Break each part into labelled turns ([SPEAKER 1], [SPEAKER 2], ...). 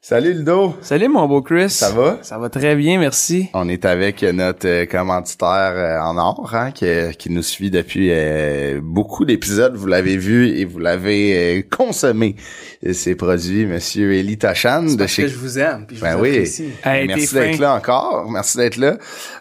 [SPEAKER 1] Salut Ludo!
[SPEAKER 2] Salut mon beau Chris.
[SPEAKER 1] Ça va? Ah,
[SPEAKER 2] Ça va très bien, merci.
[SPEAKER 1] On est avec notre euh, commanditaire euh, en or hein, qui, qui nous suit depuis euh, beaucoup d'épisodes. Vous l'avez vu et vous l'avez euh, consommé Et ses produits, Monsieur Eli Tachan de
[SPEAKER 3] Parce que
[SPEAKER 1] chez.
[SPEAKER 3] je vous aime, puis je
[SPEAKER 1] Ben
[SPEAKER 3] vous
[SPEAKER 1] oui.
[SPEAKER 3] apprécie.
[SPEAKER 2] Hey,
[SPEAKER 1] Merci
[SPEAKER 2] t'es
[SPEAKER 1] d'être
[SPEAKER 2] fin.
[SPEAKER 1] là encore. Merci d'être là.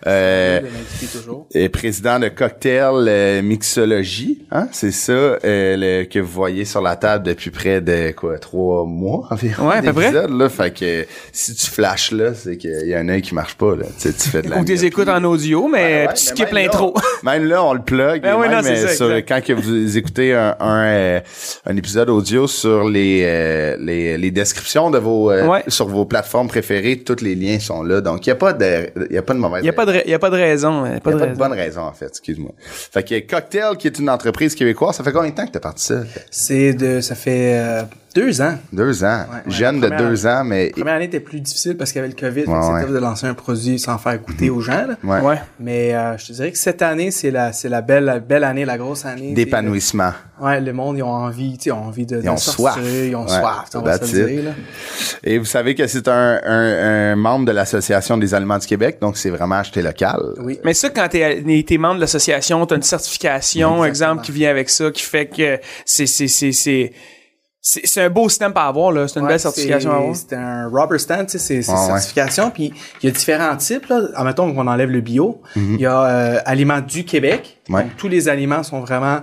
[SPEAKER 1] Euh,
[SPEAKER 3] de m'inviter toujours.
[SPEAKER 1] et président de Cocktail euh, Mixologie, hein, c'est ça euh, le- que vous voyez sur la table depuis près de quoi trois mois environ
[SPEAKER 2] Ouais, à peu près.
[SPEAKER 1] d'épisodes, là. Fait que si tu flashes là, c'est qu'il y a un œil qui marche pas là. Tu, sais, tu fais de la
[SPEAKER 2] Ou des
[SPEAKER 1] myopie.
[SPEAKER 2] écoutes en
[SPEAKER 3] Ben
[SPEAKER 2] audio, mais
[SPEAKER 1] Ben Ouais,
[SPEAKER 2] tu
[SPEAKER 1] mais
[SPEAKER 2] skippes
[SPEAKER 1] même
[SPEAKER 2] l'intro.
[SPEAKER 1] là, Même là, on le plug.
[SPEAKER 2] Ben
[SPEAKER 1] et
[SPEAKER 2] oui,
[SPEAKER 1] même,
[SPEAKER 2] non, c'est
[SPEAKER 1] euh,
[SPEAKER 2] ça,
[SPEAKER 1] sur-
[SPEAKER 2] exact.
[SPEAKER 1] quand que vous écoutez un, un, euh, un épisode audio sur les, euh, les, les descriptions de vos euh,
[SPEAKER 2] Ouais.
[SPEAKER 1] sur vos plateformes préférées, tous les liens sont là. Donc il y a pas de il y a pas de mauvaise
[SPEAKER 2] Il y a pas de ra- y a pas de raison,
[SPEAKER 1] il n'y
[SPEAKER 2] euh, pas de
[SPEAKER 1] a pas de
[SPEAKER 2] raison.
[SPEAKER 1] bonne raison, en fait, excuse-moi. Fait que Cocktail, qui est une entreprise québécoise, ça fait combien de temps que t'es parti ça?
[SPEAKER 3] C'est de, ça fait euh, deux ans.
[SPEAKER 1] Deux ans.
[SPEAKER 3] Ouais, ouais.
[SPEAKER 1] Jeune de
[SPEAKER 3] Première-
[SPEAKER 1] deux ans, mais...
[SPEAKER 3] La première année était plus difficile parce qu'il y avait le COVID. fait que
[SPEAKER 1] Ouais,
[SPEAKER 3] C'était
[SPEAKER 1] ouais. Mhm.
[SPEAKER 3] tough de lancer un produit sans faire goûter aux gens. là.
[SPEAKER 1] Ouais.
[SPEAKER 2] Ouais.
[SPEAKER 3] Mais euh, je te dirais que cette année, c'est la, c'est la belle, la belle année, la grosse année. T'sais,
[SPEAKER 1] D'épanouissement.
[SPEAKER 3] le- Ouais, le monde, ils ont envie, tu sais, ils ont envie de, de
[SPEAKER 1] ont
[SPEAKER 3] sortir,
[SPEAKER 1] soif.
[SPEAKER 3] ils ont
[SPEAKER 1] Ouais,
[SPEAKER 3] soif, on va se
[SPEAKER 1] that's
[SPEAKER 3] le
[SPEAKER 1] it.
[SPEAKER 3] dire, là.
[SPEAKER 1] Et vous savez que c'est un, un, un membre de l'Association des Aliments du Québec, donc c'est vraiment acheté local.
[SPEAKER 3] Oui.
[SPEAKER 2] Mais ça, quand t'es es membre de l'association, t'as une certification, exemple, qui vient avec ça, qui fait que c'est c'est c'est c'est c'est c'est un beau système à avoir là. C'est une
[SPEAKER 3] Ouais,
[SPEAKER 2] belle certification à
[SPEAKER 3] c'est-
[SPEAKER 2] avoir.
[SPEAKER 3] C'est un rubber stand, tu sais, c'est c'est
[SPEAKER 1] Ouais, Ah, ouais.
[SPEAKER 3] certification. Puis il y a différents types. Là. Admettons qu'on enlève le bio. Il y a euh, aliments du Québec.
[SPEAKER 1] Mm-hmm. Ouais.
[SPEAKER 3] Donc, tous les aliments sont vraiment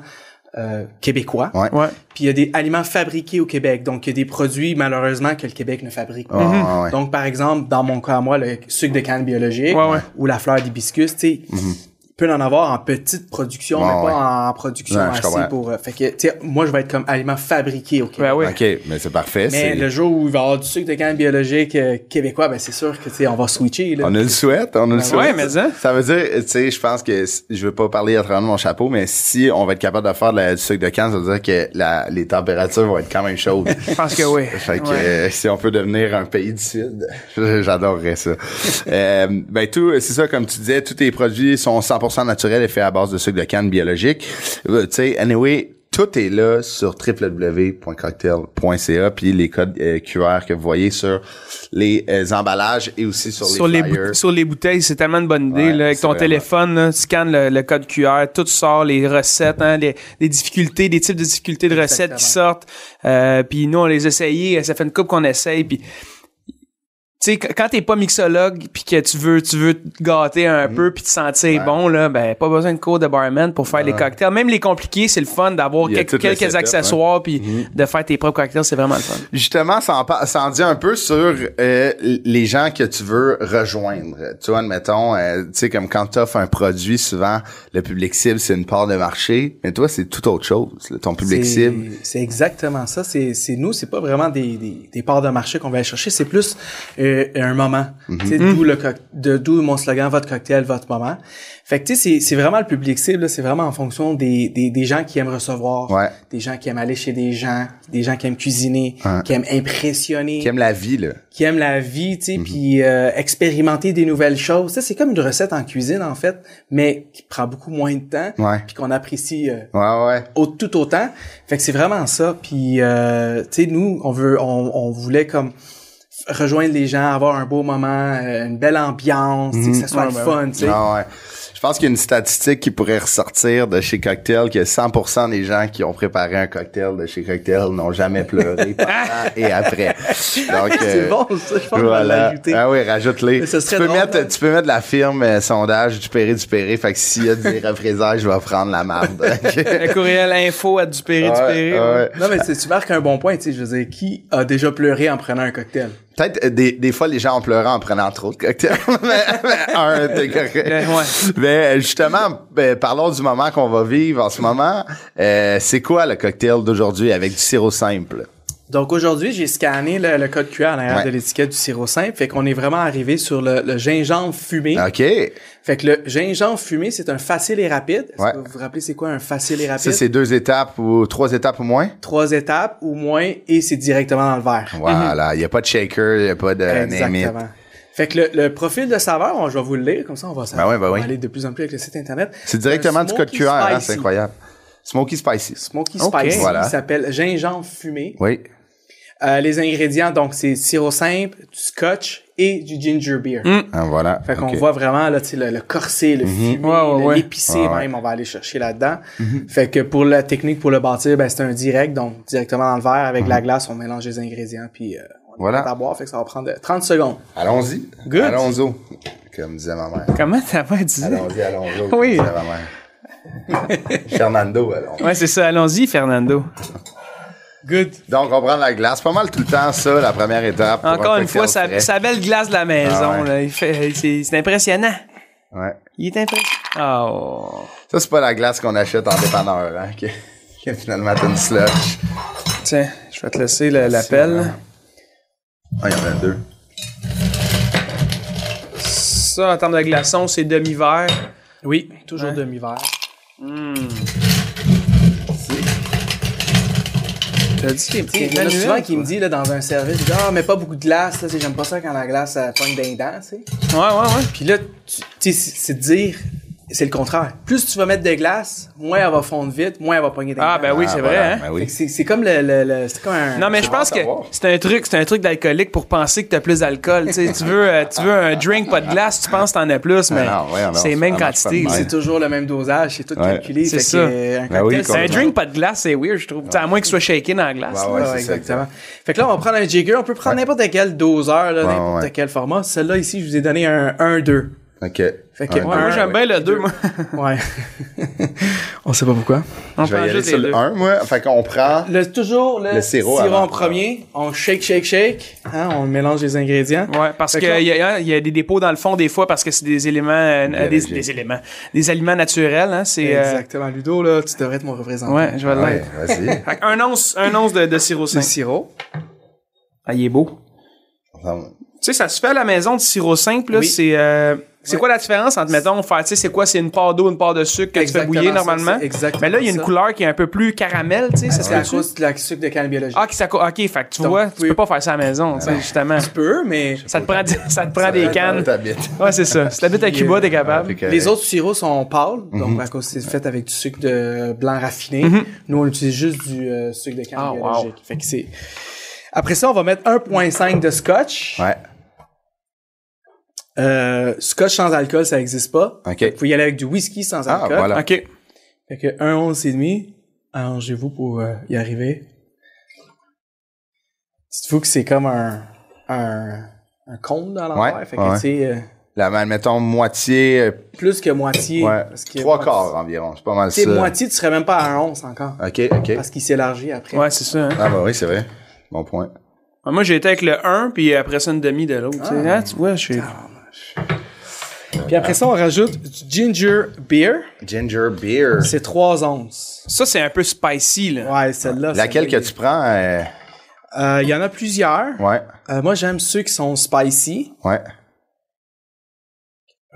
[SPEAKER 3] euh, québécois.
[SPEAKER 1] Ouais.
[SPEAKER 2] Ouais.
[SPEAKER 3] Puis il y a des aliments fabriqués au Québec. Donc il y a des produits malheureusement que le Québec ne fabrique pas.
[SPEAKER 1] Ah, ah, ouais.
[SPEAKER 3] Donc par exemple, dans mon cas à moi, le sucre de canne biologique
[SPEAKER 2] Ouais, ouais.
[SPEAKER 3] ou la fleur d'hibiscus, tu sais. il peut en avoir en petite production,
[SPEAKER 1] Ouais,
[SPEAKER 3] mais pas
[SPEAKER 1] Mm-hmm. Ah, ouais.
[SPEAKER 3] en production
[SPEAKER 1] Ouais, je
[SPEAKER 3] assez
[SPEAKER 1] comprends.
[SPEAKER 3] pour... euh, fait que, tu sais, moi, je vais être comme aliment fabriqué au Québec.
[SPEAKER 2] Ben oui.
[SPEAKER 1] OK, mais c'est parfait. c'est-
[SPEAKER 3] Mais le jour où il va y avoir du sucre de canne biologique euh, québécois, ben c'est sûr que tu sais, on va switcher. Là.
[SPEAKER 1] On nous le souhaite, on nous le souhaite.
[SPEAKER 2] ouais, mais hein.
[SPEAKER 1] Ça veut dire, tu sais, je pense que si- je veux pas parler à travers mon chapeau, mais si on va être capable de faire de la- du sucre de canne, ça veut dire que la- les températures vont être quand même chaudes.
[SPEAKER 2] Je pense que oui.
[SPEAKER 1] Fait que
[SPEAKER 2] Ouais.
[SPEAKER 1] euh, si on peut devenir un pays du Sud, j'adorerais ça. Euh, ben tout, euh, c'est ça, comme tu disais, tous tes produits sont 100% naturels et faits à base de sucre de canne biologique. Euh, tu sais, anyway, tout est là sur www.cocktail.ca puis les codes euh, QR que vous voyez sur les euh, emballages et aussi sur,
[SPEAKER 2] Sur les,
[SPEAKER 1] les
[SPEAKER 2] boute-
[SPEAKER 1] flyers.
[SPEAKER 2] sur les bouteilles, c'est tellement une bonne idée.
[SPEAKER 1] Ouais,
[SPEAKER 2] là, avec
[SPEAKER 1] c'est
[SPEAKER 2] ton
[SPEAKER 1] vraiment-
[SPEAKER 2] téléphone, là, tu scannes le, le code QR, tout sort, les recettes, hein, les, les difficultés, les types de difficultés de recettes qui sortent. Euh, puis nous, on les essayait, ça fait une coupe qu'on essaye. Puis tu sais, qu- quand t'es pas mixologue puis que tu veux, tu veux te gâter un
[SPEAKER 1] Mhm.
[SPEAKER 2] peu puis te sentir bon là, ben pas besoin de cours de barman pour faire les cocktails. Même les compliqués, c'est le fun d'avoir
[SPEAKER 1] Il y a
[SPEAKER 2] quelques,
[SPEAKER 1] tout le
[SPEAKER 2] quelques
[SPEAKER 1] setup,
[SPEAKER 2] accessoires puis
[SPEAKER 1] Mhm.
[SPEAKER 2] de faire tes propres cocktails, c'est vraiment le fun.
[SPEAKER 1] Justement, ça en, par- ça en dit un peu sur euh, les gens que tu veux rejoindre. Tu vois, admettons, euh, tu sais, comme quand tu offres un produit, souvent, le public cible, c'est une part de marché, mais toi, c'est tout autre chose. là. Ton public
[SPEAKER 3] C'est-
[SPEAKER 1] cible,
[SPEAKER 3] C'est exactement ça. C'est c'est nous, c'est pas vraiment des, des, des parts de marché qu'on va aller chercher, c'est plus euh, un moment.
[SPEAKER 1] Mhm.
[SPEAKER 3] Tu sais, D'où le coc- de- d'où mon slogan votre cocktail, votre moment. Fait que tu sais, c'est- c'est vraiment le public cible, là, c'est vraiment en fonction des, des, des gens qui aiment recevoir,
[SPEAKER 1] Ouais.
[SPEAKER 3] des gens qui aiment aller chez des gens, des gens qui aiment cuisiner,
[SPEAKER 1] Ouais.
[SPEAKER 3] qui aiment impressionner.
[SPEAKER 1] qui aime la vie, là.
[SPEAKER 3] qui aiment la vie, tu sais,
[SPEAKER 1] Mhm.
[SPEAKER 3] puis euh, expérimenter des nouvelles choses. Ça, c'est comme une recette en cuisine, en fait, mais qui prend beaucoup moins de temps,
[SPEAKER 1] Ouais.
[SPEAKER 3] puis qu'on apprécie euh,
[SPEAKER 1] Ouais, ouais.
[SPEAKER 3] au- tout autant. Fait que c'est vraiment ça. Puis, euh, tu sais, nous, on veut, on, on voulait comme f- rejoindre les gens, avoir un beau moment, euh, une belle ambiance, tu sais, que ça soit
[SPEAKER 2] Ouais, ben
[SPEAKER 3] le
[SPEAKER 2] ouais,
[SPEAKER 3] fun, tu sais.
[SPEAKER 1] Mhm. Ah ouais. Je pense qu'il y a une statistique qui pourrait ressortir de chez Cocktail que 100% des gens qui ont préparé un cocktail de chez Cocktail n'ont jamais pleuré pendant et après. Donc,
[SPEAKER 3] C'est
[SPEAKER 1] euh,
[SPEAKER 3] bon, ça, je pense qu'on va
[SPEAKER 1] Voilà.
[SPEAKER 3] l'ajouter.
[SPEAKER 1] Ah oui, rajoute-les.
[SPEAKER 3] Mais ce
[SPEAKER 1] Tu,
[SPEAKER 3] serait
[SPEAKER 1] peux
[SPEAKER 3] drôle,
[SPEAKER 1] mettre-
[SPEAKER 3] hein?
[SPEAKER 1] tu peux mettre la firme euh, sondage du Péré du Péré. Fait que s'il y a des représailles, je vais prendre la marde.
[SPEAKER 2] Le courriel info à Dupéré, Dupéré.
[SPEAKER 1] Ouais,
[SPEAKER 2] ouais.
[SPEAKER 1] ouais.
[SPEAKER 3] Non, mais c'est- tu marques un bon point, tu sais, je veux dire, qui a déjà pleuré en prenant un cocktail?
[SPEAKER 1] Peut-être euh, des, des fois les gens en pleurant en prenant trop de cocktails. mais, mais un, t'es correct.
[SPEAKER 2] Le- ouais.
[SPEAKER 1] Mais euh, justement, ben, parlons du moment qu'on va vivre en ce moment. Euh, c'est quoi le cocktail d'aujourd'hui avec du sirop simple?
[SPEAKER 3] Donc aujourd'hui, j'ai scanné le, le code QR à l'arrière
[SPEAKER 1] Ouais.
[SPEAKER 3] de l'étiquette du sirop simple, fait qu'on est vraiment arrivé sur le, le gingembre fumé.
[SPEAKER 1] OK.
[SPEAKER 3] Fait que le gingembre fumé, c'est un facile et rapide. Est-ce
[SPEAKER 1] Ouais.
[SPEAKER 3] que vous vous rappelez c'est quoi un facile et
[SPEAKER 1] Ça,
[SPEAKER 3] rapide?
[SPEAKER 1] c'est deux étapes ou trois étapes au moins?
[SPEAKER 3] trois étapes ou moins et c'est directement dans le verre. Mhm.
[SPEAKER 1] Voilà. Il n'y a pas de shaker, il n'y a pas de ben, name it.
[SPEAKER 3] Exactement. Fait que le, le profil de saveur, on, je vais vous le lire, comme ça on va s'en-
[SPEAKER 1] Ben oui, ben
[SPEAKER 3] on va
[SPEAKER 1] oui.
[SPEAKER 3] aller de plus en plus avec le site internet.
[SPEAKER 1] C'est directement
[SPEAKER 3] Un
[SPEAKER 1] du code
[SPEAKER 3] smoky
[SPEAKER 1] QR, hein,
[SPEAKER 3] spicy.
[SPEAKER 1] c'est incroyable. Smoky Spicy.
[SPEAKER 3] Smoky
[SPEAKER 2] Ok.
[SPEAKER 3] Spicy,
[SPEAKER 1] Voilà.
[SPEAKER 3] il s'appelle gingembre fumé.
[SPEAKER 1] Oui.
[SPEAKER 3] Euh, les ingrédients, donc, c'est sirop simple, du scotch et du ginger beer.
[SPEAKER 1] Ah, voilà.
[SPEAKER 3] Fait qu'on
[SPEAKER 1] OK.
[SPEAKER 3] voit vraiment là, tu sais, le, le corsé, le fumé,
[SPEAKER 2] Ouais, ouais,
[SPEAKER 3] le-
[SPEAKER 2] ouais.
[SPEAKER 3] l'épicé
[SPEAKER 1] Ouais, ouais.
[SPEAKER 3] même, on va aller chercher là-dedans. Fait que pour la technique pour le bâtir, ben, c'est un direct, donc directement dans le verre avec la glace, on mélange les ingrédients puis euh, on
[SPEAKER 1] Voilà.
[SPEAKER 3] est prêt à boire. Fait que ça va prendre euh, 30 secondes.
[SPEAKER 1] Allons-y.
[SPEAKER 3] Good.
[SPEAKER 1] Allons-y. Comme disait ma mère.
[SPEAKER 2] Comment t'as pas dit?
[SPEAKER 1] Allons-y, allons-y. comme
[SPEAKER 2] Oui.
[SPEAKER 1] disait ma mère. Fernando, allons
[SPEAKER 2] Ouais, c'est ça. Allons-y, Fernando.
[SPEAKER 3] Good.
[SPEAKER 1] Donc, on prend la glace. Pas mal tout le temps, ça, la première étape. pour
[SPEAKER 2] Encore
[SPEAKER 1] un
[SPEAKER 2] une fois,
[SPEAKER 1] cocktail
[SPEAKER 2] sa,
[SPEAKER 1] frais.
[SPEAKER 2] sa belle glace de la maison.
[SPEAKER 1] Ah ouais.
[SPEAKER 2] là. Il fait- c'est c'est impressionnant.
[SPEAKER 1] Ouais.
[SPEAKER 2] Il est impressionnant. Oh.
[SPEAKER 1] Ça, c'est pas la glace qu'on achète en dépanneur, hein, que, que finalement, t'as une slush.
[SPEAKER 2] Tiens, je vais te laisser le- l'appel.
[SPEAKER 1] Ah, il y en a deux.
[SPEAKER 2] Ça, en termes de glaçons, c'est demi-verre.
[SPEAKER 3] Oui, Hmm. toujours demi-verre.
[SPEAKER 2] T'as dit qu'il y a un petit
[SPEAKER 3] Il y en a
[SPEAKER 2] manuel,
[SPEAKER 3] souvent qui
[SPEAKER 2] toi.
[SPEAKER 3] me dit là, dans un service, il dit, ah, mais pas beaucoup de glace, là, tu sais, j'aime pas ça quand la glace euh, pogne d'un dent, tu sais.
[SPEAKER 2] Ouais, ouais, ouais.
[SPEAKER 3] Puis là, tu tu sais, c'est c'est de dire, c'est le contraire. Plus tu vas mettre de glace, moins elle va fondre vite, moins elle va pogner d'un
[SPEAKER 2] Ah, ben oui,
[SPEAKER 1] Ah,
[SPEAKER 2] c'est
[SPEAKER 1] voilà.
[SPEAKER 2] vrai, hein.
[SPEAKER 1] Ben
[SPEAKER 3] Fait
[SPEAKER 1] oui.
[SPEAKER 3] que c'est- C'est comme le, le- le- c'est comme un.
[SPEAKER 2] Non, mais je pense que c'est un truc, c'est un truc d'alcoolique pour penser que t'as plus d'alcool. tu sais. tu veux, euh, tu veux un drink pas de glace, tu penses que t'en as plus, mais
[SPEAKER 1] Ah non, ouais, non,
[SPEAKER 2] c'est les
[SPEAKER 1] ça
[SPEAKER 2] mêmes
[SPEAKER 1] marche pas de
[SPEAKER 2] quantités.
[SPEAKER 1] même.
[SPEAKER 2] C'est-
[SPEAKER 3] c'est toujours le même dosage, c'est tout
[SPEAKER 1] Ouais.
[SPEAKER 3] calculé.
[SPEAKER 2] C'est
[SPEAKER 3] fait
[SPEAKER 2] ça.
[SPEAKER 3] que, euh,
[SPEAKER 1] Ben
[SPEAKER 3] un cocktail,
[SPEAKER 1] oui,
[SPEAKER 3] c'est-
[SPEAKER 2] C'est un
[SPEAKER 1] complètement.
[SPEAKER 2] drink pas de glace, c'est weird, je trouve. Tu sais, À moins qu'il soit shaken dans la glace.
[SPEAKER 1] Ouais,
[SPEAKER 2] là.
[SPEAKER 1] ouais,
[SPEAKER 3] Ouais,
[SPEAKER 1] c'est ça,
[SPEAKER 3] exactement. Fait que là, on va prendre un jigger. On peut prendre n'importe quel doseur, là,
[SPEAKER 1] Ouais,
[SPEAKER 3] n'importe
[SPEAKER 1] ouais.
[SPEAKER 3] quel format. Celle-là, ici, je vous ai donné un 1-2.
[SPEAKER 1] OK.
[SPEAKER 3] Fait que-
[SPEAKER 1] Ouais,
[SPEAKER 2] Ouais, moi, j'aime bien le 2, moi.
[SPEAKER 3] Ouais. on sait pas pourquoi.
[SPEAKER 2] On
[SPEAKER 1] Je vais
[SPEAKER 2] prend
[SPEAKER 1] y aller
[SPEAKER 2] juste
[SPEAKER 1] sur
[SPEAKER 2] les deux.
[SPEAKER 1] le 1, moi. Fait qu'on prend.
[SPEAKER 3] Le, toujours le,
[SPEAKER 1] Le sirop avant.
[SPEAKER 3] en premier. On shake, shake, shake. Hein, on mélange les ingrédients.
[SPEAKER 2] Ouais, parce
[SPEAKER 3] Fait
[SPEAKER 2] qu'il
[SPEAKER 3] que là-
[SPEAKER 2] y, a- il y a des dépôts dans le fond des fois parce que c'est des éléments, euh, euh, des,
[SPEAKER 1] Biologique.
[SPEAKER 2] des éléments, des aliments naturels. Hein, c'est euh,
[SPEAKER 3] Exactement. Ludo, là, tu devrais être mon représentant.
[SPEAKER 2] ouais, je vais
[SPEAKER 1] Ouais,
[SPEAKER 2] l'être.
[SPEAKER 1] vas-y.
[SPEAKER 2] Fait qu'un once, un once de, de sirop
[SPEAKER 3] Le
[SPEAKER 2] sain.
[SPEAKER 3] sirop.
[SPEAKER 2] Ah, il est beau. Tu sais, ça se fait à la maison de sirop simple. là,
[SPEAKER 3] Oui.
[SPEAKER 2] C'est euh, c'est quoi la différence entre, mettons, faire, tu sais, c'est quoi, c'est une part d'eau, une part de sucre que
[SPEAKER 3] Exactement
[SPEAKER 2] tu fais bouillir
[SPEAKER 3] ça,
[SPEAKER 2] normalement.
[SPEAKER 3] c'est exactement
[SPEAKER 2] Mais là, il y a une
[SPEAKER 3] ça.
[SPEAKER 2] couleur qui est un peu plus caramel, tu sais, ça se
[SPEAKER 3] C'est à
[SPEAKER 2] fait
[SPEAKER 3] cause de la sucre de canne biologique.
[SPEAKER 2] Ah, qui ça, ok, fait que tu
[SPEAKER 3] Donc,
[SPEAKER 2] vois,
[SPEAKER 3] vous
[SPEAKER 2] tu
[SPEAKER 3] pouvez-
[SPEAKER 2] peux pas faire ça à la maison, tu sais, justement.
[SPEAKER 3] Un peu, mais
[SPEAKER 2] Ça te prend, ça te prend
[SPEAKER 1] Des
[SPEAKER 2] Ah, des cannes. Ah, Ouais, c'est ça. Si t'habites à
[SPEAKER 3] Puis,
[SPEAKER 2] Cuba,
[SPEAKER 3] euh,
[SPEAKER 2] t'es capable.
[SPEAKER 3] les autres sirops sont pâles,
[SPEAKER 2] Mhm.
[SPEAKER 3] donc à cause c'est fait avec du sucre de blanc raffiné. Nous, on utilise juste du euh, sucre de canne
[SPEAKER 2] Ah, wow.
[SPEAKER 3] biologique. Fait que c'est... Après ça, on va mettre 1.5 de scotch.
[SPEAKER 1] Ouais.
[SPEAKER 3] Euh, scotch sans alcool, ça n'existe pas.
[SPEAKER 1] OK.
[SPEAKER 3] Vous pouvez y aller avec du whisky sans
[SPEAKER 1] Ah,
[SPEAKER 3] alcool.
[SPEAKER 1] voilà.
[SPEAKER 2] Ok.
[SPEAKER 3] Fait que un once et demi, arrangez-vous pour euh, y arriver. Dites-vous que c'est comme un, un, un cône dans l'envers.
[SPEAKER 1] Ouais,
[SPEAKER 3] fait que
[SPEAKER 1] ouais.
[SPEAKER 3] tu sais, euh,
[SPEAKER 1] La main, mettons, moitié. euh,
[SPEAKER 3] plus que moitié.
[SPEAKER 1] Ouais.
[SPEAKER 3] parce que
[SPEAKER 1] Trois
[SPEAKER 3] moitié-
[SPEAKER 1] quarts environ. C'est pas mal
[SPEAKER 3] Tu sais,
[SPEAKER 1] ça.
[SPEAKER 3] moitié, tu serais même pas à un once encore.
[SPEAKER 1] OK, OK.
[SPEAKER 3] Parce qu'il s'élargit après.
[SPEAKER 2] Ouais, c'est ça. hein.
[SPEAKER 1] Ah, bah oui, c'est vrai. Bon point.
[SPEAKER 2] Ah, Moi, j'ai été avec le 1, puis après ça, une demi de l'autre. tu sais. Ah, tu vois, je suis...
[SPEAKER 3] Puis après ça, on rajoute du ginger beer.
[SPEAKER 1] Ginger beer.
[SPEAKER 3] C'est trois onces.
[SPEAKER 2] Ça, c'est un peu spicy, là.
[SPEAKER 3] Ouais, celle-là.
[SPEAKER 1] Laquelle que
[SPEAKER 3] celle-là,
[SPEAKER 1] tu prends? euh,
[SPEAKER 3] il- Euh, Il y en a plusieurs.
[SPEAKER 1] Ouais.
[SPEAKER 3] Euh, moi, j'aime ceux qui sont spicy.
[SPEAKER 1] Ouais.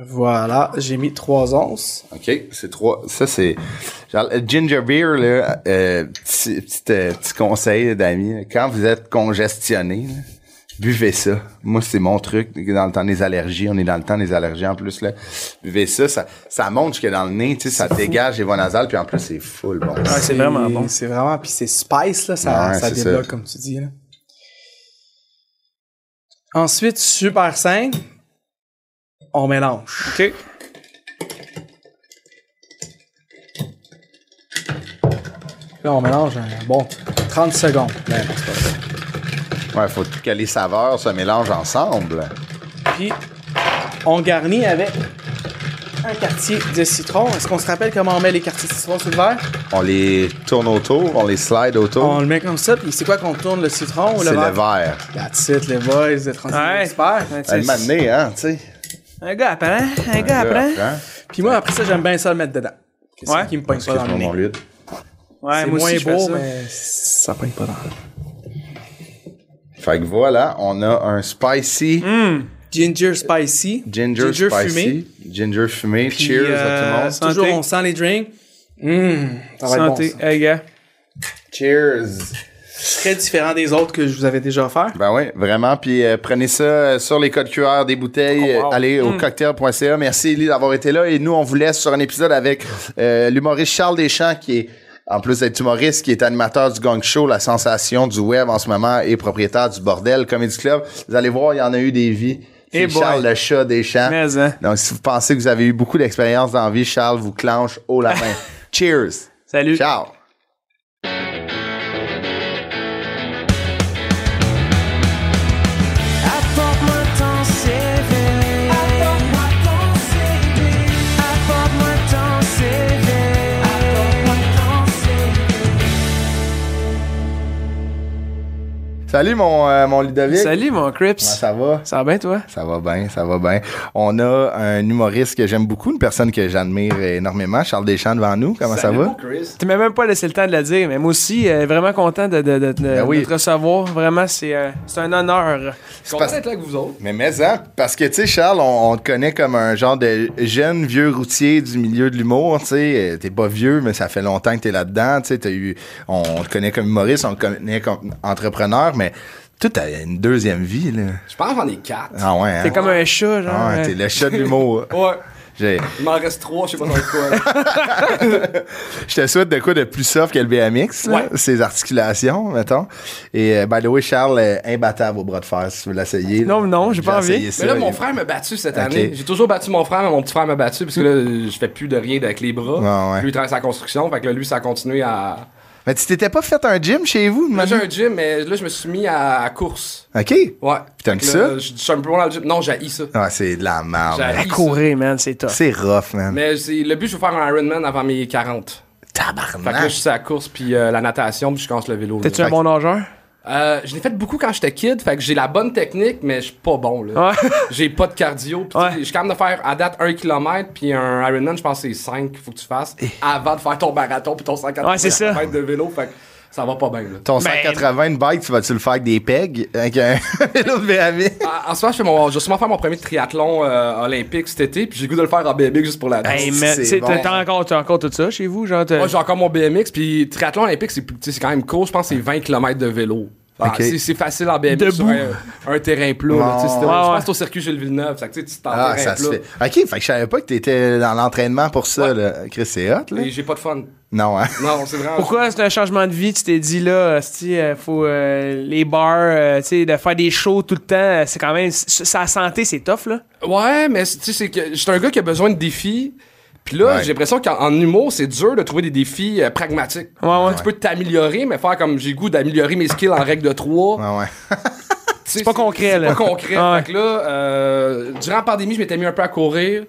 [SPEAKER 3] Voilà, j'ai mis trois onces.
[SPEAKER 1] OK. C'est trois. Ça, c'est. genre, euh, ginger beer, là, euh, petit, petit, euh, petit conseil d'amis. là, Quand vous êtes congestionné, là, buvez ça. Moi, c'est mon truc. Dans le temps des allergies, on est dans le temps des allergies en plus. Là. Buvez ça. Ça, ça monte jusque dans le nez. Tu sais, ça dégage les voies nasales. Puis en plus, c'est full bon.
[SPEAKER 2] Ouais, c'est vraiment bon.
[SPEAKER 3] C'est vraiment, puis c'est spice, là, ça,
[SPEAKER 1] Ouais,
[SPEAKER 3] ça
[SPEAKER 1] c'est
[SPEAKER 3] débloque,
[SPEAKER 1] ça.
[SPEAKER 3] comme tu dis. Là. Ensuite, super simple, on mélange.
[SPEAKER 2] OK.
[SPEAKER 3] Là, on mélange, un bon, 30 secondes. Ben, même.
[SPEAKER 1] Ouais, faut que les saveurs se mélangent ensemble.
[SPEAKER 3] Puis, on garnit avec un quartier de citron. Est-ce qu'on se rappelle comment on met les quartiers de citron sur le verre?
[SPEAKER 1] On les tourne autour, on les slide autour.
[SPEAKER 3] On le met comme ça, puis c'est quoi qu'on tourne, le citron ou le
[SPEAKER 1] C'est le
[SPEAKER 3] verre?
[SPEAKER 1] verre.
[SPEAKER 3] That's it, les boys, vous êtes rendus
[SPEAKER 2] Ouais.
[SPEAKER 3] experts.
[SPEAKER 2] Ouais, tu
[SPEAKER 1] Un
[SPEAKER 2] sais,
[SPEAKER 1] moment donné, hein, tu sais. hein?
[SPEAKER 2] Un gars apprend. hein? Un gars apprend.
[SPEAKER 1] Là,
[SPEAKER 3] Puis moi, après ça, j'aime bien ça le mettre dedans. Que c'est
[SPEAKER 2] Ouais.
[SPEAKER 3] qui me pogne pas dans le
[SPEAKER 1] Excuse-moi,
[SPEAKER 3] nez.
[SPEAKER 1] mon lieu.
[SPEAKER 2] Ouais, moi
[SPEAKER 3] C'est moins
[SPEAKER 2] aussi, je fais
[SPEAKER 3] beau,
[SPEAKER 2] ça.
[SPEAKER 3] mais ça pogne pas dans le
[SPEAKER 1] Fait que voilà, on a un spicy
[SPEAKER 2] Mm.
[SPEAKER 3] Ginger spicy.
[SPEAKER 1] ginger, spicy.
[SPEAKER 3] fumé.
[SPEAKER 1] Ginger fumé.
[SPEAKER 3] Puis,
[SPEAKER 1] Cheers à
[SPEAKER 2] euh,
[SPEAKER 1] tout le monde.
[SPEAKER 2] Santé.
[SPEAKER 3] Toujours, on sent les drinks. Hum, ça va
[SPEAKER 2] Santé,
[SPEAKER 3] être bon. ça.
[SPEAKER 2] hey, gars.
[SPEAKER 1] Cheers.
[SPEAKER 3] Très différent des autres que je vous avais déjà offert.
[SPEAKER 1] Ben oui, vraiment. Puis euh, prenez ça euh, sur les codes QR des bouteilles.
[SPEAKER 2] Oh, wow.
[SPEAKER 1] Euh, Allez au cocktail.ca. Merci Élie d'avoir été là. Et nous, on vous laisse sur un épisode avec euh, l'humoriste Charles Deschamps qui est En plus d'être humoriste, qui est animateur du Gang Show, la sensation du web en ce moment, et propriétaire du Bordel Comedy Club. Vous allez voir, il y en a eu des vies. C'est
[SPEAKER 2] Eh boy.
[SPEAKER 1] Charles le chat des champs.
[SPEAKER 2] Mais, hein.
[SPEAKER 1] Donc, si vous pensez que vous avez eu beaucoup d'expérience dans la vie, Charles vous clenche haut la main. Cheers!
[SPEAKER 2] Salut.
[SPEAKER 1] Ciao!
[SPEAKER 4] Apporte-moi ton CV. Apporte-moi ton CV. Apporte-moi ton CV. Apporte-moi ton CV.
[SPEAKER 1] Salut mon, euh, mon Ludovic.
[SPEAKER 2] Salut, mon Crips.
[SPEAKER 1] Comment ça va?
[SPEAKER 2] Ça va bien, toi?
[SPEAKER 1] Ça va bien, ça va bien. On a un humoriste que j'aime beaucoup, une personne que j'admire énormément, Charles Deschamps devant nous. Comment ça va?
[SPEAKER 2] Tu m'as même pas laissé le temps de le dire, mais moi aussi, euh, vraiment content de, de, de, de-
[SPEAKER 1] Ben oui.
[SPEAKER 2] de te recevoir. Vraiment, c'est euh, c'est un honneur.
[SPEAKER 5] content d'être là avec vous autres.
[SPEAKER 1] Mais mais hein, parce que tu sais Charles, on, on te connaît comme un genre de jeune vieux routier du milieu de l'humour, tu sais, Euh, t'es pas vieux mais ça fait longtemps que t'es là-dedans, tu sais, t'as eu on, on te connaît comme humoriste, on te connaît comme entrepreneur mais tout a une deuxième vie là.
[SPEAKER 5] Je pense que j'en ai quatre.
[SPEAKER 1] Ah ouais. hein?
[SPEAKER 2] T'es comme un chat, genre.
[SPEAKER 1] Ah ouais, t'es
[SPEAKER 2] euh,
[SPEAKER 1] le chat de l'humour.
[SPEAKER 5] Ouais.
[SPEAKER 1] J'ai-
[SPEAKER 5] Il m'en reste trois, je sais pas dans le quoi.
[SPEAKER 1] Je te souhaite de quoi de plus soft que le BMX, là, ses articulations, mettons. Et euh, by the way, Charles, euh, imbattable au bras de fer, si tu veux l'essayer.
[SPEAKER 2] Non, non, j'ai pas envie.
[SPEAKER 1] essayé ça,
[SPEAKER 5] Mais là, mon
[SPEAKER 1] il-
[SPEAKER 5] frère m'a battu cette
[SPEAKER 1] Ok.
[SPEAKER 5] année. J'ai toujours battu mon frère, mais mon petit frère m'a battu parce que là, je fais plus de rien avec les bras.
[SPEAKER 1] Ah, Ouais, ouais.
[SPEAKER 5] Lui, il travaille sa construction. Fait que là, lui, ça a continué à.
[SPEAKER 1] Mais tu t'étais pas fait un gym chez vous,
[SPEAKER 5] Là, j'ai
[SPEAKER 1] Manu?
[SPEAKER 5] un gym, mais là, je me suis mis à, à course.
[SPEAKER 1] OK.
[SPEAKER 5] Ouais.
[SPEAKER 1] t'aimes
[SPEAKER 5] Fait que
[SPEAKER 1] ça?
[SPEAKER 5] là, Je je suis un peu bon dans le gym. Non, j'ai ça.
[SPEAKER 1] Ah, c'est de la merde. man.
[SPEAKER 5] J'haïs.
[SPEAKER 2] à courir, man, c'est top.
[SPEAKER 1] C'est rough, man.
[SPEAKER 5] Mais c'est- le but, je veux faire un Ironman avant mes 40. Fait que là,
[SPEAKER 1] Tabarnak.
[SPEAKER 5] je suis à la course, puis euh, la natation, puis je commence le vélo.
[SPEAKER 2] T'es-tu
[SPEAKER 5] là.
[SPEAKER 2] un bon nageur?
[SPEAKER 5] Euh, je l'ai fait beaucoup quand j'étais kid, fait que j'ai la bonne technique, mais je suis pas bon, là.
[SPEAKER 1] Ah
[SPEAKER 2] Ouais.
[SPEAKER 5] j'ai pas de cardio. pis tu
[SPEAKER 2] Ouais.
[SPEAKER 5] sais, Je suis capable de faire à date 1 km, puis un Ironman, je pense que c'est 5 qu'il faut que tu fasses avant de faire ton marathon, puis ton 180
[SPEAKER 2] Eh. Ouais, c'est ça.
[SPEAKER 5] km de vélo, fait que ça va pas bien, là.
[SPEAKER 1] Ton
[SPEAKER 2] Ben-
[SPEAKER 1] 180 de bike, tu vas-tu le faire avec des pegs? Avec un vélo de BMX?
[SPEAKER 5] Ah, En- En ce moment, je fais mon, je vais sûrement faire mon premier triathlon euh, olympique cet été, puis j'ai le goût de le faire en BMX juste pour la danse.
[SPEAKER 2] Hey, man,
[SPEAKER 1] c'est
[SPEAKER 2] t'sais,
[SPEAKER 1] bon.
[SPEAKER 2] t'as t'as encore, t'as encore tout ça chez vous? Genre, t'as-
[SPEAKER 5] Moi, j'ai encore mon BMX, puis triathlon olympique, c'est plus- tu sais, c'est quand même court. Je pense que c'est 20 km de vélo. Ah,
[SPEAKER 1] Ok.
[SPEAKER 5] c'est- C'est facile en BMX sur
[SPEAKER 2] Debout.
[SPEAKER 5] un, un terrain plat. là, tu sais, c'est-
[SPEAKER 1] Ouais,
[SPEAKER 5] je
[SPEAKER 2] ouais.
[SPEAKER 5] pense que c'est au circuit Gilles Villeneuve. fait que, tu sais, tu t'en
[SPEAKER 1] Ah,
[SPEAKER 5] terrain
[SPEAKER 1] ça se
[SPEAKER 5] plat.
[SPEAKER 1] fait. OK, fait que je savais pas que t'étais dans l'entraînement pour ça, là. Chris, c'est hot, là.
[SPEAKER 5] Et j'ai pas de fun.
[SPEAKER 1] Non, hein?
[SPEAKER 5] Non, c'est vraiment.
[SPEAKER 2] Pourquoi c'est un changement de vie? Tu t'es dit là, hostie, euh, faut euh, les bars, euh, tu sais, de faire des shows tout le temps, euh, c'est quand même. c- Sa santé, c'est tough, là.
[SPEAKER 5] Ouais, mais c'est- tu sais, c'est que j'étais un gars qui a besoin de défis. Puis là,
[SPEAKER 1] Ouais.
[SPEAKER 5] j'ai l'impression qu'en en humour, c'est dur de trouver des défis euh, pragmatiques.
[SPEAKER 2] Ouais, ouais.
[SPEAKER 5] Tu peux t'améliorer, mais faire comme j'ai goût d'améliorer mes skills en règle de 3.
[SPEAKER 1] Ouais, ouais.
[SPEAKER 5] C'est
[SPEAKER 2] pas concret, là.
[SPEAKER 5] C'est pas concret.
[SPEAKER 2] Ah ouais.
[SPEAKER 5] Fait que là, euh, durant la pandémie, je m'étais mis un peu à courir.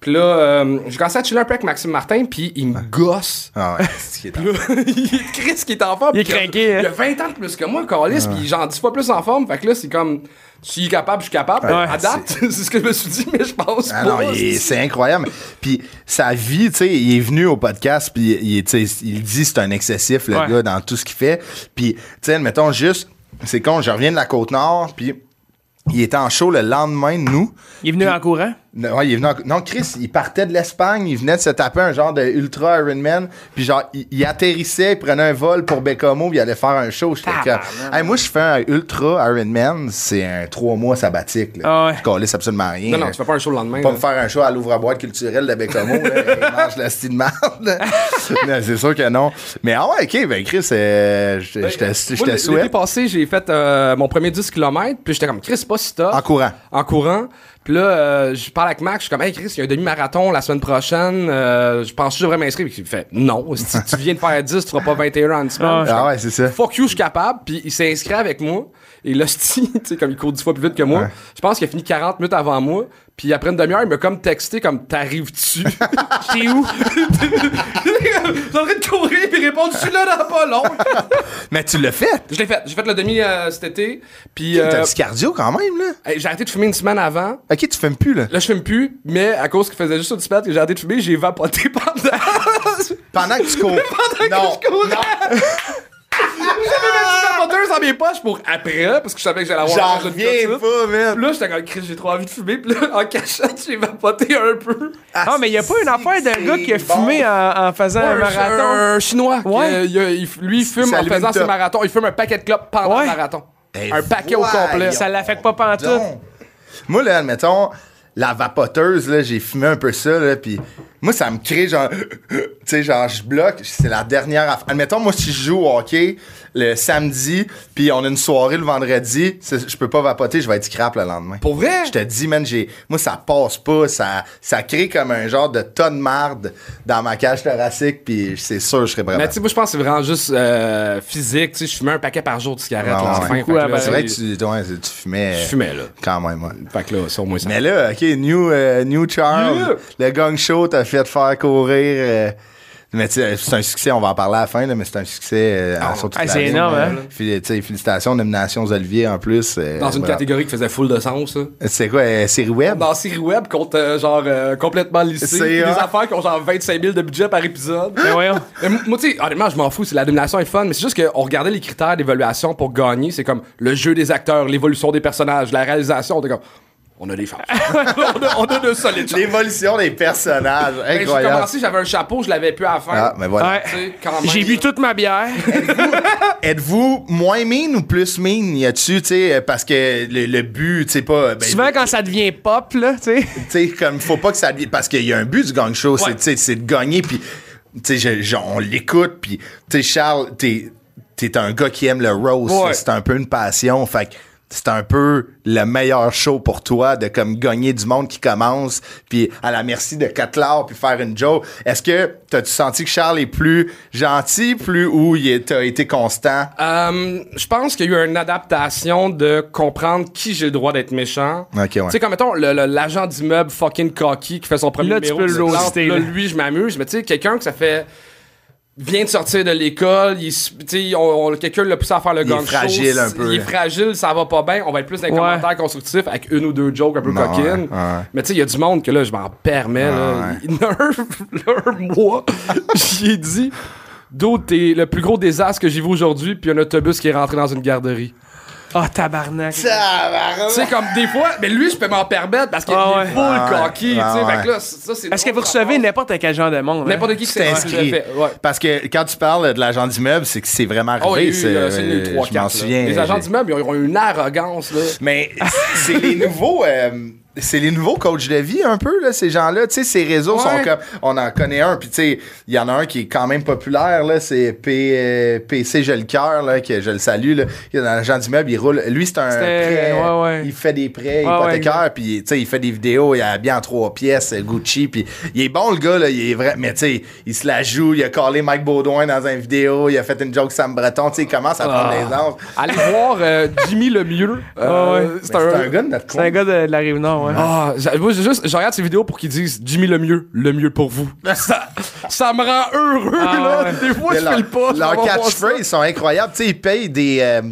[SPEAKER 5] Puis là, euh, j'ai commencé à chiller un peu avec Maxime Martin, puis il me gosse.
[SPEAKER 1] Ah, ouais. c'est qui est
[SPEAKER 5] Puis là, il est Chris qui est en forme.
[SPEAKER 2] Il est
[SPEAKER 5] puis il a-
[SPEAKER 2] craqué, hein.
[SPEAKER 5] Il a 20 ans de plus que moi, Calis, puis genre 10 fois plus en forme. Fait que là, c'est comme, si il est capable, je suis capable.
[SPEAKER 2] Ouais.
[SPEAKER 5] à date, c'est ce que je me suis dit, mais je pense
[SPEAKER 1] Ah non,
[SPEAKER 5] pas.
[SPEAKER 1] il est- c'est incroyable. Puis sa vie, tu sais, il est venu au podcast, puis il, est- tu sais, il dit c'est un excessif, le
[SPEAKER 2] Ouais.
[SPEAKER 1] gars, dans tout ce qu'il fait. Puis, tu sais, mettons juste, c'est con, je reviens de la Côte-Nord, puis il était en show le lendemain de nous.
[SPEAKER 2] Il est venu en courant.
[SPEAKER 1] Non, ouais, il est venu en- non, Chris, il partait de l'Espagne, il venait de se taper un genre de ultra Ironman, puis genre, il, il atterrissait, il prenait un vol pour Bécamo, puis il allait faire un show. J'étais comme, Hey, moi, je fais un ultra Ironman, c'est un trois mois sabbatique. Là.
[SPEAKER 2] Ah ouais.
[SPEAKER 1] Je calisse absolument rien.
[SPEAKER 5] Non, non, tu fais pas un show le lendemain.
[SPEAKER 1] Pas
[SPEAKER 5] là.
[SPEAKER 1] me faire un show à l'ouvre-boîte culturelle de Bécamo, là, il mange la style de marde, là. Non, c'est sûr que non. Mais ah ouais, ok, ben Chris, euh, je te- je te- je
[SPEAKER 5] Moi,
[SPEAKER 1] te
[SPEAKER 5] l- L'été
[SPEAKER 1] souhaite.
[SPEAKER 5] passé, j'ai fait euh, mon premier 10 km, puis j'étais comme, Chris, c'est pas si tough.
[SPEAKER 1] En courant.
[SPEAKER 5] En courant. Puis là, euh, je parle avec Max, je suis comme, hey Chris, il y a un demi-marathon la semaine prochaine, euh, je pense que je devrais m'inscrire. Puis il fait, non, si tu viens de faire 10, tu feras pas 21 en une semaine.
[SPEAKER 2] Ah.
[SPEAKER 5] Je suis
[SPEAKER 1] Ah
[SPEAKER 5] comme,
[SPEAKER 1] ouais, c'est ça.
[SPEAKER 5] Fuck you, je suis capable. Puis il s'est inscrit avec moi. Et là, tu sais, comme il court 10 fois plus vite que moi, je pense qu'il a fini 40 minutes avant moi. Puis après une demi-heure, il m'a comme texté comme t'arrives-tu?
[SPEAKER 2] T'es où?
[SPEAKER 5] J'étais en train de courir puis répondre, je suis là dans pas long.
[SPEAKER 1] Mais tu l'as fait.
[SPEAKER 5] Je l'ai fait. J'ai fait le demi euh, cet été. Puis euh,
[SPEAKER 1] T'as du cardio quand même, là.
[SPEAKER 5] hey, j'ai arrêté de fumer une semaine avant.
[SPEAKER 1] Ok, tu fumes plus, là.
[SPEAKER 5] Là, je fume plus, mais à cause qu'il faisait juste une semaine que j'ai arrêté de fumer, j'ai vapoté pendant. J'avais
[SPEAKER 1] Pendant que tu cours. non,
[SPEAKER 5] que je courais. même une vapoteuse dans mes poches pour après, parce que je savais que j'allais avoir
[SPEAKER 1] J'en
[SPEAKER 5] l'âge de tout
[SPEAKER 1] reviens
[SPEAKER 5] ça.
[SPEAKER 1] pas, man.
[SPEAKER 5] Puis Là, j'étais comme, Chris, j'ai trop envie de fumer. Puis là, en cachette, j'ai vapoté un peu.
[SPEAKER 2] Ah, mais il y a pas une affaire d'un gars qui a
[SPEAKER 1] bon.
[SPEAKER 2] fumé en, en faisant un
[SPEAKER 5] un,
[SPEAKER 2] marathon.
[SPEAKER 5] un chinois. que,
[SPEAKER 2] Ouais.
[SPEAKER 5] euh, il a- il f- lui, il fume
[SPEAKER 1] Ça
[SPEAKER 5] en
[SPEAKER 1] allume
[SPEAKER 5] faisant
[SPEAKER 1] le
[SPEAKER 5] ses
[SPEAKER 1] top.
[SPEAKER 5] marathons. Il fume un paquet de clopes pendant
[SPEAKER 2] Ouais.
[SPEAKER 5] le marathon.
[SPEAKER 1] Ben,
[SPEAKER 5] un paquet au
[SPEAKER 1] voyons.
[SPEAKER 5] complet.
[SPEAKER 2] Ça l'affecte pas pantoute.
[SPEAKER 1] Donc, Moi, là, admettons, la vapoteuse, là, j'ai fumé un peu ça, là, puis Moi, ça me crée genre, tu sais, genre, je bloque, c'est la dernière affaire. Admettons, moi, si je joue au hockey le samedi, puis on a une soirée le vendredi, c'est- je peux pas vapoter, je vais être crap le lendemain.
[SPEAKER 5] Pour vrai?
[SPEAKER 1] Je te dis, man, j'ai, moi, ça passe pas, ça, ça crée comme un genre de tonne de marde dans ma cage thoracique, puis c'est sûr, je serais
[SPEAKER 5] Mais
[SPEAKER 1] vraiment.
[SPEAKER 5] tu sais, moi, je pense que c'est vraiment juste euh, physique. Tu sais, je fumais un paquet par jour de cigarettes.
[SPEAKER 1] Ouais,
[SPEAKER 5] là,
[SPEAKER 1] ouais.
[SPEAKER 5] enfin, fait que
[SPEAKER 2] Ouais,
[SPEAKER 5] là,
[SPEAKER 2] ben,
[SPEAKER 1] C'est vrai que tu, ouais, tu fumais.
[SPEAKER 5] euh, Je fumais, là.
[SPEAKER 1] Quand même, ouais.
[SPEAKER 5] Fait que là, c'est au moins ça.
[SPEAKER 1] Mais là, OK, New, euh, new Charles, le gang show t'a fait faire courir. euh, mais tu sais, c'est un succès, on va en parler à la fin, là, mais c'est un succès. euh, en sorte
[SPEAKER 2] ah,
[SPEAKER 1] de
[SPEAKER 2] c'est
[SPEAKER 1] la ligne,
[SPEAKER 2] énorme,
[SPEAKER 1] euh,
[SPEAKER 2] hein?
[SPEAKER 1] fé- tu sais, félicitations, nomination aux Olivier en plus. euh,
[SPEAKER 5] dans une
[SPEAKER 1] voilà.
[SPEAKER 5] catégorie Ah, qui faisait full de sens, ça.
[SPEAKER 1] C'est quoi, euh, série web?
[SPEAKER 5] Dans série web contre, euh, genre, euh, complètement lissé.
[SPEAKER 1] C'est ah.
[SPEAKER 5] Des
[SPEAKER 1] hot.
[SPEAKER 5] affaires qui ont genre 25 000 de budget par épisode.
[SPEAKER 2] Ben voyons.
[SPEAKER 5] Mais m- moi, tu sais, honnêtement, je m'en fous. C'est la domination est fun, mais c'est juste qu'on regardait les critères d'évaluation pour gagner. C'est comme le jeu des acteurs, l'évolution des personnages, la réalisation. On était comme, on a des chances. on, a, on a de solides chances.
[SPEAKER 1] L'évolution des personnages.
[SPEAKER 5] Ben, J'ai
[SPEAKER 1] Incroyable.
[SPEAKER 5] commencé, j'avais un chapeau, je l'avais plus à faire.
[SPEAKER 1] Ah, mais voilà.
[SPEAKER 2] Ouais.
[SPEAKER 5] Tu sais, quand même,
[SPEAKER 2] J'ai
[SPEAKER 5] là.
[SPEAKER 2] bu toute ma bière.
[SPEAKER 1] Êtes-vous moins mine ou plus mine? Y a-tu, tu sais, euh, parce que le, le but, tu sais, pas. ben,
[SPEAKER 2] Souvent, quand ça devient pop, là, tu sais.
[SPEAKER 1] tu sais, comme faut pas que ça devienne- parce qu'il y a un but du gang show, c'est, tu sais, c'est de gagner puis tu sais, je- je- on l'écoute puis tu sais, Charles, t'es t'es un gars qui aime le roast,
[SPEAKER 5] Ouais.
[SPEAKER 1] c'est un peu une passion, fait que c'est un peu le meilleur show pour toi de comme gagner du monde qui commence puis à la merci de Cutler puis faire une joke. Est-ce que t'as-tu senti que Charles est plus gentil, plus ou il est- t'as été constant?
[SPEAKER 5] Euh, je pense qu'il y a eu une adaptation de comprendre qui j'ai le droit d'être méchant.
[SPEAKER 1] Ok, ouais.
[SPEAKER 5] Tu sais, comme mettons, le- le- l'agent d'immeuble fucking cocky qui fait son premier
[SPEAKER 2] Là, tu
[SPEAKER 5] numéro.
[SPEAKER 2] peux
[SPEAKER 5] qui se
[SPEAKER 2] le
[SPEAKER 5] plante,
[SPEAKER 2] roaster,
[SPEAKER 5] là,
[SPEAKER 2] là.
[SPEAKER 5] lui, je m'amuse. Mais tu sais, quelqu'un que ça fait... Vient de sortir de l'école, il s- tu sais, on, on- quelqu'un l'a poussé à faire le
[SPEAKER 1] Il
[SPEAKER 5] gang
[SPEAKER 1] est fragile
[SPEAKER 5] show,
[SPEAKER 1] un peu,
[SPEAKER 5] Il est
[SPEAKER 1] là.
[SPEAKER 5] fragile, ça va pas bien. On va être plus dans les
[SPEAKER 2] Ouais.
[SPEAKER 5] commentaires constructifs avec une ou deux jokes un peu
[SPEAKER 1] Ouais,
[SPEAKER 5] coquines.
[SPEAKER 1] ouais.
[SPEAKER 5] Mais tu sais, il y a du monde que là, je m'en permets. là. Il y a un- un mois, j'ai dit D'autres, t'es le plus gros désastre que j'ai vu aujourd'hui, puis un autobus qui est rentré dans une garderie.
[SPEAKER 2] Ah, tabarnak.
[SPEAKER 5] Tu sais, comme des fois, mais lui, je peux m'en permettre parce qu'il
[SPEAKER 2] Ah
[SPEAKER 5] est
[SPEAKER 2] ouais.
[SPEAKER 5] full
[SPEAKER 1] Ah ouais.
[SPEAKER 5] cocky, tu sais.
[SPEAKER 1] Ah ouais.
[SPEAKER 5] Fait que là, c- ça, c'est.
[SPEAKER 2] Est-ce que vous recevez n'importe quel genre de monde? hein?
[SPEAKER 5] N'importe qui qui
[SPEAKER 1] Tu t'es
[SPEAKER 5] s'est
[SPEAKER 1] inscrit. Parce que quand tu parles de l'agent d'immeuble, c'est que c'est vraiment arrivé.
[SPEAKER 5] Oh, il y a eu,
[SPEAKER 1] c'est-
[SPEAKER 5] euh, c'est une
[SPEAKER 1] je
[SPEAKER 5] trois,
[SPEAKER 1] m'en
[SPEAKER 5] quatre, là.
[SPEAKER 1] souviens.
[SPEAKER 5] Les agents d'immeuble, ils ont une arrogance, là.
[SPEAKER 1] Mais c'est les nouveaux. euh, c'est les nouveaux coachs de vie un peu là ces gens-là tu sais ces réseaux sont
[SPEAKER 5] Ouais.
[SPEAKER 1] comme on en connaît un puis tu sais il y en a un qui est quand même populaire là c'est P, euh, PC j'ai le cœur là que je le salue là il est dans l'agent d'immeuble il roule lui c'est un
[SPEAKER 2] C'était-
[SPEAKER 1] prêt
[SPEAKER 2] ouais, ouais.
[SPEAKER 1] il fait des prêts
[SPEAKER 2] Ouais, ouais,
[SPEAKER 1] hypothécaires puis tu sais il fait des vidéos il est habillé en trois pièces euh, Gucci puis il est bon le gars là il est vrai mais tu sais il se la joue il a collé Mike Baudouin dans une vidéo il a fait une joke Sam Breton tu sais il commence à prendre des ans
[SPEAKER 5] Allez voir euh, Jimmy Lemieux. Euh,
[SPEAKER 2] Ouais, ouais.
[SPEAKER 5] C'est
[SPEAKER 1] Ah c'est un
[SPEAKER 5] un.
[SPEAKER 1] gars de notre
[SPEAKER 2] C'est
[SPEAKER 1] coin.
[SPEAKER 2] un gars de, de la Rive-Nord, ouais.
[SPEAKER 5] Ah, j'a- moi, j'ai juste, je regarde ces vidéos pour qu'ils disent Jimmy le mieux, le mieux pour vous. Ça, ça me rend heureux,
[SPEAKER 2] Ah,
[SPEAKER 5] là.
[SPEAKER 2] ouais.
[SPEAKER 5] Des fois, je
[SPEAKER 1] Mais
[SPEAKER 5] fais le pas. je m'en
[SPEAKER 1] Leurs
[SPEAKER 5] vais voir ça.
[SPEAKER 1] catchphrases sont incroyables. Tu sais, ils payent des, euh,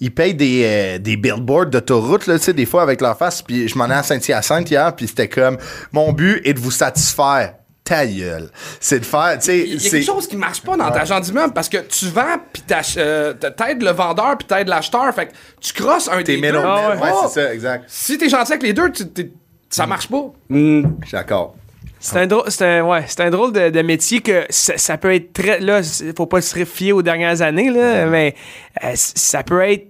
[SPEAKER 1] ils payent des, euh, des billboards d'autoroute, là, tu sais, des fois avec leur face. Puis je m'en ai à Saint-Hyacinthe hier, puis c'était comme mon but est de vous satisfaire. Ta gueule. C'est de faire, tu sais,
[SPEAKER 5] Il y a
[SPEAKER 1] c'est.
[SPEAKER 5] quelque chose qui marche pas dans ta du d'immeuble parce que tu vends puis t'ach- euh, t'aides le vendeur puis t'aides l'acheteur. Fait que tu crosses un
[SPEAKER 1] T'es
[SPEAKER 5] des deux.
[SPEAKER 1] middleman.
[SPEAKER 2] Ah
[SPEAKER 1] ouais,
[SPEAKER 2] ouais.
[SPEAKER 1] c'est ça, exact.
[SPEAKER 5] Si t'es gentil avec les deux, tu- t'es- ça marche pas.
[SPEAKER 1] Je suis d'accord.
[SPEAKER 2] C'est un drôle, c'est un, ouais, c'est un drôle de, de métier que ça, ça peut être très. Là, c'est- faut pas se fier aux dernières années, là, mais euh, c- ça peut être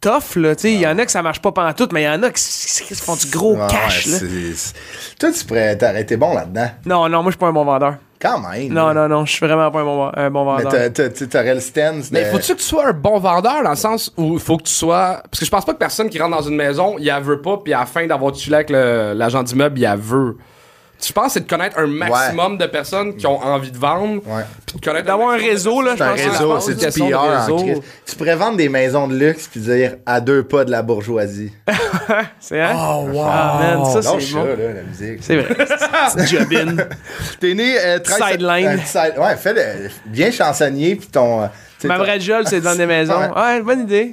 [SPEAKER 2] tough, là. Tu sais, il y en a que ça marche pas pantoute, mais il y en a qui, s- qui se font du gros
[SPEAKER 1] Ouais,
[SPEAKER 2] cash,
[SPEAKER 1] ouais,
[SPEAKER 2] là.
[SPEAKER 1] c'est- c'est- Toi, tu pourrais t'arrêter bon là-dedans.
[SPEAKER 2] Non, non, moi, je suis pas un bon vendeur.
[SPEAKER 1] Quand même.
[SPEAKER 2] Non, non, non, je suis vraiment pas un bon, un bon
[SPEAKER 1] Mais
[SPEAKER 2] vendeur.
[SPEAKER 1] t'as- t'as- tu aurais le stance.
[SPEAKER 5] Mais
[SPEAKER 1] de-
[SPEAKER 5] faut-tu que tu sois un bon vendeur dans le sens où il faut que tu sois. Parce que je pense pas que personne qui rentre dans une maison, il la veut pas, puis à la fin d'avoir tué avec le- l'agent d'immeuble, il la veut. Je pense que c'est de connaître un maximum de personnes qui ont envie de vendre.
[SPEAKER 1] Ouais.
[SPEAKER 5] Puis de connaître
[SPEAKER 2] D'avoir un
[SPEAKER 5] maximum de
[SPEAKER 2] réseau, là, je
[SPEAKER 1] C'est un
[SPEAKER 2] pense que la
[SPEAKER 1] réseau,
[SPEAKER 2] base
[SPEAKER 1] c'est
[SPEAKER 2] du
[SPEAKER 1] du
[SPEAKER 5] question de
[SPEAKER 1] PR en
[SPEAKER 5] réseau.
[SPEAKER 1] crise. Tu pourrais vendre des maisons de luxe puis dire à deux pas de la bourgeoisie.
[SPEAKER 2] C'est hein?
[SPEAKER 5] Oh, wow.
[SPEAKER 2] Ah, man, ça, c'est
[SPEAKER 1] Lâche
[SPEAKER 2] bon.
[SPEAKER 1] ça, là, la musique.
[SPEAKER 2] C'est vrai. Jobin.
[SPEAKER 1] T'es né euh, 13
[SPEAKER 2] Sideline.
[SPEAKER 1] euh, side- ouais, fais le. Bien chansonnier, puis ton. euh, t'sais,
[SPEAKER 2] Ma
[SPEAKER 1] ton-
[SPEAKER 2] vraie job, c'est de vendre des maisons.
[SPEAKER 1] Ouais.
[SPEAKER 2] Ouais, bonne idée.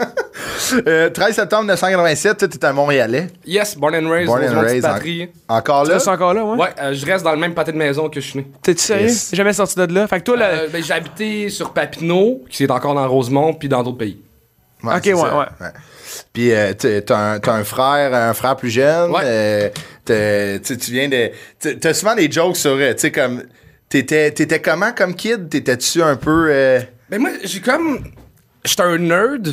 [SPEAKER 1] Euh, 13 septembre 1987, toi, t'es un Montréalais.
[SPEAKER 5] Yes, born and raised,
[SPEAKER 1] Born
[SPEAKER 5] dans
[SPEAKER 1] and
[SPEAKER 5] une petite
[SPEAKER 1] raised, hein. en-
[SPEAKER 5] patrie.
[SPEAKER 1] Encore là.
[SPEAKER 2] C'est encore là, ouais.
[SPEAKER 5] Ouais, euh, je reste dans le même pâté de maison que je suis né.
[SPEAKER 2] T'es-tu sérieux?
[SPEAKER 1] Yes.
[SPEAKER 2] Jamais sorti de là. Fait que toi, là.
[SPEAKER 5] Euh, ben, j'ai habité sur Papineau, qui est encore dans Rosemont, puis dans d'autres pays.
[SPEAKER 2] Ok,
[SPEAKER 1] c'est
[SPEAKER 2] ouais,
[SPEAKER 1] ça.
[SPEAKER 2] ouais.
[SPEAKER 1] Puis euh, t'es- t'as un, t'as un frère, un frère plus jeune.
[SPEAKER 5] Ouais.
[SPEAKER 1] euh, t'es- tu tu viens de. t'as- T'as souvent des jokes sur. euh, Tu sais, comme. T'étais t'étais comment comme kid? T'étais-tu un peu. euh,
[SPEAKER 5] Ben moi, j'ai comme... J'étais un nerd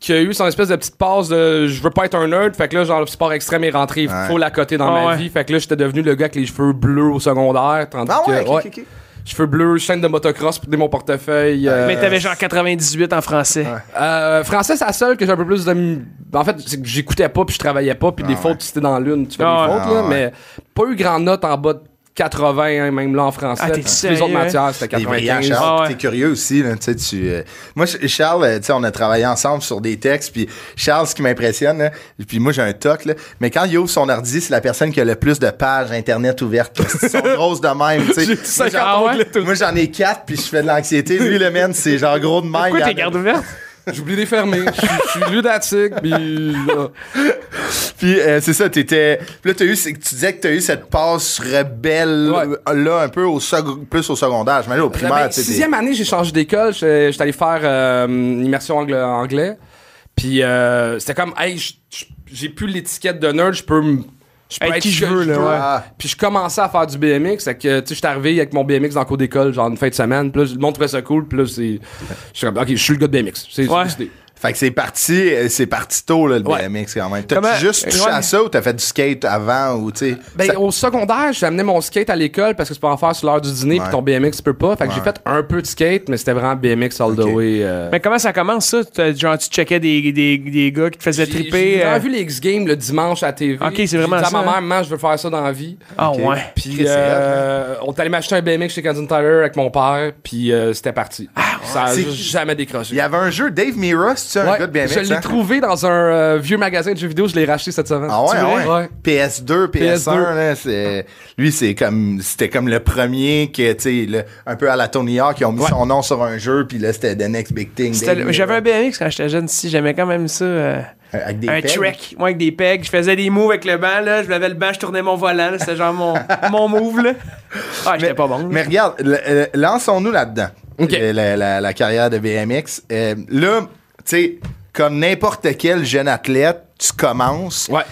[SPEAKER 5] qui a eu son espèce de petite passe de je veux pas être un nerd, fait que là, genre, le sport extrême est rentré, faut la coter dans
[SPEAKER 2] Ah
[SPEAKER 5] ma
[SPEAKER 2] ouais.
[SPEAKER 5] vie, fait que là, j'étais devenu le gars avec les cheveux bleus au secondaire, tandis
[SPEAKER 1] Ah
[SPEAKER 5] que.
[SPEAKER 1] ouais, ok,
[SPEAKER 5] ouais,
[SPEAKER 1] ok, ok.
[SPEAKER 5] Cheveux bleus, chaîne de motocross pour tenir mon portefeuille. euh,
[SPEAKER 2] Mais t'avais genre 98 en français.
[SPEAKER 5] euh, français, c'est la seule que j'ai un peu plus de. En fait, c'est que j'écoutais pas puis je travaillais pas
[SPEAKER 1] Ah
[SPEAKER 5] puis des fautes, c'était dans l'une. Tu fais
[SPEAKER 2] Ah
[SPEAKER 5] des
[SPEAKER 2] ouais.
[SPEAKER 5] fautes, là, mais pas eu grand note en bas de 80, hein, même là en français.
[SPEAKER 2] Ah, t'es
[SPEAKER 5] Toutes
[SPEAKER 2] sérieux,
[SPEAKER 5] les autres
[SPEAKER 2] hein?
[SPEAKER 5] matières, c'était
[SPEAKER 1] Des brillants,
[SPEAKER 5] 95.
[SPEAKER 1] Charles.
[SPEAKER 2] Ah
[SPEAKER 1] Puis
[SPEAKER 2] ouais.
[SPEAKER 1] T'es curieux aussi, là, tu sais, tu... euh, moi, je- Charles, euh, tu sais, on a travaillé ensemble sur des textes, puis Charles, ce qui m'impressionne, là, puis moi, j'ai un toc, là, mais quand il ouvre son ordi, c'est la personne qui a le plus de pages Internet ouvertes. là. Ils sont grosses de même, tu sais.
[SPEAKER 5] J'ai
[SPEAKER 1] Moi,
[SPEAKER 5] 50
[SPEAKER 1] j'en-
[SPEAKER 5] onglets, tout.
[SPEAKER 1] Moi, j'en ai quatre, puis je fais de l'anxiété. Lui, le man, c'est genre gros de même.
[SPEAKER 2] Pourquoi
[SPEAKER 1] il y en
[SPEAKER 2] t'es
[SPEAKER 1] a-
[SPEAKER 2] garde ouverte?
[SPEAKER 5] J'oublie des fermés. Je suis- Je suis lunatique puis. là.
[SPEAKER 1] Puis euh, c'est ça, t'étais. Puis là, t'as eu, c'est que tu disais que t'as eu cette passe rebelle euh,
[SPEAKER 5] Ouais.
[SPEAKER 1] là un peu au sec- plus au secondaire. Je m'allais au primaire.
[SPEAKER 5] La
[SPEAKER 1] tu sais,
[SPEAKER 5] sixième année, j'ai changé d'école. J'étais j'étais allé faire euh, une immersion angla- anglais. Puis euh, c'était comme, hey, j- j- j'ai plus l'étiquette de nerd, je peux me. Je peux
[SPEAKER 2] Être qui
[SPEAKER 5] ce
[SPEAKER 2] je
[SPEAKER 5] que
[SPEAKER 2] veux, là, ouais.
[SPEAKER 1] Ah.
[SPEAKER 5] Puis je commençais à faire du BMX. Fait que, tu sais, j'étais arrivé avec mon BMX dans le cours d'école, genre une fin de semaine. Puis là, le monde trouvait ça cool. Puis là, c'est. Je suis comme, ok, je suis le gars de BMX. C'est
[SPEAKER 2] Ouais.
[SPEAKER 5] c'est-
[SPEAKER 1] Fait que c'est parti, euh, c'est parti tôt là, le
[SPEAKER 5] Ouais.
[SPEAKER 1] BMX quand même.
[SPEAKER 2] Comment-
[SPEAKER 1] T'as juste touché
[SPEAKER 2] Ouais.
[SPEAKER 1] à ça ou t'as fait du skate avant ou tu sais.
[SPEAKER 5] Ben,
[SPEAKER 1] ça-
[SPEAKER 5] au secondaire, j'ai amené mon skate à l'école parce que tu peux en faire sur l'heure du dîner,
[SPEAKER 1] Ouais.
[SPEAKER 5] puis ton BMX, tu peux pas. Fait que j'ai
[SPEAKER 1] Ouais.
[SPEAKER 5] fait un peu de skate, mais c'était vraiment BMX all
[SPEAKER 1] Ok. Ben,
[SPEAKER 5] the way. euh,
[SPEAKER 2] Mais comment ça commence ça? T'as- Genre, tu checkais des, des, des gars qui te faisaient
[SPEAKER 5] J'ai-
[SPEAKER 2] triper.
[SPEAKER 5] J'ai vraiment
[SPEAKER 2] euh,
[SPEAKER 5] vu les X Games le dimanche à la TV.
[SPEAKER 2] Ok, c'est
[SPEAKER 5] J'ai
[SPEAKER 2] vraiment
[SPEAKER 5] dit à
[SPEAKER 2] ça,
[SPEAKER 5] ma
[SPEAKER 2] hein.
[SPEAKER 5] mère, maman, je veux faire ça dans la vie.
[SPEAKER 2] Ah
[SPEAKER 1] Ok.
[SPEAKER 2] ouais.
[SPEAKER 5] Puis
[SPEAKER 1] Chris, c'est hein.
[SPEAKER 5] euh, on est allé m'acheter un BMX chez Canadian Tire avec mon père, puis euh, c'était parti. ça a
[SPEAKER 1] Ah, C'est-
[SPEAKER 5] juste jamais décroché.
[SPEAKER 1] Il y avait un jeu, Dave Mira, c'est un
[SPEAKER 5] Ouais,
[SPEAKER 1] gars de BMX.
[SPEAKER 5] je l'ai
[SPEAKER 1] hein?
[SPEAKER 5] trouvé dans un euh, vieux magasin de jeux vidéo, je l'ai racheté cette semaine.
[SPEAKER 1] Ah ouais,
[SPEAKER 5] Tu
[SPEAKER 1] ah
[SPEAKER 5] vois?
[SPEAKER 1] ouais. PS2, PS1,
[SPEAKER 5] PS2.
[SPEAKER 1] là, c'est lui c'est comme c'était comme le premier que tu sais le- un peu à la Tony Hawk qui ont mis
[SPEAKER 5] Ouais.
[SPEAKER 1] son nom sur un jeu puis là c'était The Next Big Thing.
[SPEAKER 2] C'était
[SPEAKER 1] Dave
[SPEAKER 2] le-
[SPEAKER 1] Mira.
[SPEAKER 2] J'avais un BMX quand j'étais jeune, si j'aimais quand même ça. euh,
[SPEAKER 1] avec des
[SPEAKER 2] un
[SPEAKER 1] pegs.
[SPEAKER 2] trek, moi avec des pegs. Je faisais des moves avec le banc, là. Je levais le banc, je tournais mon volant, là. C'était genre mon, mon move, là. Ah, j'étais pas bon. là.
[SPEAKER 1] Mais regarde, le- euh, lançons-nous là-dedans.
[SPEAKER 5] Ok.
[SPEAKER 1] Euh, La, la- la carrière de BMX. Euh, là, tu sais, comme n'importe quel jeune athlète, tu commences.
[SPEAKER 5] Ouais.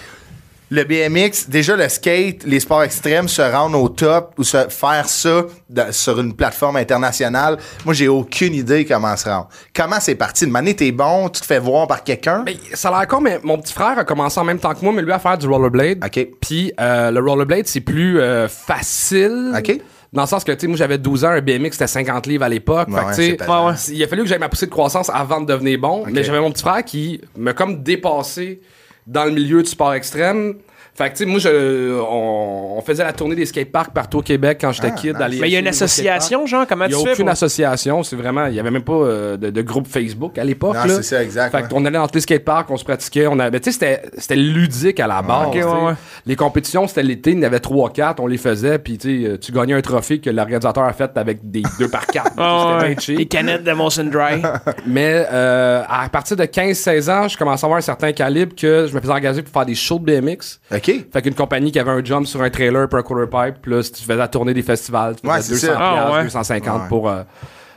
[SPEAKER 1] Le BMX, déjà le skate, les sports extrêmes se rendent au top ou se faire ça dans- sur une plateforme internationale. Moi, j'ai aucune idée comment se rendre. Comment c'est parti? De manière, t'es bon, tu te fais voir par quelqu'un.
[SPEAKER 5] Ben, ça a l'air con, mais mon petit frère a commencé en même temps que moi, mais lui à faire du rollerblade.
[SPEAKER 1] OK.
[SPEAKER 5] Puis euh, le rollerblade, c'est plus euh, facile.
[SPEAKER 1] OK.
[SPEAKER 5] Dans le sens que, tu sais, moi, j'avais 12 ans, un BMX, c'était 50 livres à l'époque.
[SPEAKER 1] Ouais,
[SPEAKER 5] Fait que,
[SPEAKER 1] ouais,
[SPEAKER 5] tu sais,
[SPEAKER 1] c'est pas-
[SPEAKER 2] ouais, ouais.
[SPEAKER 5] il a fallu que j'aille ma poussée de croissance avant de devenir bon. Mais j'avais mon petit frère qui m'a comme dépassé dans le milieu du sport extrême. Fait que, tu sais, moi, je, on, on faisait la tournée des skateparks partout au Québec quand
[SPEAKER 1] Ah,
[SPEAKER 5] j'étais kid. aller
[SPEAKER 2] Mais il y a une
[SPEAKER 5] essayer nos
[SPEAKER 2] association, genre, comment
[SPEAKER 5] il n'y
[SPEAKER 2] tu
[SPEAKER 5] a
[SPEAKER 2] fais?
[SPEAKER 5] aucune
[SPEAKER 2] pour-
[SPEAKER 5] association, c'est vraiment. Il n'y avait même pas euh, de, de groupe Facebook à l'époque.
[SPEAKER 1] Non,
[SPEAKER 5] là.
[SPEAKER 1] c'est ça, exact,
[SPEAKER 5] Fait
[SPEAKER 1] ouais.
[SPEAKER 5] qu'on allait dans tous les skateparks, on se pratiquait. On avait, tu sais, c'était- c'était ludique à la
[SPEAKER 1] Ah,
[SPEAKER 5] base.
[SPEAKER 2] ok,
[SPEAKER 5] tu sais.
[SPEAKER 2] ouais, ouais.
[SPEAKER 5] Les compétitions, c'était l'été, il y en avait 3-4, on les faisait, puis tu sais, euh, tu gagnais un trophée que l'organisateur a fait avec des 2 par 4.
[SPEAKER 2] Ah,
[SPEAKER 5] c'était
[SPEAKER 2] ouais.
[SPEAKER 5] bien
[SPEAKER 2] Les
[SPEAKER 5] cheap.
[SPEAKER 2] canettes de Molson Dry.
[SPEAKER 5] Mais euh, à partir de 15-16 ans, je commençais à avoir un certain calibre que je me faisais engager pour faire des shows de BMX.
[SPEAKER 1] OK.
[SPEAKER 5] Fait qu'une compagnie qui avait un jump sur un trailer pour un quarter pipe, puis là, si tu faisais la tournée des festivals, tu
[SPEAKER 1] Ouais,
[SPEAKER 5] faisais
[SPEAKER 1] c'est
[SPEAKER 5] 200
[SPEAKER 1] ça.
[SPEAKER 5] piastres,
[SPEAKER 2] Ah, ouais.
[SPEAKER 5] 250
[SPEAKER 1] Ouais.
[SPEAKER 5] pour euh,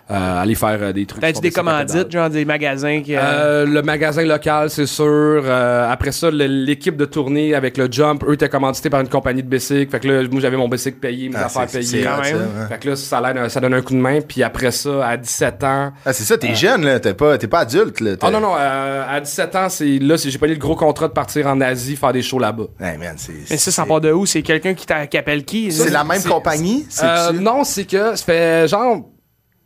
[SPEAKER 5] euh, aller faire euh, des trucs.
[SPEAKER 2] T'as dit
[SPEAKER 5] sur
[SPEAKER 2] des
[SPEAKER 5] sacs à
[SPEAKER 2] commandites,
[SPEAKER 5] pédales.
[SPEAKER 2] genre des magasins qui. euh,
[SPEAKER 5] Euh, le magasin local, c'est sûr. Euh, après ça, le- l'équipe de tournée avec le jump, eux étaient commandités par une compagnie de bicycle. Fait que là, moi, j'avais mon bicycle payé, mes
[SPEAKER 1] Ah,
[SPEAKER 5] affaires
[SPEAKER 1] c'est-
[SPEAKER 5] payées.
[SPEAKER 1] c'est
[SPEAKER 2] quand
[SPEAKER 1] hot, ça, hein.
[SPEAKER 2] même.
[SPEAKER 1] ouais.
[SPEAKER 5] Fait que là, ça, l'aide- ça donne un coup de main. Puis après ça, à 17 ans,
[SPEAKER 1] Ah, c'est ça, t'es jeune, là. T'es pas, t'es pas adulte, là. t'es-
[SPEAKER 5] Ah non, non, euh, à 17 ans, c'est là, c'est- j'ai pas eu le gros contrat de partir en Asie faire des shows là-bas.
[SPEAKER 1] Hey, man, c'est-
[SPEAKER 2] Mais ça, ça part de où? C'est quelqu'un qui, t'a- qui appelle qui?
[SPEAKER 1] C'est la même
[SPEAKER 5] c'est-
[SPEAKER 1] compagnie?
[SPEAKER 5] Euh,
[SPEAKER 1] c'est-tu?
[SPEAKER 5] non, c'est que ça fait genre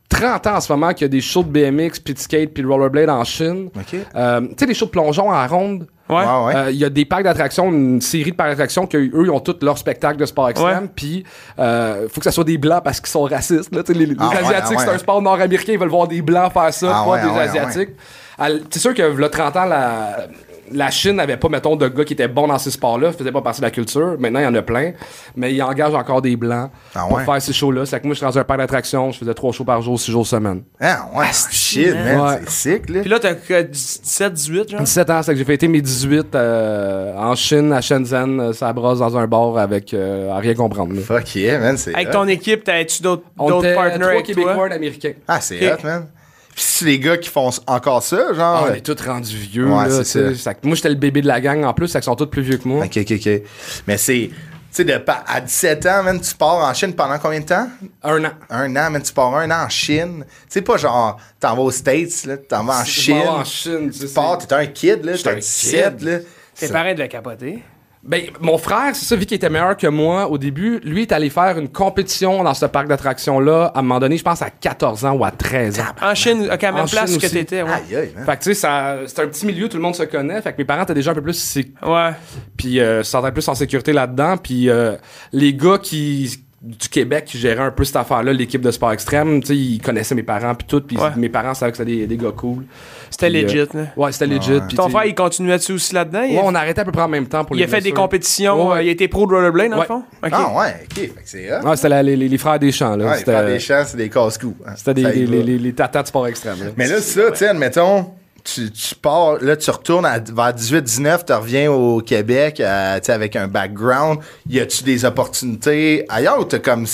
[SPEAKER 5] 30 ans en ce moment qu'il y a des shows de BMX, puis de skate, puis de rollerblade en Chine.
[SPEAKER 1] OK.
[SPEAKER 5] Euh, tu sais, des shows de plongeon à ronde.
[SPEAKER 2] Ouais.
[SPEAKER 1] Ah ouais.
[SPEAKER 5] Euh, Il y a des parcs d'attractions, une série de parcs d'attractions qu'eux, ils ont tous leur spectacle de sport extrême.
[SPEAKER 2] Ouais.
[SPEAKER 5] Puis, euh, faut que ça soit des blancs parce qu'ils sont racistes. Là. Tu sais, Les, les
[SPEAKER 1] Ah ouais,
[SPEAKER 5] Asiatiques,
[SPEAKER 1] ah ouais.
[SPEAKER 5] c'est un sport nord-américain, ils veulent voir des blancs faire ça,
[SPEAKER 1] Ah
[SPEAKER 5] pas
[SPEAKER 1] ouais,
[SPEAKER 5] des
[SPEAKER 1] ah ouais, ah
[SPEAKER 5] Asiatiques. À l- C'est sûr que, le 30 ans, la, la Chine n'avait pas, mettons, de gars qui étaient bons dans ces sports-là, faisait pas partie de la culture. Maintenant, il y en a plein. Mais ils engagent encore des blancs
[SPEAKER 1] Ah
[SPEAKER 5] pour
[SPEAKER 1] ouais.
[SPEAKER 5] faire ces shows-là. C'est que moi, je suis dans un parc d'attractions, je faisais trois shows par jour, six jours semaine.
[SPEAKER 1] Ah, ouais. Shit,
[SPEAKER 2] man.
[SPEAKER 1] man.
[SPEAKER 5] Ouais.
[SPEAKER 1] C'est sick, là.
[SPEAKER 2] Puis là, t'as que 17, 18, genre.
[SPEAKER 5] 17 ans, c'est que j'ai fêté mes 18 euh, en Chine, à Shenzhen, euh, ça brosse dans un bar avec euh, à rien comprendre. là.
[SPEAKER 1] Fuck yeah, man. C'est
[SPEAKER 2] Avec
[SPEAKER 1] hot.
[SPEAKER 2] ton équipe, t'avais-tu d'autres
[SPEAKER 5] On
[SPEAKER 2] d'autres
[SPEAKER 5] était
[SPEAKER 2] partners
[SPEAKER 5] trois
[SPEAKER 2] avec
[SPEAKER 5] Québécois,
[SPEAKER 2] toi?
[SPEAKER 5] un Américain.
[SPEAKER 1] Ah, c'est
[SPEAKER 2] Ok.
[SPEAKER 1] hot, man. Pis c'est les gars qui font s- encore ça, genre.
[SPEAKER 5] Ah, on est tous rendus vieux.
[SPEAKER 1] Ah Ouais,
[SPEAKER 5] là,
[SPEAKER 1] c'est
[SPEAKER 5] tu sais.
[SPEAKER 1] ça.
[SPEAKER 5] Fait que moi, j'étais le bébé de la gang en plus, fait qu'ils sont tous plus vieux que moi.
[SPEAKER 1] Ok, ok, ok. Mais c'est. sais, de pa- à 17 ans, man, tu pars en Chine pendant combien de temps?
[SPEAKER 5] Un an.
[SPEAKER 1] Un an, man, tu pars un an en Chine. Tu sais, pas genre, t'en vas aux States, là, t'en vas en
[SPEAKER 5] Je
[SPEAKER 1] Chine.
[SPEAKER 5] m'en vais en Chine, tu
[SPEAKER 1] Tu
[SPEAKER 5] sais.
[SPEAKER 1] pars, t'es un kid, là,
[SPEAKER 5] J'étais
[SPEAKER 1] t'as
[SPEAKER 5] un
[SPEAKER 1] 17,
[SPEAKER 5] kid.
[SPEAKER 1] là.
[SPEAKER 2] Tes
[SPEAKER 1] C'est-
[SPEAKER 2] parents devaient capoter.
[SPEAKER 5] Ben, mon frère, c'est ça, vu qu'il était meilleur que moi au début, lui est allé faire une compétition dans ce parc d'attractions-là, à un moment donné, je pense à 14 ans ou à 13
[SPEAKER 1] Ah,
[SPEAKER 5] ans.
[SPEAKER 1] ben
[SPEAKER 2] En Chine, à la
[SPEAKER 5] En
[SPEAKER 2] même place
[SPEAKER 5] Chine
[SPEAKER 2] que
[SPEAKER 5] aussi.
[SPEAKER 2] t'étais. Ouais.
[SPEAKER 1] Aïe, aïe, man.
[SPEAKER 5] Fait que tu sais, ça- c'est un petit milieu, tout le monde se connaît. Fait que mes parents étaient déjà un peu plus sé-
[SPEAKER 2] ouais.
[SPEAKER 5] puis euh, se sentaient plus en sécurité là-dedans. Puis euh, les gars qui du Québec qui géraient un peu cette affaire-là, l'équipe de sport extrême, tu sais, ils connaissaient mes parents puis tout, puis
[SPEAKER 2] Ouais.
[SPEAKER 5] mes parents savaient que c'était des, des gars cool.
[SPEAKER 2] C'était
[SPEAKER 5] Puis,
[SPEAKER 2] legit.
[SPEAKER 5] euh,
[SPEAKER 2] là.
[SPEAKER 5] Ouais, c'était legit. puis
[SPEAKER 2] Ton
[SPEAKER 5] tu sais,
[SPEAKER 2] frère, il continuait-tu aussi là-dedans? Il-
[SPEAKER 5] ouais, on arrêtait à peu près en même temps pour
[SPEAKER 2] il
[SPEAKER 5] les
[SPEAKER 2] a fait des
[SPEAKER 5] blessures.
[SPEAKER 2] compétitions.
[SPEAKER 5] Ouais, ouais.
[SPEAKER 2] euh, il a été pro de rollerblade, dans
[SPEAKER 5] Ouais.
[SPEAKER 2] le fond? Ok.
[SPEAKER 1] Ah, ouais, ok. Fait que c'est hot.
[SPEAKER 5] Ouais, c'était la- les, les- les frères des champs là.
[SPEAKER 1] Ouais,
[SPEAKER 5] c'était
[SPEAKER 1] faire des chants, c'est des casse-coups. hein.
[SPEAKER 5] c'était des,
[SPEAKER 1] Ça y
[SPEAKER 5] des-
[SPEAKER 1] va.
[SPEAKER 5] les, les, les tatas de sport extrême. là.
[SPEAKER 1] Mais là, ça, tu sais, admettons, tu, tu pars, là, tu retournes à- vers 18-19, tu reviens au Québec, euh, tu sais, avec un background. Y a-tu des opportunités ailleurs ou t'as comme.
[SPEAKER 5] Ben,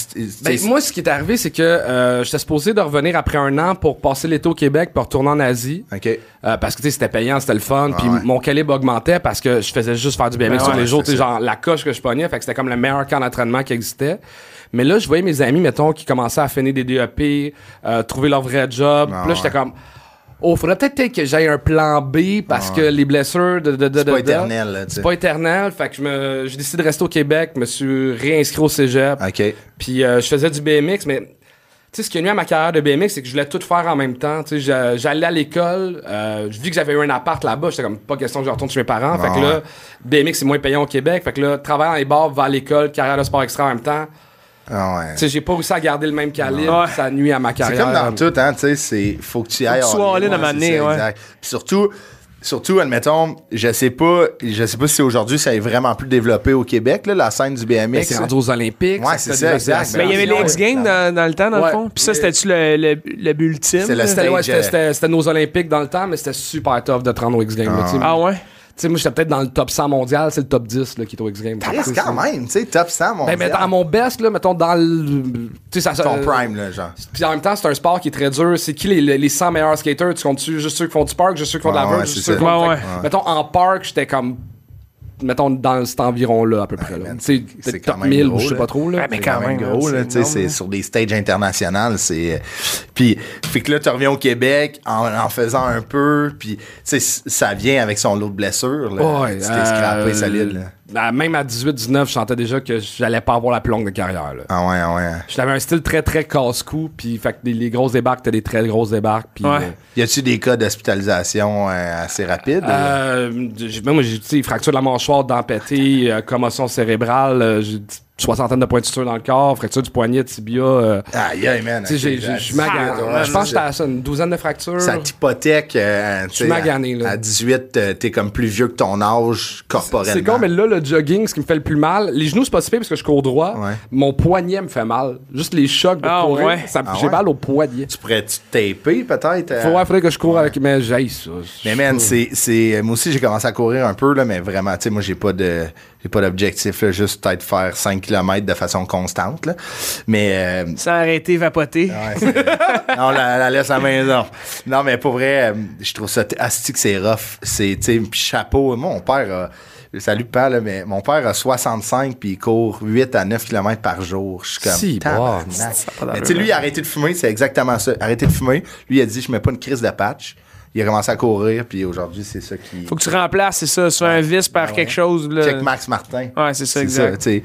[SPEAKER 1] c'est-
[SPEAKER 5] moi, ce qui est arrivé, c'est que euh, j'étais supposé de revenir après un an pour passer l'été au Québec pour retourner en Asie.
[SPEAKER 1] OK.
[SPEAKER 5] Euh, parce que tu sais, c'était payant, c'était le fun, puis
[SPEAKER 1] ouais.
[SPEAKER 5] mon calibre augmentait parce que je faisais juste faire du BMX
[SPEAKER 2] Ben
[SPEAKER 5] tous
[SPEAKER 2] ouais,
[SPEAKER 5] les jours,
[SPEAKER 1] c'est
[SPEAKER 5] tu sais, genre la coche que je pognais, fait que c'était comme le meilleur camp d'entraînement qui existait. Mais là, je voyais mes amis, mettons, qui commençaient à finir des DEP, euh, trouver leur vrai job.
[SPEAKER 1] Ah
[SPEAKER 5] Puis là, j'étais
[SPEAKER 1] ouais.
[SPEAKER 5] comme, oh, faudrait peut-être peut-être que j'aille un plan B parce
[SPEAKER 1] Ben
[SPEAKER 5] que les blessures de, de, de-
[SPEAKER 1] C'est pas
[SPEAKER 5] de- de-
[SPEAKER 1] éternel, là, tu sais.
[SPEAKER 5] C'est pas éternel, fait que je me, j'ai décidé de rester au Québec, je me suis réinscrit au cégep.
[SPEAKER 1] OK.
[SPEAKER 5] Puis euh, je faisais du BMX, mais tu sais, ce qui est nu à ma carrière de BMX, c'est que je voulais tout faire en même temps. Tu sais, j'a- j'allais à l'école, euh, vu que j'avais eu un appart là-bas, j'étais comme, pas question que je retourne chez mes parents. fait que là, BMX, c'est moins payant au Québec. Fait que là, travailler dans les bars, va à l'école, carrière de sport extra en même temps.
[SPEAKER 1] Ah, ouais.
[SPEAKER 5] Tu sais, j'ai pas réussi à garder le même calibre,
[SPEAKER 2] Ouais.
[SPEAKER 5] puis ça nuit à ma
[SPEAKER 1] C'est
[SPEAKER 5] carrière.
[SPEAKER 1] comme dans tout, hein, tu sais, c'est faut que tu ailles
[SPEAKER 2] Faut que tu sois en ligne à un moment
[SPEAKER 1] c'est
[SPEAKER 2] donné, ouais.
[SPEAKER 1] exact. Puis surtout, surtout, admettons, je sais pas, je sais pas si aujourd'hui ça est vraiment plus développé au Québec, là, la scène du BMX.
[SPEAKER 5] Mais Ben, c'est rendu aux Olympiques.
[SPEAKER 1] Ouais, c'est ça, exact.
[SPEAKER 5] c'est
[SPEAKER 2] Mais Ben, il y avait les
[SPEAKER 1] Ouais.
[SPEAKER 2] X-Games dans, dans le temps, dans
[SPEAKER 5] Ouais.
[SPEAKER 2] le fond. Puis ça,
[SPEAKER 5] Mais-
[SPEAKER 2] c'était-tu le, le, le but ultime?
[SPEAKER 1] C'est le
[SPEAKER 2] là?
[SPEAKER 5] C'était, ouais,
[SPEAKER 1] Stage, euh,
[SPEAKER 5] c'était, c'était- c'était nos Olympiques dans le temps, mais c'était super tough de te rendre aux X Games. là, tu sais.
[SPEAKER 2] Ah ouais?
[SPEAKER 5] Tu sais, moi, j'étais peut-être dans le top 100 mondial, c'est le top 10 là, qui est au X Games.
[SPEAKER 1] Chris, quand même, tu sais, top 100, mon
[SPEAKER 5] Ben, mais dans mon best, là, mettons, dans le. Tu sais, ça.
[SPEAKER 1] Ton
[SPEAKER 5] euh,
[SPEAKER 1] prime, là, genre.
[SPEAKER 5] Puis en même temps, c'est un sport qui est très dur. C'est qui les, les- les 100 meilleurs skaters Tu comptes-tu juste ceux qui font du park, juste ceux qui font de la
[SPEAKER 1] Ouais,
[SPEAKER 5] vert,
[SPEAKER 1] ouais,
[SPEAKER 5] juste
[SPEAKER 1] c'est
[SPEAKER 5] ceux qui
[SPEAKER 2] ça.
[SPEAKER 5] font.
[SPEAKER 2] Ouais,
[SPEAKER 5] fait que,
[SPEAKER 1] ouais.
[SPEAKER 5] Mettons, en park, j'étais comme. Mettons, dans cet environ-là, à peu près. là.
[SPEAKER 1] man,
[SPEAKER 5] Tu sais,
[SPEAKER 1] c'est
[SPEAKER 5] peut-être
[SPEAKER 1] quand
[SPEAKER 5] top
[SPEAKER 1] même
[SPEAKER 5] 1000
[SPEAKER 1] gros,
[SPEAKER 5] ou je sais
[SPEAKER 1] là.
[SPEAKER 5] pas trop. Là.
[SPEAKER 2] Ouais, mais
[SPEAKER 1] C'est
[SPEAKER 2] quand même,
[SPEAKER 1] gros,
[SPEAKER 2] hein,
[SPEAKER 1] là,
[SPEAKER 2] c'est
[SPEAKER 1] tu sais, c'est
[SPEAKER 2] énorme.
[SPEAKER 1] sur des stages internationales, c'est... euh, Puis, fait que là, tu reviens au Québec en, en faisant un peu, puis, tu sais, c- ça vient avec son lot de blessures, là.
[SPEAKER 5] Ouais,
[SPEAKER 1] tu t'es
[SPEAKER 5] euh,
[SPEAKER 1] scrappé solide, là.
[SPEAKER 5] là, Même à 18-19, je sentais déjà que j'allais pas avoir la plus longue de carrière. là.
[SPEAKER 1] Ah ouais, ah ouais.
[SPEAKER 5] J'avais un style très, très casse-cou. Puis, fait que les, les grosses débarques, t'as des très grosses débarques. Puis,
[SPEAKER 2] Ouais.
[SPEAKER 5] euh,
[SPEAKER 1] Y a-tu des cas d'hospitalisation euh, assez rapides? là?
[SPEAKER 5] Euh, j'ai- moi, j'ai tu sais, fracture de la mâchoire, dents pétées, euh, commotion cérébrale, euh, j'ai une soixantaine de points de suture dans le corps, fracture du poignet, tibia. euh,
[SPEAKER 1] Aïe, aïe, man.
[SPEAKER 5] tu sais, j'ai-
[SPEAKER 1] ok,
[SPEAKER 5] j'ai- je suis
[SPEAKER 1] à
[SPEAKER 5] magané.
[SPEAKER 1] 18, ouais,
[SPEAKER 5] je pense que j'étais
[SPEAKER 1] ça-
[SPEAKER 5] à ça, une douzaine de fractures.
[SPEAKER 1] Ça t'hypothèque, euh, tu sais,
[SPEAKER 5] magané,
[SPEAKER 1] à,
[SPEAKER 5] là.
[SPEAKER 1] à 18, euh, t'es comme plus vieux que ton âge corporellement.
[SPEAKER 5] C'est con, mais là, le jogging, ce qui me fait le plus mal, les genoux, c'est pas si pire parce que je cours droit.
[SPEAKER 1] Ouais.
[SPEAKER 5] Mon poignet me fait mal. Juste les chocs de
[SPEAKER 2] Ah,
[SPEAKER 5] courir,
[SPEAKER 2] ouais.
[SPEAKER 5] ça me
[SPEAKER 1] Ah,
[SPEAKER 5] j'ai
[SPEAKER 1] ouais.
[SPEAKER 5] mal au poignet.
[SPEAKER 1] Tu pourrais-tu te taper, peut-être? euh,
[SPEAKER 5] Faut ouais, faudrait que je cours avec mes j'haïs ça.
[SPEAKER 1] Mais man, c'est c'est moi aussi j'ai commencé à courir un peu là, mais vraiment, tu sais moi j'ai pas de j'ai pas d'objectif là, juste peut-être faire 5 km de façon constante là. Mais euh,
[SPEAKER 2] Sans arrêter, vapoter.
[SPEAKER 1] ouais, c'est- non, la, la laisse à la maison. Non, mais pour vrai, euh, je trouve ça t- asti que c'est rough, c'est tu sais puis chapeau, moi mon père a salut pas là, mais mon père a 65 puis il court 8 à 9 km par jour. Je suis comme
[SPEAKER 5] Si,
[SPEAKER 1] tabarnak.
[SPEAKER 5] wow.
[SPEAKER 1] Mais tu sais
[SPEAKER 2] hein.
[SPEAKER 1] lui il a arrêté de fumer, c'est exactement ça, arrêté de fumer. Lui il a dit je mets pas une crise de patch. Il a commencé à courir puis aujourd'hui c'est ça qui
[SPEAKER 2] Faut que tu remplaces, c'est ça, soit un vice par quelque chose. Là.
[SPEAKER 1] Ah Check Max Martin.
[SPEAKER 2] Ouais, c'est ça,
[SPEAKER 1] tu
[SPEAKER 2] exact.
[SPEAKER 1] sais.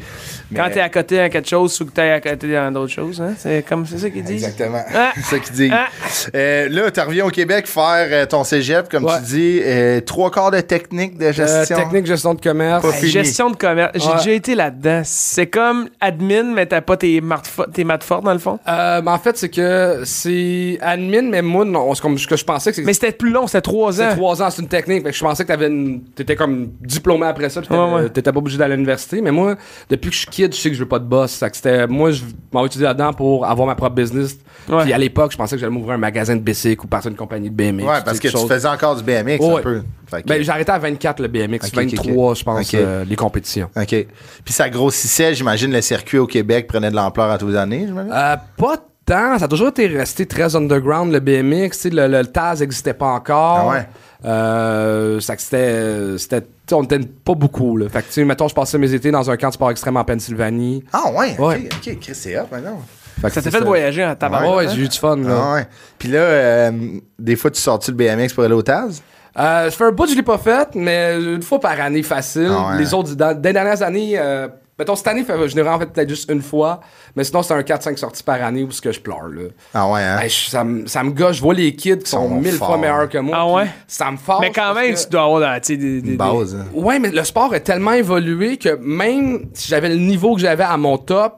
[SPEAKER 2] Quand
[SPEAKER 1] Mais-
[SPEAKER 2] t'es à côté à quelque chose, faut que t'es à côté dans d'autres choses. Hein? C'est comme c'est ça qu'ils disent.
[SPEAKER 1] Exactement.
[SPEAKER 2] Ah!
[SPEAKER 1] C'est ça qu'ils disent.
[SPEAKER 2] Ah!
[SPEAKER 1] Euh, là, tu reviens au Québec faire euh, ton cégep, comme
[SPEAKER 5] Ouais.
[SPEAKER 1] tu dis. euh, trois quarts de technique de
[SPEAKER 5] Euh,
[SPEAKER 1] gestion.
[SPEAKER 5] technique, gestion de commerce.
[SPEAKER 1] Pas fini.
[SPEAKER 2] Gestion de commerce. J'ai
[SPEAKER 5] Ouais.
[SPEAKER 2] déjà été là-dedans. C'est comme admin, mais t'as pas tes, martes fo- tes maths fortes dans le fond.
[SPEAKER 5] Euh, mais en fait, c'est que c'est admin, mais moi, non, c'est comme ce que je pensais que c'est
[SPEAKER 2] Mais c'était plus long, c'était trois
[SPEAKER 5] C'est
[SPEAKER 2] ans.
[SPEAKER 5] trois ans, c'est une technique. Fait que je pensais que t'avais une... t'étais comme diplômé après ça, puis t'étais
[SPEAKER 2] Ouais, ouais.
[SPEAKER 5] t'étais pas obligé d'aller à l'université. Mais moi, depuis que je suis kid, je sais que je veux pas de boss. Fait que c'était, moi, je m'en vais étudier là-dedans pour avoir ma propre business.
[SPEAKER 2] Ouais.
[SPEAKER 5] Puis à l'époque, je pensais que j'allais m'ouvrir un magasin de bicycle ou partir une compagnie de BMX.
[SPEAKER 1] Ouais, parce que
[SPEAKER 5] quelque
[SPEAKER 1] tu
[SPEAKER 5] chose.
[SPEAKER 1] faisais encore du BMX un
[SPEAKER 5] Ouais.
[SPEAKER 1] peu. Fait que-
[SPEAKER 5] Ben, j'ai arrêté à 24 le BMX,
[SPEAKER 1] Ok, ok,
[SPEAKER 5] 23,
[SPEAKER 1] ok.
[SPEAKER 5] je pense,
[SPEAKER 1] Ok.
[SPEAKER 5] euh, les compétitions.
[SPEAKER 1] OK. Puis ça grossissait, j'imagine, le circuit au Québec prenait de l'ampleur à tous les années, j'imagine.
[SPEAKER 5] Euh, pas tant. Ça a toujours été resté très underground, le BMX. tu sais, Le, le, le Taz n'existait pas encore.
[SPEAKER 1] Ah ouais.
[SPEAKER 5] Euh, ça que c'était, c'était, tu sais, sais, on était pas beaucoup, là. Fait que, tu sais, mettons, je passais mes étés dans un camp de sport extrême en Pennsylvanie.
[SPEAKER 1] Ah ouais,
[SPEAKER 5] Ouais.
[SPEAKER 1] ok, ok, Chris, c'est hot maintenant.
[SPEAKER 5] Fait que
[SPEAKER 2] Ça t'a
[SPEAKER 5] c'est Ah
[SPEAKER 2] fait voyager en hein? tabac.
[SPEAKER 5] Ouais, ouais, j'ai eu du fun, là.
[SPEAKER 1] Ah ouais. Puis là, euh, des fois, tu sortis le BMX pour aller au Taz?
[SPEAKER 5] Euh, je fais un bout, je l'ai pas fait, mais une fois par année facile.
[SPEAKER 1] Ah ouais.
[SPEAKER 5] Les autres, dans, dans les dernières années, euh, mettons, cette année, fait- je l'ai vraiment fait peut-être juste une fois, mais sinon, c'est un 4-5 sorties par année où ce que je pleure, là.
[SPEAKER 1] Ah ouais, hein?
[SPEAKER 5] Hey, je- ça, me- ça me gâche, je vois les kids qui sont,
[SPEAKER 1] sont
[SPEAKER 5] mille fois
[SPEAKER 1] forts.
[SPEAKER 5] meilleurs que moi.
[SPEAKER 2] Ah
[SPEAKER 5] puis
[SPEAKER 2] ouais?
[SPEAKER 5] Ça me force.
[SPEAKER 2] Mais quand
[SPEAKER 5] parce
[SPEAKER 2] même,
[SPEAKER 5] que-
[SPEAKER 2] tu dois avoir tu sais, des, des-
[SPEAKER 1] Une
[SPEAKER 2] des-
[SPEAKER 1] base. hein.
[SPEAKER 5] Ouais, mais le sport est tellement évolué que même si j'avais le niveau que j'avais à mon top,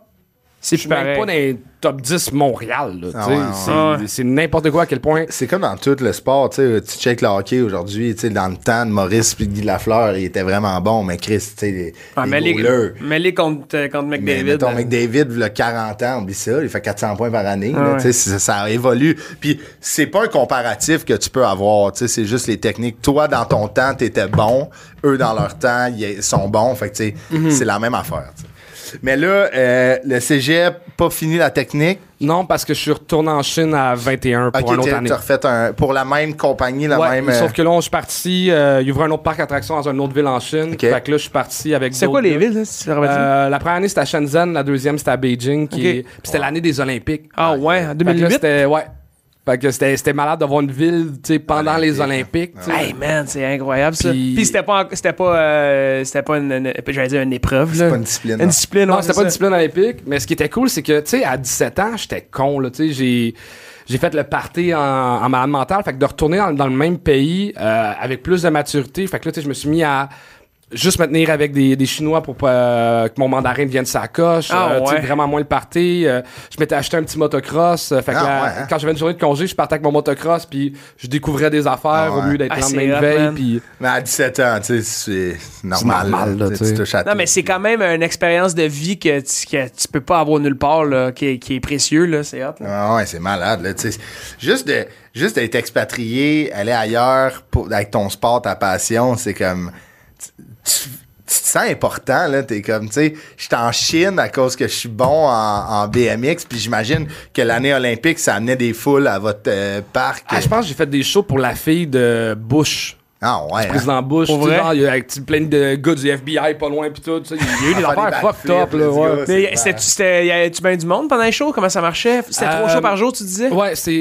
[SPEAKER 2] C'est plus
[SPEAKER 5] je suis même
[SPEAKER 2] pareil.
[SPEAKER 5] pas dans les top 10 Montréal, là.
[SPEAKER 1] Ah
[SPEAKER 5] tu sais.
[SPEAKER 1] ouais, ouais.
[SPEAKER 5] C'est-
[SPEAKER 2] Ah ouais.
[SPEAKER 5] C'est n'importe quoi à quel point.
[SPEAKER 1] C'est comme dans tout le sport, tu sais, tu check le hockey aujourd'hui, tu sais, dans le temps de Maurice puis de Guy Lafleur, il était vraiment bon, mais Chris, tu sais, les,
[SPEAKER 2] Ah,
[SPEAKER 1] les
[SPEAKER 2] mais les-
[SPEAKER 1] goalers.
[SPEAKER 2] mais les contre, euh, contre
[SPEAKER 1] Mais
[SPEAKER 2] McDavid.
[SPEAKER 1] mettons,
[SPEAKER 2] là.
[SPEAKER 1] McDavid, il a 40 ans, oublie ça, il fait 400 points par année.
[SPEAKER 2] Ah
[SPEAKER 1] là,
[SPEAKER 2] ouais.
[SPEAKER 1] tu sais, ça, ça évolue. Puis c'est pas un comparatif que tu peux avoir, tu sais, c'est juste les techniques. Toi, dans ton temps, t'étais bon. Eux, dans leur temps, ils sont bons. Fait que, tu sais,
[SPEAKER 5] Mhm.
[SPEAKER 1] c'est la même affaire. tu sais. Mais là, euh, le cégep, pas fini la technique.
[SPEAKER 5] Non, parce que je suis retourné en Chine à 21 pour un
[SPEAKER 1] Ok,
[SPEAKER 5] autre
[SPEAKER 1] t'as
[SPEAKER 5] année.
[SPEAKER 1] t'as refait un, pour la même compagnie, la
[SPEAKER 5] Ouais,
[SPEAKER 1] même.
[SPEAKER 5] mais
[SPEAKER 1] euh,
[SPEAKER 5] sauf que là, on- je suis parti. euh, il ouvrait un autre parc d'attractions dans une autre ville en Chine.
[SPEAKER 1] Ok.
[SPEAKER 5] Fait que là, je suis parti avec.
[SPEAKER 2] C'est quoi
[SPEAKER 5] d'autres
[SPEAKER 2] les
[SPEAKER 5] gars.
[SPEAKER 2] villes, là, si tu te rappelles?
[SPEAKER 5] Euh, La première année, c'était à Shenzhen. La deuxième, c'était à Beijing. Qui
[SPEAKER 2] Ok.
[SPEAKER 5] est- puis C'était l'année des Olympiques.
[SPEAKER 2] Ah ouais, en
[SPEAKER 5] Fait que là,
[SPEAKER 2] 2008?
[SPEAKER 5] c'était. Ouais. Fait que c'était c'était malade d'avoir une ville, tu sais, pendant les
[SPEAKER 1] hein.
[SPEAKER 5] Olympiques. tu sais.
[SPEAKER 2] Hey man, c'est incroyable ça.
[SPEAKER 5] Puis-
[SPEAKER 2] Puis, c'était pas, en- c'était pas, euh, c'était pas une, une- j'allais dire une épreuve là.
[SPEAKER 1] pas une discipline,
[SPEAKER 2] Une
[SPEAKER 1] non.
[SPEAKER 2] discipline,
[SPEAKER 5] Non,
[SPEAKER 2] ouais,
[SPEAKER 5] c'était
[SPEAKER 2] c'est
[SPEAKER 5] pas une
[SPEAKER 2] ça.
[SPEAKER 5] discipline olympique, mais ce qui était cool, c'est que, tu sais, à 17 ans, j'étais con, là, tu sais, j'ai, j'ai fait le party en, en malade mentale, fait que de retourner dans, dans le même pays, euh, avec plus de maturité, fait que là, tu sais, je me suis mis à juste me tenir avec des, des Chinois pour pas, euh, que mon mandarin devienne sa coche,
[SPEAKER 2] Ah,
[SPEAKER 5] euh, tu sais,
[SPEAKER 2] ouais.
[SPEAKER 5] vraiment moins le party, euh, je m'étais acheté un petit motocross, euh, fait que
[SPEAKER 1] Ah,
[SPEAKER 5] là,
[SPEAKER 1] ouais, hein.
[SPEAKER 5] quand j'avais une journée de congé, je partais avec mon motocross, puis je découvrais des affaires
[SPEAKER 1] Ah,
[SPEAKER 5] au
[SPEAKER 1] ouais.
[SPEAKER 5] lieu d'être
[SPEAKER 2] Ah,
[SPEAKER 5] dans
[SPEAKER 2] c'est
[SPEAKER 5] le même
[SPEAKER 2] hot,
[SPEAKER 5] veille,
[SPEAKER 2] man.
[SPEAKER 5] puis...
[SPEAKER 1] Mais à 17 ans, tu sais, c'est normal.
[SPEAKER 5] normal, là, tu
[SPEAKER 1] tu
[SPEAKER 5] sais.
[SPEAKER 1] touches à
[SPEAKER 2] Non
[SPEAKER 1] tout.
[SPEAKER 2] mais c'est quand même une expérience de vie que tu, que tu peux pas avoir nulle part là, qui, est- qui est précieux là, c'est hot. là.
[SPEAKER 1] Ah ouais, c'est malade, là, tu sais. Juste de, juste d'être expatrié, aller ailleurs pour, avec ton sport, ta passion, c'est comme, tu, tu- tu te sens important, là. T'es comme, tu sais, je suis en Chine à cause que je suis bon en, en BMX, puis j'imagine que l'année olympique, ça amenait des foules à votre euh, parc.
[SPEAKER 5] Ah, je pense que j'ai fait des shows pour la fille de Bush.
[SPEAKER 1] Ah ouais. hein.
[SPEAKER 5] président Bush, tu
[SPEAKER 2] Pour
[SPEAKER 5] sais,
[SPEAKER 2] vrai?
[SPEAKER 5] genre, il y a tu sais, plein de gars du FBI pas loin pis tout, tu sais, il y a eu des
[SPEAKER 1] À faire
[SPEAKER 5] affaires
[SPEAKER 1] des
[SPEAKER 5] fucked up
[SPEAKER 1] backflips,
[SPEAKER 5] là,
[SPEAKER 1] les
[SPEAKER 5] ouais.
[SPEAKER 1] gars,
[SPEAKER 2] Mais
[SPEAKER 1] c'est
[SPEAKER 2] c'était, c'était, y avait-tu bien du monde pendant les shows Comment ça marchait C'était trois
[SPEAKER 5] Euh,
[SPEAKER 2] shows par jour, tu disais
[SPEAKER 5] Ouais, c'est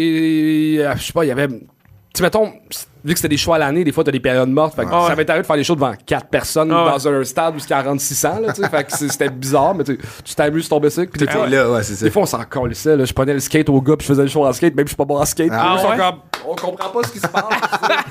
[SPEAKER 5] euh, je sais pas, il y avait tu sais, mettons c'est- vu que c'était des shows à l'année, des fois t'as des périodes mortes, fait que ça m'est arrivé de faire des shows devant quatre personnes
[SPEAKER 2] Ah ouais.
[SPEAKER 5] dans un stade où c'est 4600 là, tu sais, fait que c'est- c'était bizarre mais tu tu t'amuses sur ton bicycle pis des
[SPEAKER 1] malade.
[SPEAKER 5] fois
[SPEAKER 1] Là, ouais, c'est ça.
[SPEAKER 5] Des fois, on s'en collissait, là. Je prenais le skate au gars, puis je faisais le show en skate, même si je suis pas bon en skate.
[SPEAKER 2] Ah
[SPEAKER 5] Eux sont
[SPEAKER 2] ouais?
[SPEAKER 5] comme, on comprend pas ce qui se passe.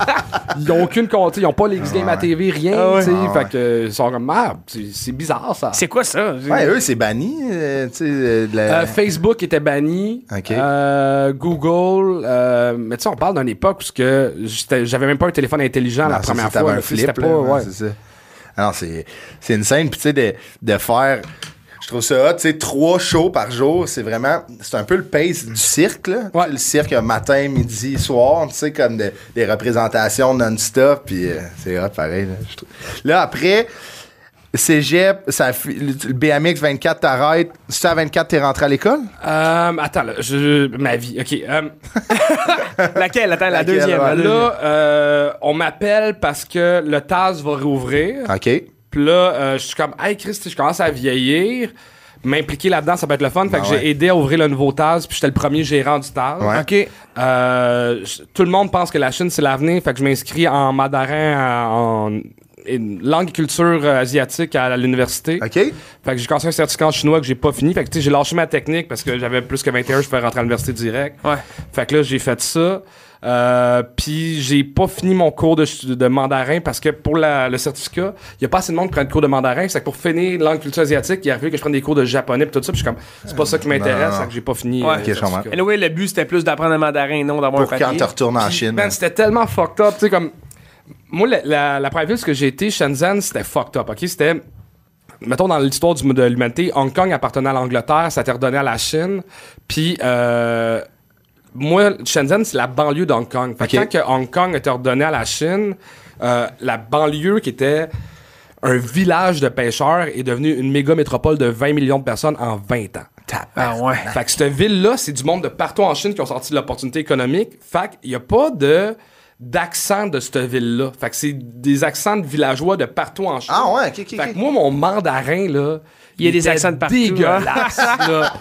[SPEAKER 5] ils ont aucune compte, ils ont pas les X-Games à TV, rien, tu sais.
[SPEAKER 1] Ah ouais.
[SPEAKER 5] Fait que, euh, ils sont comme, merde, c'est c'est bizarre, ça.
[SPEAKER 2] C'est quoi ça
[SPEAKER 1] Ouais, eux, c'est banni, euh, tu sais, euh, de la-
[SPEAKER 5] Euh, Facebook était banni.
[SPEAKER 1] Ok.
[SPEAKER 5] Euh, Google. euh, mais tu sais, on parle d'une époque où ce que j'étais- j'avais même pas un téléphone intelligent la
[SPEAKER 1] Non, ça,
[SPEAKER 5] première
[SPEAKER 1] c'est
[SPEAKER 5] fois.
[SPEAKER 1] avant
[SPEAKER 5] là,
[SPEAKER 1] un
[SPEAKER 5] tu sais, C'était
[SPEAKER 1] flip,
[SPEAKER 5] pas.
[SPEAKER 1] là, ouais,
[SPEAKER 5] ouais.
[SPEAKER 1] c'est ça. Alors, c'est, c'est une scène, puis tu sais, de, de faire. Je trouve ça hot, tu sais, trois shows par jour, c'est vraiment, c'est un peu le pace du cirque, là.
[SPEAKER 5] Ouais.
[SPEAKER 1] Tu sais, Le cirque euh, matin, midi, soir, tu sais, comme de- des représentations non-stop, puis euh, c'est hot pareil, là. je trouve. Là, après, cégep, ça, fi- le le BMX 24, t'arrêtes. Si t'es à 24, t'es rentré à l'école?
[SPEAKER 5] Euh, attends, là, je, ma vie. OK. euh,
[SPEAKER 2] Laquelle Attends, la
[SPEAKER 1] Laquelle,
[SPEAKER 2] deuxième.
[SPEAKER 1] ouais.
[SPEAKER 2] la deuxième.
[SPEAKER 5] là, euh, on m'appelle parce que le TAS va rouvrir.
[SPEAKER 1] OK.
[SPEAKER 5] Puis là, euh, je suis comme, hey Chris, je commence à vieillir. M'impliquer là-dedans, ça peut être le fun. Fait
[SPEAKER 1] Ben
[SPEAKER 5] que
[SPEAKER 1] ouais.
[SPEAKER 5] j'ai aidé à ouvrir le nouveau TAS, puis j'étais le premier gérant du TAS.
[SPEAKER 1] Ouais.
[SPEAKER 5] OK. Euh, j- tout le monde pense que la Chine, c'est l'avenir. Fait que je m'inscris en mandarin, en en langue et culture euh, asiatique à l'université.
[SPEAKER 1] OK?
[SPEAKER 5] Fait que j'ai cassé un certificat en chinois que j'ai pas fini. Fait que tu sais, j'ai lâché ma technique parce que j'avais plus que 21, je pouvais rentrer à l'université direct.
[SPEAKER 2] Ouais.
[SPEAKER 5] Fait que là, j'ai fait ça. Euh, puis j'ai pas fini mon cours de, ch- de mandarin parce que pour la- le certificat, il y a pas assez de monde qui prend le cours de mandarin. C'est que pour finir langue culture asiatique, il est arrivé que je prenne des cours de japonais pis tout ça. Puis je suis comme, c'est pas ça qui m'intéresse,
[SPEAKER 1] non.
[SPEAKER 5] fait que j'ai pas fini.
[SPEAKER 2] Ouais.
[SPEAKER 5] euh, le
[SPEAKER 2] Ok,
[SPEAKER 1] je comprends.
[SPEAKER 5] certificat.
[SPEAKER 2] Anyway, le but c'était plus d'apprendre le mandarin, non d'avoir
[SPEAKER 1] Pour
[SPEAKER 2] un
[SPEAKER 1] quand
[SPEAKER 2] papier.
[SPEAKER 1] tu retournes en
[SPEAKER 5] Puis,
[SPEAKER 1] Chine.
[SPEAKER 5] man, c'était tellement fucked up, tu sais, comme. Moi, la, la, la première ville où j'ai été, Shenzhen, c'était fucked up, ok? C'était. Mettons, dans l'histoire du- de l'humanité, Hong Kong appartenait à l'Angleterre, ça était redonné à la Chine. Puis, euh, moi, Shenzhen, c'est la banlieue d'Hong Kong. Fait que
[SPEAKER 1] Ok.
[SPEAKER 5] quand que Hong Kong était redonné à la Chine, euh, la banlieue qui était un village de pêcheurs est devenue une méga métropole de 20 millions de personnes en 20 ans.
[SPEAKER 2] Ah ouais.
[SPEAKER 5] Fait que cette ville-là, c'est du monde de partout en Chine qui ont sorti de l'opportunité économique. Fait qu'il n'y a pas de d'accents de cette ville-là. Fait que c'est des accents de villageois de partout en Chine.
[SPEAKER 1] Ah ouais, ok, ok,
[SPEAKER 5] Fait
[SPEAKER 1] ok.
[SPEAKER 5] que moi, mon mandarin, là.
[SPEAKER 2] Il y a des
[SPEAKER 5] était
[SPEAKER 2] accents de partout, hein.
[SPEAKER 5] Dégueulasse, là.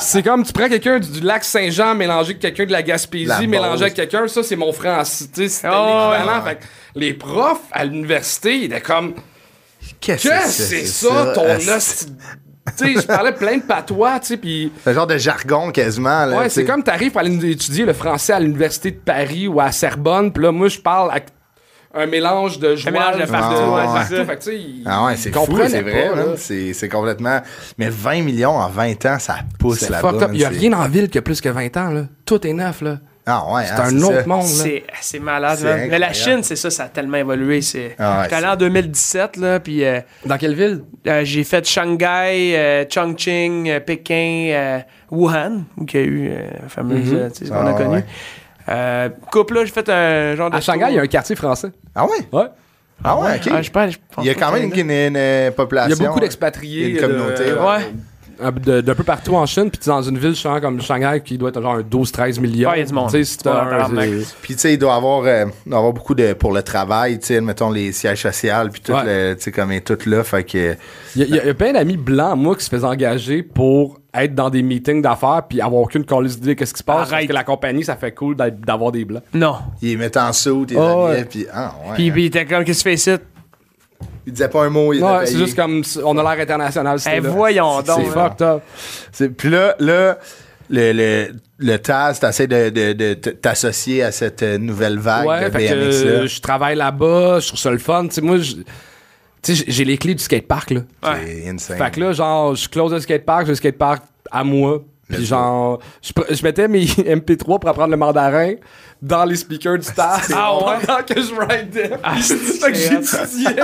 [SPEAKER 5] C'est comme tu prends quelqu'un du, du lac Saint-Jean mélangé avec quelqu'un de la Gaspésie,
[SPEAKER 1] La Beauce.
[SPEAKER 5] mélangé avec quelqu'un, ça, c'est mon français. Tu sais, C'était
[SPEAKER 2] Ah ouais.
[SPEAKER 5] l'équivalent. Fait que les profs à l'université, ils étaient comme.
[SPEAKER 1] Qu'est-ce
[SPEAKER 5] Qu'est-ce que c'est ça, ton os? Tu sais, je parlais plein de patois, tu sais, puis...
[SPEAKER 1] C'est un genre de jargon quasiment. Là,
[SPEAKER 5] Ouais,
[SPEAKER 1] tu sais.
[SPEAKER 5] c'est comme t'arrives pour aller étudier le français à l'université de Paris ou à Sorbonne, puis là, moi, je parle avec un mélange de joie,
[SPEAKER 2] mélange de partout,
[SPEAKER 1] ouais,
[SPEAKER 2] c'est ça.
[SPEAKER 5] Fait que, tu sais, ils-
[SPEAKER 1] Ah ouais, c'est
[SPEAKER 5] ils
[SPEAKER 1] fou,
[SPEAKER 5] comprenaient
[SPEAKER 1] c'est vrai.
[SPEAKER 5] pas,
[SPEAKER 1] là.
[SPEAKER 5] là.
[SPEAKER 1] C'est c'est complètement. Mais 20 millions en 20 ans, ça pousse
[SPEAKER 5] C'est
[SPEAKER 1] là-bas.
[SPEAKER 5] fucked up. Il y a
[SPEAKER 1] c'est-
[SPEAKER 5] rien en ville qui a plus que 20 ans, là. Tout est neuf, là.
[SPEAKER 1] Ah ouais, hein,
[SPEAKER 5] C'est un autre
[SPEAKER 1] ça.
[SPEAKER 5] monde, là.
[SPEAKER 2] C'est c'est malade,
[SPEAKER 1] C'est
[SPEAKER 2] man. Mais la
[SPEAKER 1] incroyable.
[SPEAKER 2] Chine, c'est ça, ça a tellement évolué. C'est
[SPEAKER 1] Ah ouais,
[SPEAKER 2] J'étais allé
[SPEAKER 1] c'est-
[SPEAKER 2] en 2017, là, puis euh,
[SPEAKER 5] Dans quelle ville?
[SPEAKER 2] euh, j'ai fait Shanghai, euh, Chongqing, euh, Pékin, euh, Wuhan, où il y a eu euh, la
[SPEAKER 5] Mhm.
[SPEAKER 2] fameuse, euh, tu sais, ce qu'on
[SPEAKER 1] Ah
[SPEAKER 2] a
[SPEAKER 1] ouais,
[SPEAKER 2] connu.
[SPEAKER 1] ouais.
[SPEAKER 2] Euh, couple, là, j'ai fait un genre de.
[SPEAKER 5] À Shanghai, il y a un quartier français.
[SPEAKER 1] Ah ouais?
[SPEAKER 5] Ouais.
[SPEAKER 1] Ah ouais, ok.
[SPEAKER 2] Ah, je pense- je pense
[SPEAKER 1] il y a
[SPEAKER 2] pas
[SPEAKER 1] quand
[SPEAKER 2] que
[SPEAKER 1] même
[SPEAKER 2] c'est-
[SPEAKER 1] une, une, une
[SPEAKER 5] Il y
[SPEAKER 1] population. euh,
[SPEAKER 5] a beaucoup
[SPEAKER 1] hein. Il y
[SPEAKER 5] d'expatriés.
[SPEAKER 1] a une communauté,
[SPEAKER 5] de-
[SPEAKER 2] Ouais.
[SPEAKER 5] Euh, de- d'un peu partout en Chine, puis tu sais, dans une ville genre, comme Shanghai qui doit être genre un 12-13 millions.
[SPEAKER 2] Ouais, il y a du monde.
[SPEAKER 5] Tu sais, c'est
[SPEAKER 2] Du monde en
[SPEAKER 5] un-
[SPEAKER 2] tabarnak.
[SPEAKER 5] c'est-
[SPEAKER 1] Puis, tu sais, il doit avoir, euh, il doit avoir beaucoup de, pour le travail, tu sais, mettons les sièges sociaux, puis tout,
[SPEAKER 5] Ouais.
[SPEAKER 1] le- tu sais, comme et tout là, fait que.
[SPEAKER 5] Il y, a- il y a- il y a plein d'amis blancs, moi, qui se faisaient engager pour être dans des meetings d'affaires puis avoir aucune colise idée de ce qui se passe. Parce
[SPEAKER 2] Arrête.
[SPEAKER 5] que la compagnie, ça fait cool d'être- d'avoir des blancs.
[SPEAKER 2] Non.
[SPEAKER 1] Ils mettent en saut tes
[SPEAKER 5] Ah ouais.
[SPEAKER 1] amis, puis ah ouais.
[SPEAKER 2] Puis, puis, t'es comme, qu'est-ce que tu fais ici?
[SPEAKER 1] Ils disaient pas un mot, ils
[SPEAKER 5] Ouais,
[SPEAKER 1] étaient
[SPEAKER 5] c'est
[SPEAKER 1] payés.
[SPEAKER 5] juste comme on a l'air international.
[SPEAKER 2] Eh,
[SPEAKER 5] c'était là.
[SPEAKER 2] voyons
[SPEAKER 5] C'est
[SPEAKER 2] donc. là.
[SPEAKER 5] fucked up.
[SPEAKER 1] C'est- Puis là, là, le, le, le TAS, t'essaies de, de, de t- t'associer à cette euh, nouvelle vague de
[SPEAKER 5] Ouais, fait que
[SPEAKER 1] BMX
[SPEAKER 5] euh,
[SPEAKER 1] là.
[SPEAKER 5] je travaille là-bas, je trouve ça le fun. Tu sais, moi, je- tu sais, j'ai j'ai les clés du skatepark, là.
[SPEAKER 1] C'est insane.
[SPEAKER 5] Fait que là, genre, je close le skatepark, j'ai le skatepark à moi. Puis genre, je, pre- je mettais mes MP3 pour apprendre le mandarin dans les speakers du staff
[SPEAKER 2] Ah ouais? Ah,
[SPEAKER 5] pendant que je ridais.
[SPEAKER 2] c'est-
[SPEAKER 5] fait que j'étudiais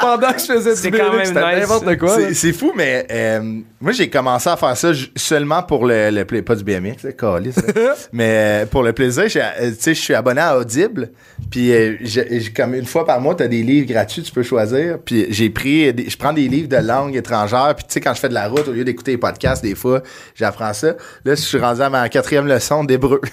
[SPEAKER 5] pendant que je faisais du
[SPEAKER 2] C'est quand
[SPEAKER 5] BMX,
[SPEAKER 2] même
[SPEAKER 5] c'était
[SPEAKER 2] nice,
[SPEAKER 5] n'importe
[SPEAKER 2] ça.
[SPEAKER 5] quoi. là.
[SPEAKER 1] C'est- C'est fou, mais euh, moi, j'ai commencé à faire ça ju- seulement pour le, le pla- Pas du BMX, c'est câlisse, là. mais euh, pour le plaisir, j'ai- euh, tu sais, je suis abonné à Audible. Puis, euh, j'ai- j'ai comme une fois par mois, tu as des livres gratuits, tu peux choisir. Puis, j'ai pris. des- Je prends des livres de langue étrangère. Puis, tu sais, quand je fais de la route, au lieu d'écouter les podcasts, des fois, j'apprends ça. Là, je suis rendu à ma quatrième leçon d'hébreu.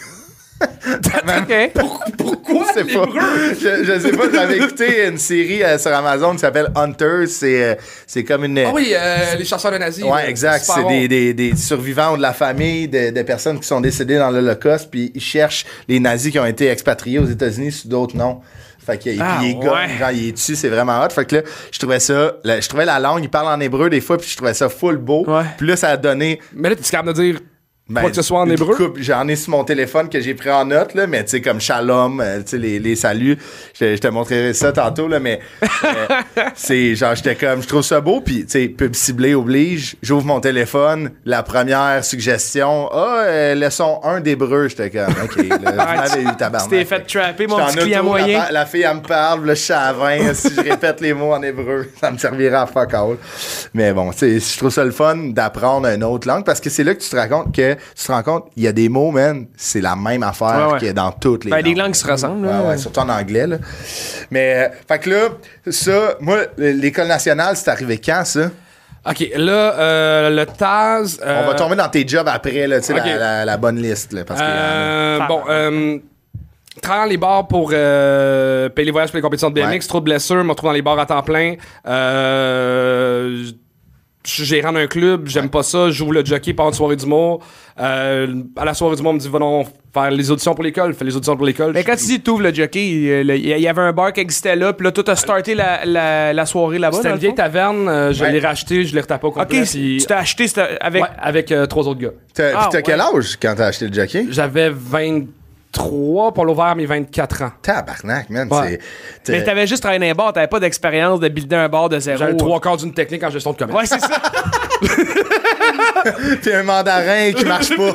[SPEAKER 2] OK.
[SPEAKER 5] Pourquoi?
[SPEAKER 1] sais pas. Je, je sais pas, j'avais écouté une série euh, sur Amazon qui s'appelle Hunter. C'est euh, c'est comme une.
[SPEAKER 5] Ah oui, euh, les chasseurs de nazis.
[SPEAKER 1] Ouais, exact. C'est des, des, des survivants ou de la famille, de, de personnes qui sont décédées dans l'Holocauste, puis ils cherchent les nazis qui ont été expatriés aux États-Unis sous d'autres noms. Fait que, et puis
[SPEAKER 2] Ah,
[SPEAKER 1] ils
[SPEAKER 2] ouais.
[SPEAKER 1] gagnent quand ils les tuent, c'est vraiment hot. Fait que là, je trouvais ça, là, je trouvais la langue, ils parlent en hébreu des fois, puis je trouvais ça full beau.
[SPEAKER 2] Ouais.
[SPEAKER 1] Puis là, ça a donné
[SPEAKER 5] Mais là, tu es capable de dire
[SPEAKER 1] ben,
[SPEAKER 5] quoi que ce soit en
[SPEAKER 1] une
[SPEAKER 5] hébreu.
[SPEAKER 1] couple- J'en ai sur mon téléphone que j'ai pris en note, là, mais tu sais, comme shalom, euh, tu sais, les, les saluts. Je, je te montrerai ça tantôt, là, mais euh, c'est genre, j'étais comme, je trouve ça beau, puis tu sais, pub ciblé oblige. J'ouvre mon téléphone, la première suggestion, ah, euh, leçon 1 d'hébreu. J'étais comme, OK, là, vous
[SPEAKER 2] Ah,
[SPEAKER 1] m'avez eu,
[SPEAKER 2] Tu
[SPEAKER 1] tabarnak.
[SPEAKER 2] t'es fait trapper, mon
[SPEAKER 1] J'étais en
[SPEAKER 2] petit client
[SPEAKER 1] auto, la
[SPEAKER 2] moyen.
[SPEAKER 1] pa- La, fille, elle me parle, le chavin. si je répète les mots en hébreu, ça me servira à fuck all. Mais bon, tu sais, je trouve ça le fun d'apprendre une autre langue parce que c'est là que tu te racontes que tu te rends compte, il y a des mots, man, c'est la même affaire
[SPEAKER 2] Ouais, ouais.
[SPEAKER 1] qu'il y a dans toutes les
[SPEAKER 2] Ben,
[SPEAKER 1] langues.
[SPEAKER 2] les langues qui se ressemblent, là.
[SPEAKER 1] Ouais, ouais, surtout en anglais, là. Mais, euh, fait que là, ça, moi, l'école nationale, c'est arrivé quand, ça?
[SPEAKER 5] Ok, là, euh, le Taz.
[SPEAKER 1] On va
[SPEAKER 5] euh,
[SPEAKER 1] tomber dans tes jobs après, là, tu sais, la-
[SPEAKER 5] ok.
[SPEAKER 1] la, la bonne liste, là, parce que...
[SPEAKER 5] Euh,
[SPEAKER 2] Pardon.
[SPEAKER 5] bon, euh, travaillant les bars pour euh, payer les voyages pour les compétitions de BMX,
[SPEAKER 1] Ouais.
[SPEAKER 5] trop de blessures, me retrouve dans les bars à temps plein. Euh, je suis gérant d'un club, j'aime pas ça, j'ouvre le jockey pendant une soirée d'humour. Euh, à la soirée d'humour, on me dit, va donc faire les auditions pour l'école, fais les auditions pour l'école.
[SPEAKER 2] Mais quand tu dis t'ouvres le jockey, euh, le- il y, y avait un bar qui existait là, puis là, tout a starté la, la, la soirée là-bas.
[SPEAKER 5] C'était
[SPEAKER 2] dans
[SPEAKER 5] une
[SPEAKER 2] le
[SPEAKER 5] vieille
[SPEAKER 2] fond.
[SPEAKER 5] taverne, euh, je
[SPEAKER 1] Ouais.
[SPEAKER 5] l'ai racheté, je l'ai retapé au
[SPEAKER 2] Ok,
[SPEAKER 5] complet.
[SPEAKER 2] c'est-
[SPEAKER 5] puis-
[SPEAKER 2] tu t'as acheté c'était avec.
[SPEAKER 5] Ouais, avec euh, trois autres gars.
[SPEAKER 1] T'as
[SPEAKER 2] ah,
[SPEAKER 1] puis t'as quel
[SPEAKER 2] ouais.
[SPEAKER 1] âge quand t'as acheté le jockey?
[SPEAKER 5] J'avais 23 pour l'ouvert, mais 24 ans.
[SPEAKER 1] Tabarnak, man,
[SPEAKER 5] Ouais.
[SPEAKER 1] c'est... t'es-
[SPEAKER 2] Mais t'avais juste travaillé dans un bar, t'avais pas d'expérience de builder un bar de zéro.
[SPEAKER 5] J'avais trois quarts d'une technique en gestion de commerce.
[SPEAKER 2] Ouais, c'est ça.
[SPEAKER 1] Puis un mandarin qui marche pas.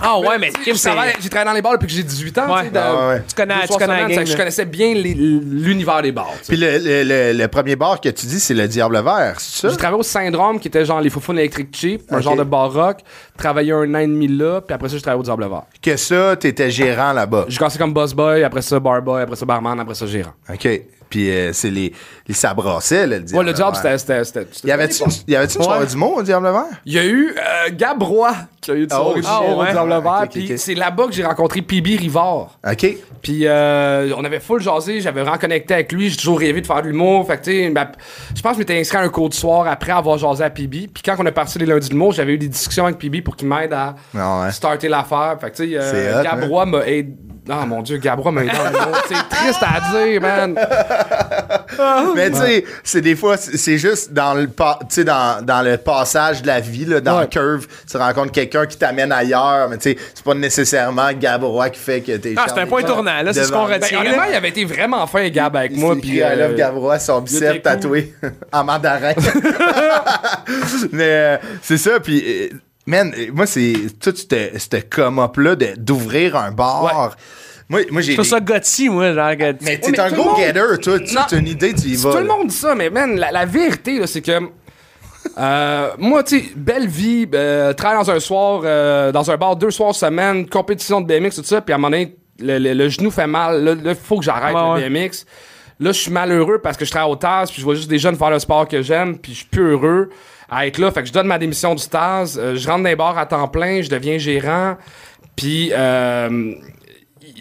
[SPEAKER 2] Ah ouais, mais Kim,
[SPEAKER 5] Je
[SPEAKER 2] c'est.
[SPEAKER 5] travaille- J'ai travaillé dans les bars depuis que j'ai 18 ans.
[SPEAKER 2] Ouais.
[SPEAKER 5] tu sais, dans-
[SPEAKER 1] Ah ouais.
[SPEAKER 2] Tu connais,
[SPEAKER 5] deux,
[SPEAKER 2] tu
[SPEAKER 5] trois
[SPEAKER 2] connais la
[SPEAKER 5] semaines,
[SPEAKER 2] gang.
[SPEAKER 5] fait que Je
[SPEAKER 2] là.
[SPEAKER 5] connaissais bien les- l'univers des bars. tu sais.
[SPEAKER 1] Puis le, le, le, le premier bar que tu dis, c'est le Diable Vert, c'est ça?
[SPEAKER 5] J'ai travaillé au Syndrome, qui était genre les foufounes électriques cheap, un
[SPEAKER 1] Ok.
[SPEAKER 5] genre de bar rock. Travaillé un an et demi là, puis après ça, j'ai travaillé au Diable Vert.
[SPEAKER 1] Que ça, t'étais gérant là-bas.
[SPEAKER 5] J'ai commencé comme boss boy, après ça, bar boy, après ça, barman, après ça, gérant.
[SPEAKER 1] OK. Puis euh, c'est les, les. Ça brassait, là, le diable.
[SPEAKER 5] Ouais, le job,
[SPEAKER 1] vert.
[SPEAKER 5] c'était- c'était. c'était- c'était-
[SPEAKER 1] Y avait-tu y avait-tu une soirée du monde au Diable Vert?
[SPEAKER 5] Il y a eu euh, Gab Roy qui a eu du
[SPEAKER 1] Ah,
[SPEAKER 5] son
[SPEAKER 1] oh,
[SPEAKER 5] au
[SPEAKER 2] shit, ouais.
[SPEAKER 5] Diable
[SPEAKER 1] Ok,
[SPEAKER 5] Vert,
[SPEAKER 1] ok,
[SPEAKER 5] puis
[SPEAKER 1] ok.
[SPEAKER 5] C'est là-bas que j'ai rencontré PB Rivard.
[SPEAKER 1] OK.
[SPEAKER 5] Puis euh, on avait full jasé, j'avais vraiment connecté avec lui, j'ai toujours rêvé de faire de l'humour. Fait que tu sais, ma- je pense que je m'étais inscrit à un cours du soir après avoir jasé à PB. Puis quand on a parti les lundis de l'humour, j'avais eu des discussions avec PB pour qu'il m'aide à
[SPEAKER 1] Ah ouais.
[SPEAKER 5] starter l'affaire. Fait que tu sais,
[SPEAKER 1] C'est
[SPEAKER 5] euh,
[SPEAKER 1] hot,
[SPEAKER 5] Gab
[SPEAKER 1] hein?
[SPEAKER 5] Roy m'a aidé. Ah mon dieu, Gabrois m'a aidé dans l'humour. C'est triste à dire, man.
[SPEAKER 2] Oh,
[SPEAKER 1] Mais tu sais, c'est des fois, c'est c'est juste dans le, pa- tu sais, dans, dans le passage de la vie, là, dans
[SPEAKER 5] Ouais.
[SPEAKER 1] le curve, tu rencontres quelqu'un qui t'amène ailleurs, mais tu sais, c'est pas nécessairement Gabrois qui fait que t'es.
[SPEAKER 2] Ah, c'est un point tournant, là, c'est ce qu'on
[SPEAKER 1] devant-
[SPEAKER 5] Ben,
[SPEAKER 2] retient.
[SPEAKER 5] honnêtement, il avait été vraiment fin, Gab, avec moi.
[SPEAKER 1] C'est
[SPEAKER 5] Puis
[SPEAKER 1] écrit I love
[SPEAKER 5] euh,
[SPEAKER 1] Gabrois, son
[SPEAKER 5] était
[SPEAKER 1] bicep
[SPEAKER 5] cool.
[SPEAKER 1] tatoué en mandarin. Mais euh, c'est ça, puis euh, man, euh, moi c'est tout ce ce come up là d'ouvrir un bar. Moi, moi j'ai
[SPEAKER 2] Je trouve
[SPEAKER 1] des-
[SPEAKER 2] ça gotti, moi, genre, gotti.
[SPEAKER 1] mais
[SPEAKER 5] Ouais,
[SPEAKER 1] t'es
[SPEAKER 5] mais
[SPEAKER 1] un
[SPEAKER 5] tout le
[SPEAKER 1] gros
[SPEAKER 5] monde-
[SPEAKER 1] getter, toi, tu
[SPEAKER 5] Non.
[SPEAKER 1] as une idée, tu y
[SPEAKER 5] Si
[SPEAKER 1] vas.
[SPEAKER 5] Tout le
[SPEAKER 1] là.
[SPEAKER 5] monde dit ça, mais man, la, la vérité, là, c'est que. euh, moi, tu sais, belle vie, euh, travaille dans un soir, euh, dans un bar deux soirs semaine, compétition de BMX, tout ça, puis à un moment donné, le, le- le genou fait mal, là, il faut que j'arrête
[SPEAKER 2] Ouais,
[SPEAKER 5] le BMX. Là, je suis malheureux parce que je travaille au TAS, puis je vois juste des jeunes faire le sport que j'aime, puis je suis plus heureux à être là. Fait que je donne ma démission du TAS, euh, je rentre dans les bars à temps plein, je deviens gérant, puis euh,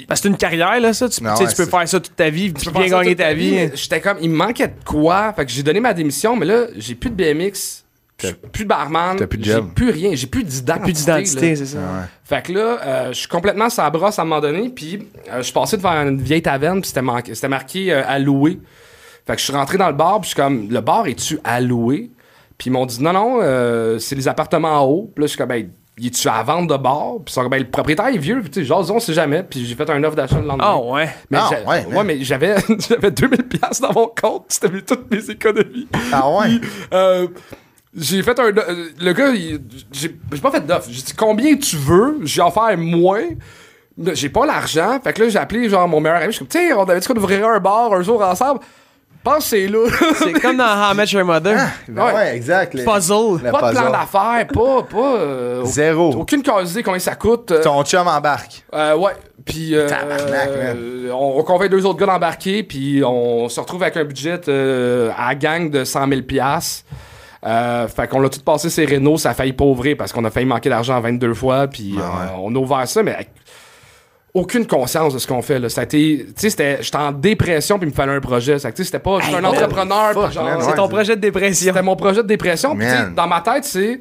[SPEAKER 2] Parce que c'est une carrière, là, ça. Tu,
[SPEAKER 1] Ah
[SPEAKER 2] tu sais,
[SPEAKER 1] ouais,
[SPEAKER 2] tu peux
[SPEAKER 1] c'est-
[SPEAKER 2] faire ça toute ta vie, puis
[SPEAKER 5] tu peux
[SPEAKER 2] bien
[SPEAKER 5] faire ça
[SPEAKER 2] gagner
[SPEAKER 5] toute
[SPEAKER 2] ta vie.
[SPEAKER 5] mais J'étais comme, il me manquait de quoi. Fait que j'ai donné ma démission, mais là, j'ai plus de BMX. j'ai plus de barman.
[SPEAKER 1] t'as plus de
[SPEAKER 5] J'ai
[SPEAKER 1] job.
[SPEAKER 5] plus rien. J'ai plus d'identité.
[SPEAKER 2] Plus d'identité,
[SPEAKER 5] là.
[SPEAKER 2] c'est ça.
[SPEAKER 5] Fait que là, euh, je suis complètement sans brosse à un moment donné. Puis euh, je suis passé devant une vieille taverne, puis c'était manqué- c'était marqué euh, à louer. Fait que je suis rentré dans le bar, puis je suis comme, le bar, es-tu à louer? Puis ils m'ont dit, non, non, euh, c'est les appartements en haut. Puis là, je suis comme, ben, es-tu à vendre de bar? Puis ils sont comme, ben, le propriétaire est vieux, puis tu sais, genre, on sait jamais. Puis j'ai fait un offre d'achat le lendemain.
[SPEAKER 2] Ah, ouais.
[SPEAKER 5] Mais
[SPEAKER 1] Ah,
[SPEAKER 5] j'a-
[SPEAKER 1] ouais,
[SPEAKER 5] ouais,
[SPEAKER 1] man.
[SPEAKER 5] mais j'avais j'avais 2000 pièces dans mon compte, c'était mis toutes mes économies.
[SPEAKER 1] Ah ouais.
[SPEAKER 5] Puis, euh, j'ai fait un euh, le gars il- j'ai j'ai pas fait d'offre. J'ai dit combien tu veux, j'ai offert moins. mais J'ai pas l'argent. Fait que là j'ai appelé genre mon meilleur ami, je suis comme tiens, on avait dit qu'on ouvrirait un bar un jour ensemble. Je pense que c'est là.
[SPEAKER 2] C'est comme dans How I Met Your Mother.
[SPEAKER 1] Ben ouais, exact. les-
[SPEAKER 2] Puzzle.
[SPEAKER 1] le
[SPEAKER 5] pas de plan
[SPEAKER 1] puzzle.
[SPEAKER 5] d'affaires, pas pas euh,
[SPEAKER 1] Ben, Zéro.
[SPEAKER 5] Aucune curiosité combien ça coûte. euh,
[SPEAKER 1] Ton chum embarque.
[SPEAKER 5] Euh, ouais, puis euh,
[SPEAKER 1] Tabarnak,
[SPEAKER 5] euh, on, on convainc deux autres gars d'embarquer, puis on se retrouve avec un budget euh, à gang de 100 000 piastres. Euh, fait qu'on l'a tout passé ses rénaux, ça a failli pas ouvrir parce qu'on a failli manquer d'argent 22 fois, puis euh, on a ouvert ça, mais avec aucune conscience de ce qu'on fait. Là. Ça a été, tu sais, c'était- j'étais en dépression, puis il me fallait un projet. Ça fait que, tu sais, c'était pas, j'étais un
[SPEAKER 1] holy
[SPEAKER 5] entrepreneur,
[SPEAKER 1] fuck,
[SPEAKER 5] puis genre,
[SPEAKER 1] man,
[SPEAKER 5] c'est
[SPEAKER 1] ouais.
[SPEAKER 2] C'est ton projet de dépression.
[SPEAKER 5] c'était mon projet de dépression. Puis, tu sais,
[SPEAKER 1] Man.
[SPEAKER 5] dans ma tête, c'est.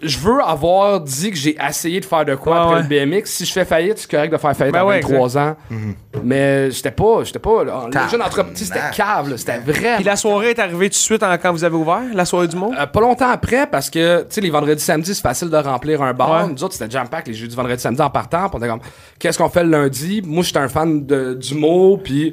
[SPEAKER 5] Je veux avoir dit que j'ai essayé de faire de quoi
[SPEAKER 2] Ouais,
[SPEAKER 5] après le BMX. Si je fais faillite, c'est correct de faire faillite
[SPEAKER 2] Ben
[SPEAKER 5] à
[SPEAKER 2] ouais,
[SPEAKER 5] 23 ans.
[SPEAKER 1] Mhm.
[SPEAKER 5] Mais j'étais pas. J'étais pas. là,
[SPEAKER 1] Tabarnak.
[SPEAKER 5] Le jeune entreprise, c'était cave, là, C'était vrai.
[SPEAKER 2] Puis la soirée est arrivée tout de suite en- quand vous avez ouvert, la soirée du monde.
[SPEAKER 5] Euh, pas longtemps après, parce que, tu sais, les vendredis, samedis, c'est facile de remplir un bar.
[SPEAKER 2] Ouais.
[SPEAKER 5] Nous autres, c'était jam-pack les jeudis, vendredis, samedi en partant. Puis on était comme, qu'est-ce qu'on fait le lundi? Moi, j'étais un fan de- d'humour, puis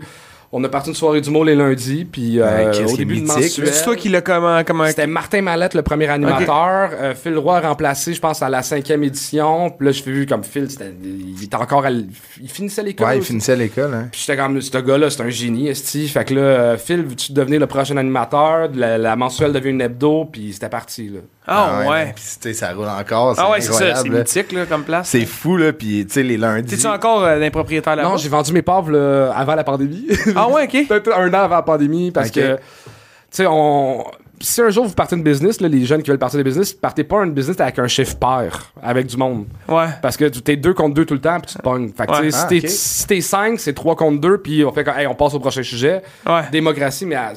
[SPEAKER 5] on a parti une soirée d'humour les lundis, puis euh,
[SPEAKER 1] Ouais, Chris,
[SPEAKER 5] au
[SPEAKER 1] qui est
[SPEAKER 5] début de
[SPEAKER 1] mythique.
[SPEAKER 5] mensuel.
[SPEAKER 2] C'est toi qui l'as euh, comment, comment...
[SPEAKER 5] Euh, C'était Martin Mallette, le premier animateur. Euh, Phil Roy a remplacé, je pense, à la cinquième édition. Puis là, je fais vu comme Phil, c'était- il était encore à l- Il finissait l'école.
[SPEAKER 1] Ouais, il
[SPEAKER 5] aussi.
[SPEAKER 1] finissait l'école, hein.
[SPEAKER 5] Puis j'étais comme, ce gars-là, c'est un génie, esti. Fait que là, euh, Phil, veux-tu devenir le prochain animateur? La, la mensuelle devient une hebdo, puis c'était parti, là.
[SPEAKER 2] Ah ouais.
[SPEAKER 1] ben, Puis, tu sais, ça roule encore.
[SPEAKER 2] Ah ouais, c'est ça. C'est
[SPEAKER 1] incroyable, là.
[SPEAKER 2] mythique, là, comme place.
[SPEAKER 1] C'est fou, là. Puis, tu sais, les lundis.
[SPEAKER 2] T'es-tu encore euh, d'un propriétaire là-bas?
[SPEAKER 5] Non, j'ai vendu mes pauvres là, avant la pandémie.
[SPEAKER 2] Ah ouais, ok.
[SPEAKER 5] Peut-être un an avant la pandémie, parce
[SPEAKER 1] Ok.
[SPEAKER 5] que, tu sais, on... Si un jour vous partez de business, là, les jeunes qui veulent partir de business, partez pas un business avec un chiffre pair, avec du monde.
[SPEAKER 2] Ouais.
[SPEAKER 5] Parce que tu- t'es deux contre deux tout le temps, puis tu te pognes. Fait que,
[SPEAKER 2] Ouais.
[SPEAKER 5] tu sais,
[SPEAKER 1] Ah,
[SPEAKER 5] si
[SPEAKER 1] ok.
[SPEAKER 5] t'es si t'es cinq, c'est trois contre deux, puis on fait comme, hey, on passe au prochain sujet.
[SPEAKER 2] Ouais.
[SPEAKER 5] Démocratie, mais à-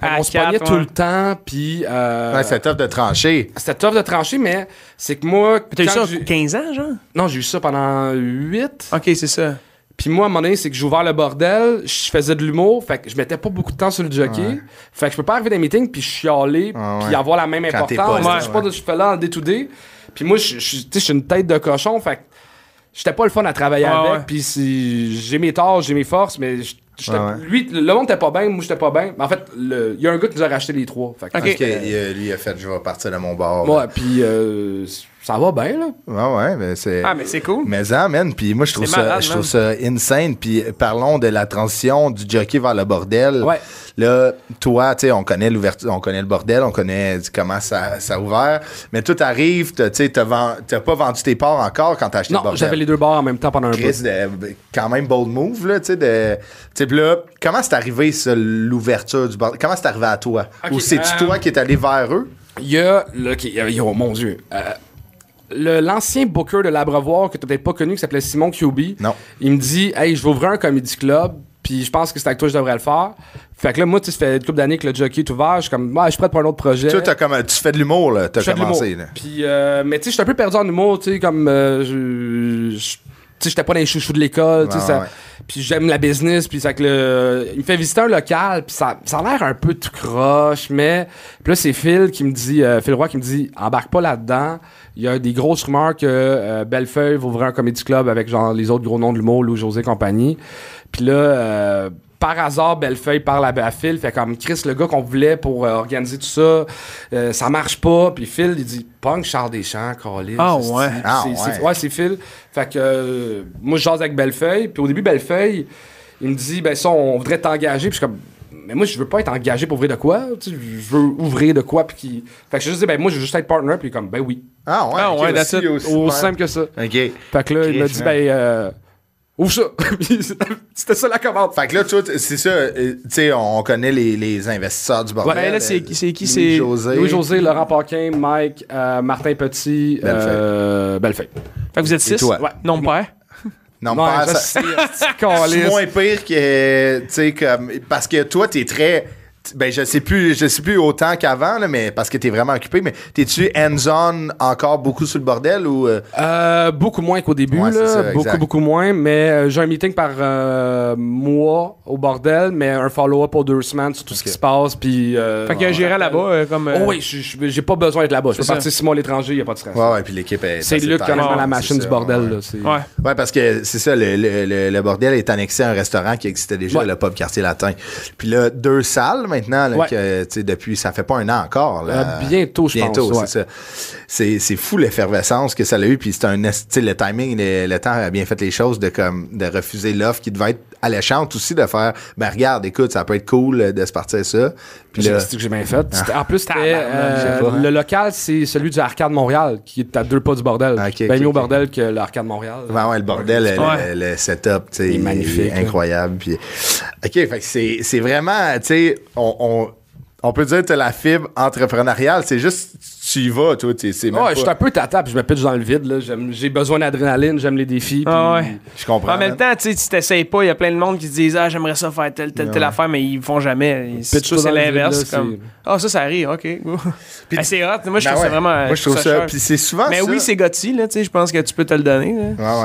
[SPEAKER 2] À
[SPEAKER 5] on se
[SPEAKER 2] quatre,
[SPEAKER 5] pognait
[SPEAKER 2] ouais.
[SPEAKER 5] tout le temps, puis euh,
[SPEAKER 1] Ouais, c'est top de trancher.
[SPEAKER 5] c'était tough de trancher, mais c'est que moi,
[SPEAKER 2] T'as eu
[SPEAKER 5] quand
[SPEAKER 2] ça
[SPEAKER 5] j'ai-
[SPEAKER 2] 15 ans, genre?
[SPEAKER 5] non, j'ai eu ça pendant huit.
[SPEAKER 2] Ok, c'est ça.
[SPEAKER 5] Puis moi, à un moment donné, c'est que j'ai ouvert le bordel, je faisais de l'humour, fait que je mettais pas beaucoup de temps sur le jockey. Fait que je peux pas arriver dans les meetings puis chialer
[SPEAKER 1] Ah ouais.
[SPEAKER 5] puis avoir la même
[SPEAKER 1] Quand t'es
[SPEAKER 5] importance.
[SPEAKER 1] pas là,
[SPEAKER 5] Je suis pas de- je fais là en day to day. Puis moi, je je- tu sais, je suis une tête de cochon, fait que j'étais pas le fun à travailler
[SPEAKER 2] Ah ouais.
[SPEAKER 5] avec. Puis si- j'ai mes torts, j'ai mes forces, mais je- j'étais-
[SPEAKER 1] Ah ouais.
[SPEAKER 5] lui, le monde était pas bien, moi j'étais pas bien. Mais En fait, le- il y a un gars qui nous a racheté les trois. Fait que-
[SPEAKER 2] Ok.
[SPEAKER 1] Parce que euh, lui, il a fait, je vais partir de mon bar.
[SPEAKER 5] Ouais, puis euh, Ça va bien, là.
[SPEAKER 1] Ouais, ouais, mais c'est.
[SPEAKER 2] Ah, mais c'est cool.
[SPEAKER 1] Mais ça, man, puis moi je trouve
[SPEAKER 2] C'est
[SPEAKER 1] ça
[SPEAKER 2] malade,
[SPEAKER 1] je
[SPEAKER 2] man.
[SPEAKER 1] trouve ça insane puis euh, parlons de la transition du jockey vers le bordel.
[SPEAKER 5] Ouais.
[SPEAKER 1] Là, toi, tu sais, on connaît l'ouverture, on connaît le bordel, on connaît comment ça, ça a ouvert, mais tout arrive, t'as- tu sais, t'as vend- t'as pas vendu tes parts encore quand t'as acheté le
[SPEAKER 5] Non,
[SPEAKER 1] bordel.
[SPEAKER 5] j'avais les deux bars en même temps pendant un peu.
[SPEAKER 1] Chris, de- quand même bold move, là, tu sais, de... Tu sais, pis là, comment c'est arrivé, ça, l'ouverture du bordel? Comment c'est arrivé à toi?
[SPEAKER 5] Ok,
[SPEAKER 1] Ou c'est-tu
[SPEAKER 5] euh,
[SPEAKER 1] toi qui est allé vers eux?
[SPEAKER 5] Il y a. Là, ok, il y a- yo, mon Dieu. Euh, le- L'ancien booker de l'Abrevoir, que t'as peut-être pas connu, qui s'appelait Simon QB.
[SPEAKER 1] Non.
[SPEAKER 5] Il me dit Hey, je vais ouvrir un comedy club, puis je pense que c'est avec toi que je devrais le faire. Fait que là, moi, tu sais, ça fait une couple d'années que le jockey est ouvert. Je suis comme, ouais, je suis prêt pour un autre projet.
[SPEAKER 1] Toi, t'as comme, tu fais de l'humour, là, t'as
[SPEAKER 5] Euh, Je fais de
[SPEAKER 1] commencé,
[SPEAKER 5] l'humour.
[SPEAKER 1] là.
[SPEAKER 5] Puis, euh, mais tu sais, j'étais un peu perdu en humour, tu sais, comme euh, je, je- tu sais, j'étais pas dans les chouchous de l'école, tu sais,
[SPEAKER 1] Ouais,
[SPEAKER 5] ça-
[SPEAKER 1] ouais.
[SPEAKER 5] Puis j'aime la business, puis ça que le, il me fait visiter un local, puis ça, ça a l'air un peu tout croche, mais puis là c'est Phil qui me dit, euh, Phil Roy qui me dit, embarque pas là-dedans. Il y a des grosses rumeurs que euh, Bellefeuille va ouvrir un comedy club avec genre les autres gros noms de l'humour, Lou José compagnie. Puis là, euh, par hasard, Bellefeuille parle à, à Phil, fait comme Chris, le gars qu'on voulait pour euh, organiser tout ça, euh, ça marche pas. Puis Phil, il dit Punk Charles Deschamps, Carlis.
[SPEAKER 2] Ah
[SPEAKER 5] c'est-
[SPEAKER 2] ouais.
[SPEAKER 5] c'est-
[SPEAKER 1] Ah
[SPEAKER 5] c'est-
[SPEAKER 1] ouais.
[SPEAKER 5] Ouais, c'est Phil. Fait que euh, moi, je jase avec Bellefeuille. Puis au début, Bellefeuille, il me dit Ben ça, on voudrait t'engager. Puis je suis comme mais moi, je veux pas être engagé pour ouvrir de quoi. Tu sais, je veux ouvrir de quoi. Puis qui... Fait que je lui dis, ben moi, je veux juste être partner. Puis il est comme, ben oui.
[SPEAKER 1] Ah ouais,
[SPEAKER 2] Ah
[SPEAKER 1] ok,
[SPEAKER 2] ouais,
[SPEAKER 1] aussi,
[SPEAKER 2] that's it.
[SPEAKER 1] aussi, ouais.
[SPEAKER 5] Aussi simple que ça.
[SPEAKER 1] OK.
[SPEAKER 5] Fait que là, il me
[SPEAKER 1] Chris,
[SPEAKER 5] dit,
[SPEAKER 1] man.
[SPEAKER 5] ben, euh, ouvre ça. Puis C'était ça la commande.
[SPEAKER 1] Fait que là, toi, t- c'est ça, euh, tu sais, on connaît les, les investisseurs du bordel.
[SPEAKER 2] Ben là, c'est
[SPEAKER 1] euh,
[SPEAKER 2] qui- c'est qui,
[SPEAKER 1] Louis
[SPEAKER 2] c'est-
[SPEAKER 1] José.
[SPEAKER 5] Louis-José, Laurent Paquin, Mike, euh, Martin Petit,
[SPEAKER 1] Bellefeuille.
[SPEAKER 5] euh, Bellefeuille.
[SPEAKER 2] Fait que vous êtes six.
[SPEAKER 1] toi?
[SPEAKER 2] Ouais. Non, père.
[SPEAKER 1] Non,
[SPEAKER 5] Non,
[SPEAKER 1] pas
[SPEAKER 5] ça,
[SPEAKER 1] ça-
[SPEAKER 5] c'est-
[SPEAKER 1] C'est
[SPEAKER 5] Calisse.
[SPEAKER 1] moins pire que, tu sais, comme, parce que toi, t'es très, t- ben, je sais plus, je sais plus autant qu'avant, là, mais parce que t'es vraiment occupé, mais t'es-tu hands-on encore beaucoup sur le bordel ou, euh,
[SPEAKER 5] Euh, beaucoup moins qu'au début,
[SPEAKER 1] Ouais, c'est
[SPEAKER 5] là.
[SPEAKER 1] ça,
[SPEAKER 5] beaucoup,
[SPEAKER 1] exact.
[SPEAKER 5] beaucoup moins. Mais euh, j'ai un meeting par euh, mois au bordel, mais un follow-up aux deux semaines sur tout ce qui se passe. Puis, euh,
[SPEAKER 2] Fait qu'il y a un gérant là-bas, euh, comme. euh,
[SPEAKER 5] Oh oui, je- je- j'ai pas besoin d'être là-bas. Je peux
[SPEAKER 2] ça.
[SPEAKER 5] partir six mois à l'étranger, y a pas de stress.
[SPEAKER 1] ouais, ouais, puis l'équipe est.
[SPEAKER 5] C'est
[SPEAKER 1] assez
[SPEAKER 5] Luc qui
[SPEAKER 1] tight,
[SPEAKER 5] est dans
[SPEAKER 1] ouais,
[SPEAKER 5] la machine
[SPEAKER 1] Ah, c'est
[SPEAKER 5] du
[SPEAKER 1] ça,
[SPEAKER 5] bordel,
[SPEAKER 1] ouais.
[SPEAKER 5] là. C'est-
[SPEAKER 2] Ouais.
[SPEAKER 1] Ouais, parce que c'est ça, le, le- le- le bordel est annexé à un restaurant qui existait déjà,
[SPEAKER 5] Ouais.
[SPEAKER 1] le pub quartier latin. Puis là, deux salles maintenant, là,
[SPEAKER 5] Ouais.
[SPEAKER 1] que, tu sais, depuis, ça fait pas un an encore. là.
[SPEAKER 5] Euh, bientôt, je
[SPEAKER 1] Bientôt,
[SPEAKER 5] pense, ouais.
[SPEAKER 1] c'est ça. C'est, c'est fou l'effervescence que ça a eu. Puis c'est un, est- tu sais, le timing, le, le temps a bien fait les choses de comme de refuser l'offre qui devait être alléchante aussi de faire. Ben regarde, écoute, ça peut être cool euh, de se partir ça. Puis
[SPEAKER 5] J'ai-
[SPEAKER 1] là,
[SPEAKER 5] C'est ce que j'ai bien fait. C'était- En plus, c'était, euh,
[SPEAKER 1] Ah. je sais pas, hein.
[SPEAKER 5] le local, c'est celui du Arcade Montréal, qui est à deux pas du bordel.
[SPEAKER 1] Ah, ok,
[SPEAKER 5] ben
[SPEAKER 1] ok,
[SPEAKER 5] mieux au
[SPEAKER 1] ok.
[SPEAKER 5] bordel que l'Arcade Montréal.
[SPEAKER 1] Ouais, ouais, le bordel, le-
[SPEAKER 2] Ouais.
[SPEAKER 1] le, le setup, tu sais,
[SPEAKER 5] Il est magnifique,
[SPEAKER 1] il est incroyable. Puis, ok, fait que c'est, c'est vraiment, tu sais, on, on, on peut dire que t'as la fibre entrepreneuriale, c'est juste tu y vas, toi, tu sais, c'est même
[SPEAKER 5] Ouais, je suis
[SPEAKER 1] pas-
[SPEAKER 5] un peu tata, puis je me pitche dans le vide. là. J'aime- J'ai besoin d'adrénaline, j'aime les défis.
[SPEAKER 2] Ah
[SPEAKER 5] puis-
[SPEAKER 2] ouais.
[SPEAKER 1] je comprends.
[SPEAKER 2] En même
[SPEAKER 1] man.
[SPEAKER 2] temps, tu sais, tu t'essayes pas, il y a plein de monde qui se disent Ah, j'aimerais ça faire telle, telle, telle affaire, mais ils le font jamais. Ils- C'est
[SPEAKER 5] Pitch-toi dans le vide, là,
[SPEAKER 2] l'inverse.
[SPEAKER 5] c'est-
[SPEAKER 2] comme, Ah, ça, ça arrive, ok. Ah, c'est hot. Moi, je
[SPEAKER 1] Ben
[SPEAKER 2] trouve
[SPEAKER 1] ouais.
[SPEAKER 2] ça vraiment.
[SPEAKER 1] Moi, je trouve ça.
[SPEAKER 2] cher.
[SPEAKER 1] Puis c'est souvent
[SPEAKER 2] Mais
[SPEAKER 1] ça.
[SPEAKER 2] oui, c'est Gotti, là, tu sais, je pense que tu peux te le donner. là.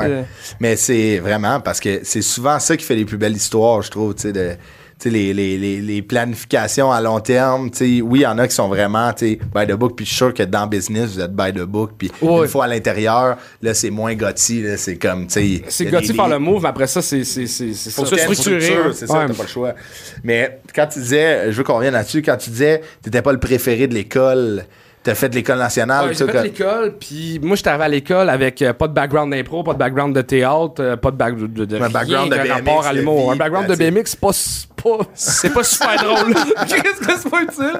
[SPEAKER 1] Ouais, ouais.
[SPEAKER 2] C'est-
[SPEAKER 1] Mais c'est vraiment parce que c'est souvent ça qui fait les plus belles histoires, je trouve, tu sais, de. tu sais, les, les, les, les planifications à long terme, tu sais, oui, il y en a qui sont vraiment tu sais, by the book, puis je suis sûr que dans business, vous êtes by the book, puis
[SPEAKER 5] Ouais.
[SPEAKER 1] une fois à l'intérieur, là, c'est moins gotti, là, c'est comme, tu sais...
[SPEAKER 5] C'est
[SPEAKER 1] il y a
[SPEAKER 5] Gotti
[SPEAKER 1] des-
[SPEAKER 5] par le move, mais après ça, c'est c'est- c'est- c'est ça.
[SPEAKER 1] faut que
[SPEAKER 2] soit
[SPEAKER 1] tu aies
[SPEAKER 2] structuré,
[SPEAKER 1] structure,
[SPEAKER 2] hein.
[SPEAKER 1] C'est ça,
[SPEAKER 5] Ouais.
[SPEAKER 1] t'as pas le choix. Mais quand tu disais, je veux qu'on revienne là-dessus, quand tu disais, t'étais pas le préféré de l'école, t'as fait l'école nationale,
[SPEAKER 5] Ouais,
[SPEAKER 1] tout ça,
[SPEAKER 5] j'ai fait
[SPEAKER 1] quand-
[SPEAKER 5] l'école, puis moi, j'étais arrivé à l'école avec euh, pas de background d'impro, pas de background de théâtre, euh, pas de, back- de, de rien,
[SPEAKER 1] background de
[SPEAKER 5] de
[SPEAKER 1] BMX,
[SPEAKER 5] rapport à
[SPEAKER 1] de
[SPEAKER 5] l'humour.
[SPEAKER 1] vie,
[SPEAKER 5] Un background de
[SPEAKER 1] là, tu sais.
[SPEAKER 5] BMX, c'est pas... c'est pas-
[SPEAKER 2] C'est pas super drôle.
[SPEAKER 5] Qu'est-ce que c'est pas utile?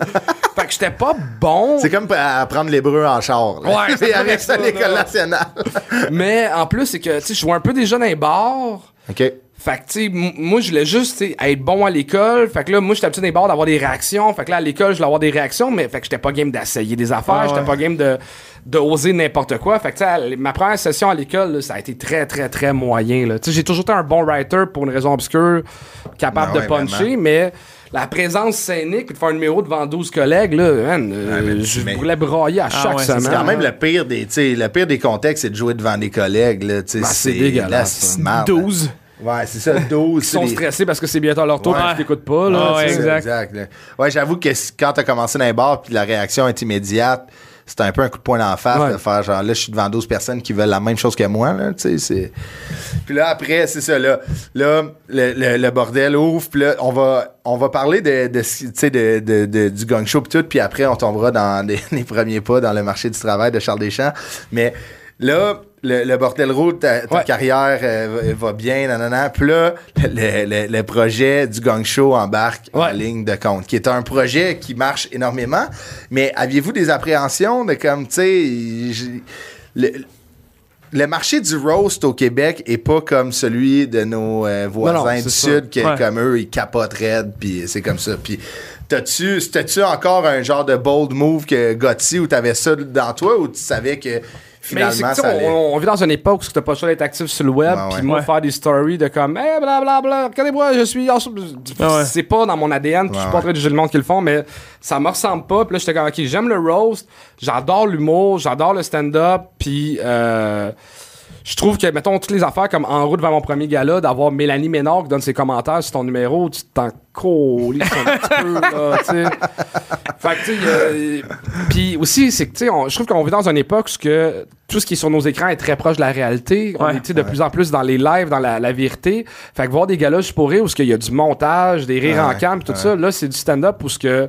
[SPEAKER 5] fait que j'étais pas bon.
[SPEAKER 1] C'est comme à apprendre l'hébreu en char. là.
[SPEAKER 5] Ouais, c'est
[SPEAKER 1] Et
[SPEAKER 5] pas
[SPEAKER 1] avec
[SPEAKER 5] ça,
[SPEAKER 1] ça, l'école
[SPEAKER 5] là.
[SPEAKER 1] nationale.
[SPEAKER 5] Mais en plus, c'est que, tu sais, je vois un peu des jeunes dans les bars.
[SPEAKER 1] OK.
[SPEAKER 5] Fait que, tu sais, m- moi, je voulais juste, tu sais, être bon à l'école. Fait que là, moi, j'étais habitué dans les bars d'avoir des réactions. Fait que là, à l'école, je voulais avoir des réactions, mais fait que j'étais pas game d'essayer des affaires.
[SPEAKER 2] Ah,
[SPEAKER 5] j'étais
[SPEAKER 2] ouais.
[SPEAKER 5] pas game de, de oser n'importe quoi. Fait que, tu sais, à l- ma première session à l'école, là, ça a été très, très, très moyen, là. Tu sais, j'ai toujours été un bon writer pour une raison obscure, capable
[SPEAKER 1] Ben
[SPEAKER 5] de
[SPEAKER 1] ouais,
[SPEAKER 5] puncher, mais la présence scénique puis de faire un numéro devant 12 collègues, là, man, euh,
[SPEAKER 1] Ouais, mais-
[SPEAKER 5] je
[SPEAKER 1] mais-
[SPEAKER 5] voulais brailler à chaque
[SPEAKER 2] Ah ouais, c'est
[SPEAKER 5] semaine.
[SPEAKER 1] C'est quand même le pire des, tu sais, le pire des contextes, c'est de jouer devant des collègues, là, tu sais,
[SPEAKER 5] Ben, c'est dégueulasse,
[SPEAKER 1] là, c'est
[SPEAKER 5] ça.
[SPEAKER 1] marre.
[SPEAKER 2] 12.
[SPEAKER 1] Ouais, c'est ça, 12.
[SPEAKER 5] Ils sont
[SPEAKER 1] c'est des-
[SPEAKER 5] stressés parce que c'est bientôt leur tour
[SPEAKER 1] Ouais.
[SPEAKER 5] et qu'ils t'écoutent pas. Là,
[SPEAKER 1] Ah,
[SPEAKER 2] ouais,
[SPEAKER 5] tu
[SPEAKER 1] c'est
[SPEAKER 5] sais.
[SPEAKER 1] ça,
[SPEAKER 2] exact.
[SPEAKER 1] là. Ouais, j'avoue que c- quand t'as commencé dans les bars puis la réaction est immédiate, c'est un peu un coup de poing dans la face
[SPEAKER 5] Ouais.
[SPEAKER 1] de faire genre là, je suis devant 12 personnes qui veulent la même chose que moi, là, tu sais, c'est. Puis là, après, c'est ça, là, là le, le- le bordel ouvre, puis là, on va, on va parler de, de, ce- tu sais, de- de- de- du gang show, puis tout, puis après, on tombera dans des- les premiers pas dans le marché du travail de Charles Deschamps. Mais là, le, le bordel roule, ta, ta
[SPEAKER 5] Ouais.
[SPEAKER 1] carrière euh, va va bien, nanana. Puis là, le, le- le projet du gang show embarque en
[SPEAKER 5] Ouais.
[SPEAKER 1] ligne de compte, qui est un projet qui marche énormément. Mais aviez-vous des appréhensions de comme, tu sais, j'ai- le- le marché du roast au Québec est pas comme celui de nos euh, voisins
[SPEAKER 5] Non, non,
[SPEAKER 1] du
[SPEAKER 5] c'est ça.
[SPEAKER 1] Sud, qui
[SPEAKER 2] Ouais.
[SPEAKER 1] comme eux, ils capotent raide, puis c'est comme ça. Puis t'as-tu, c'était-tu encore un genre de bold move que Gotti, où t'avais ça dans toi, ou tu savais que
[SPEAKER 5] Mais c'est
[SPEAKER 1] finalement
[SPEAKER 5] que, tu
[SPEAKER 1] ça
[SPEAKER 5] sais,
[SPEAKER 1] allait...
[SPEAKER 5] on, on vit dans une époque où t'as pas le choix d'être actif sur le web,
[SPEAKER 1] Ben ouais.
[SPEAKER 5] puis moi,
[SPEAKER 2] Ouais.
[SPEAKER 5] faire des stories de comme, eh, blablabla, regardez-moi, je suis. en-
[SPEAKER 2] ouais.
[SPEAKER 5] C'est pas dans mon ADN, puis je suis pas en train de juger le monde qui le font, mais ça me ressemble pas. Puis là, j'étais comme, ok, j'aime le roast, j'adore l'humour, j'adore le stand-up, puis. euh, je trouve que, mettons, toutes les affaires, comme en route vers mon premier gala, d'avoir Mélanie Ménard qui donne ses commentaires sur ton numéro, tu t'en colis un petit peu, là, tu sais. Fait que, tu sais, euh, Puis aussi, c'est que, tu sais, on- je trouve qu'on vit dans une époque où que tout ce qui est sur nos écrans est très proche de la réalité. On
[SPEAKER 2] Ouais.
[SPEAKER 5] est, tu sais, de plus en plus dans les lives, dans la, la vérité. Fait que voir des galas juste pour rire où il y a du montage, des rires en cam, tout ça, là, c'est du stand-up où ce que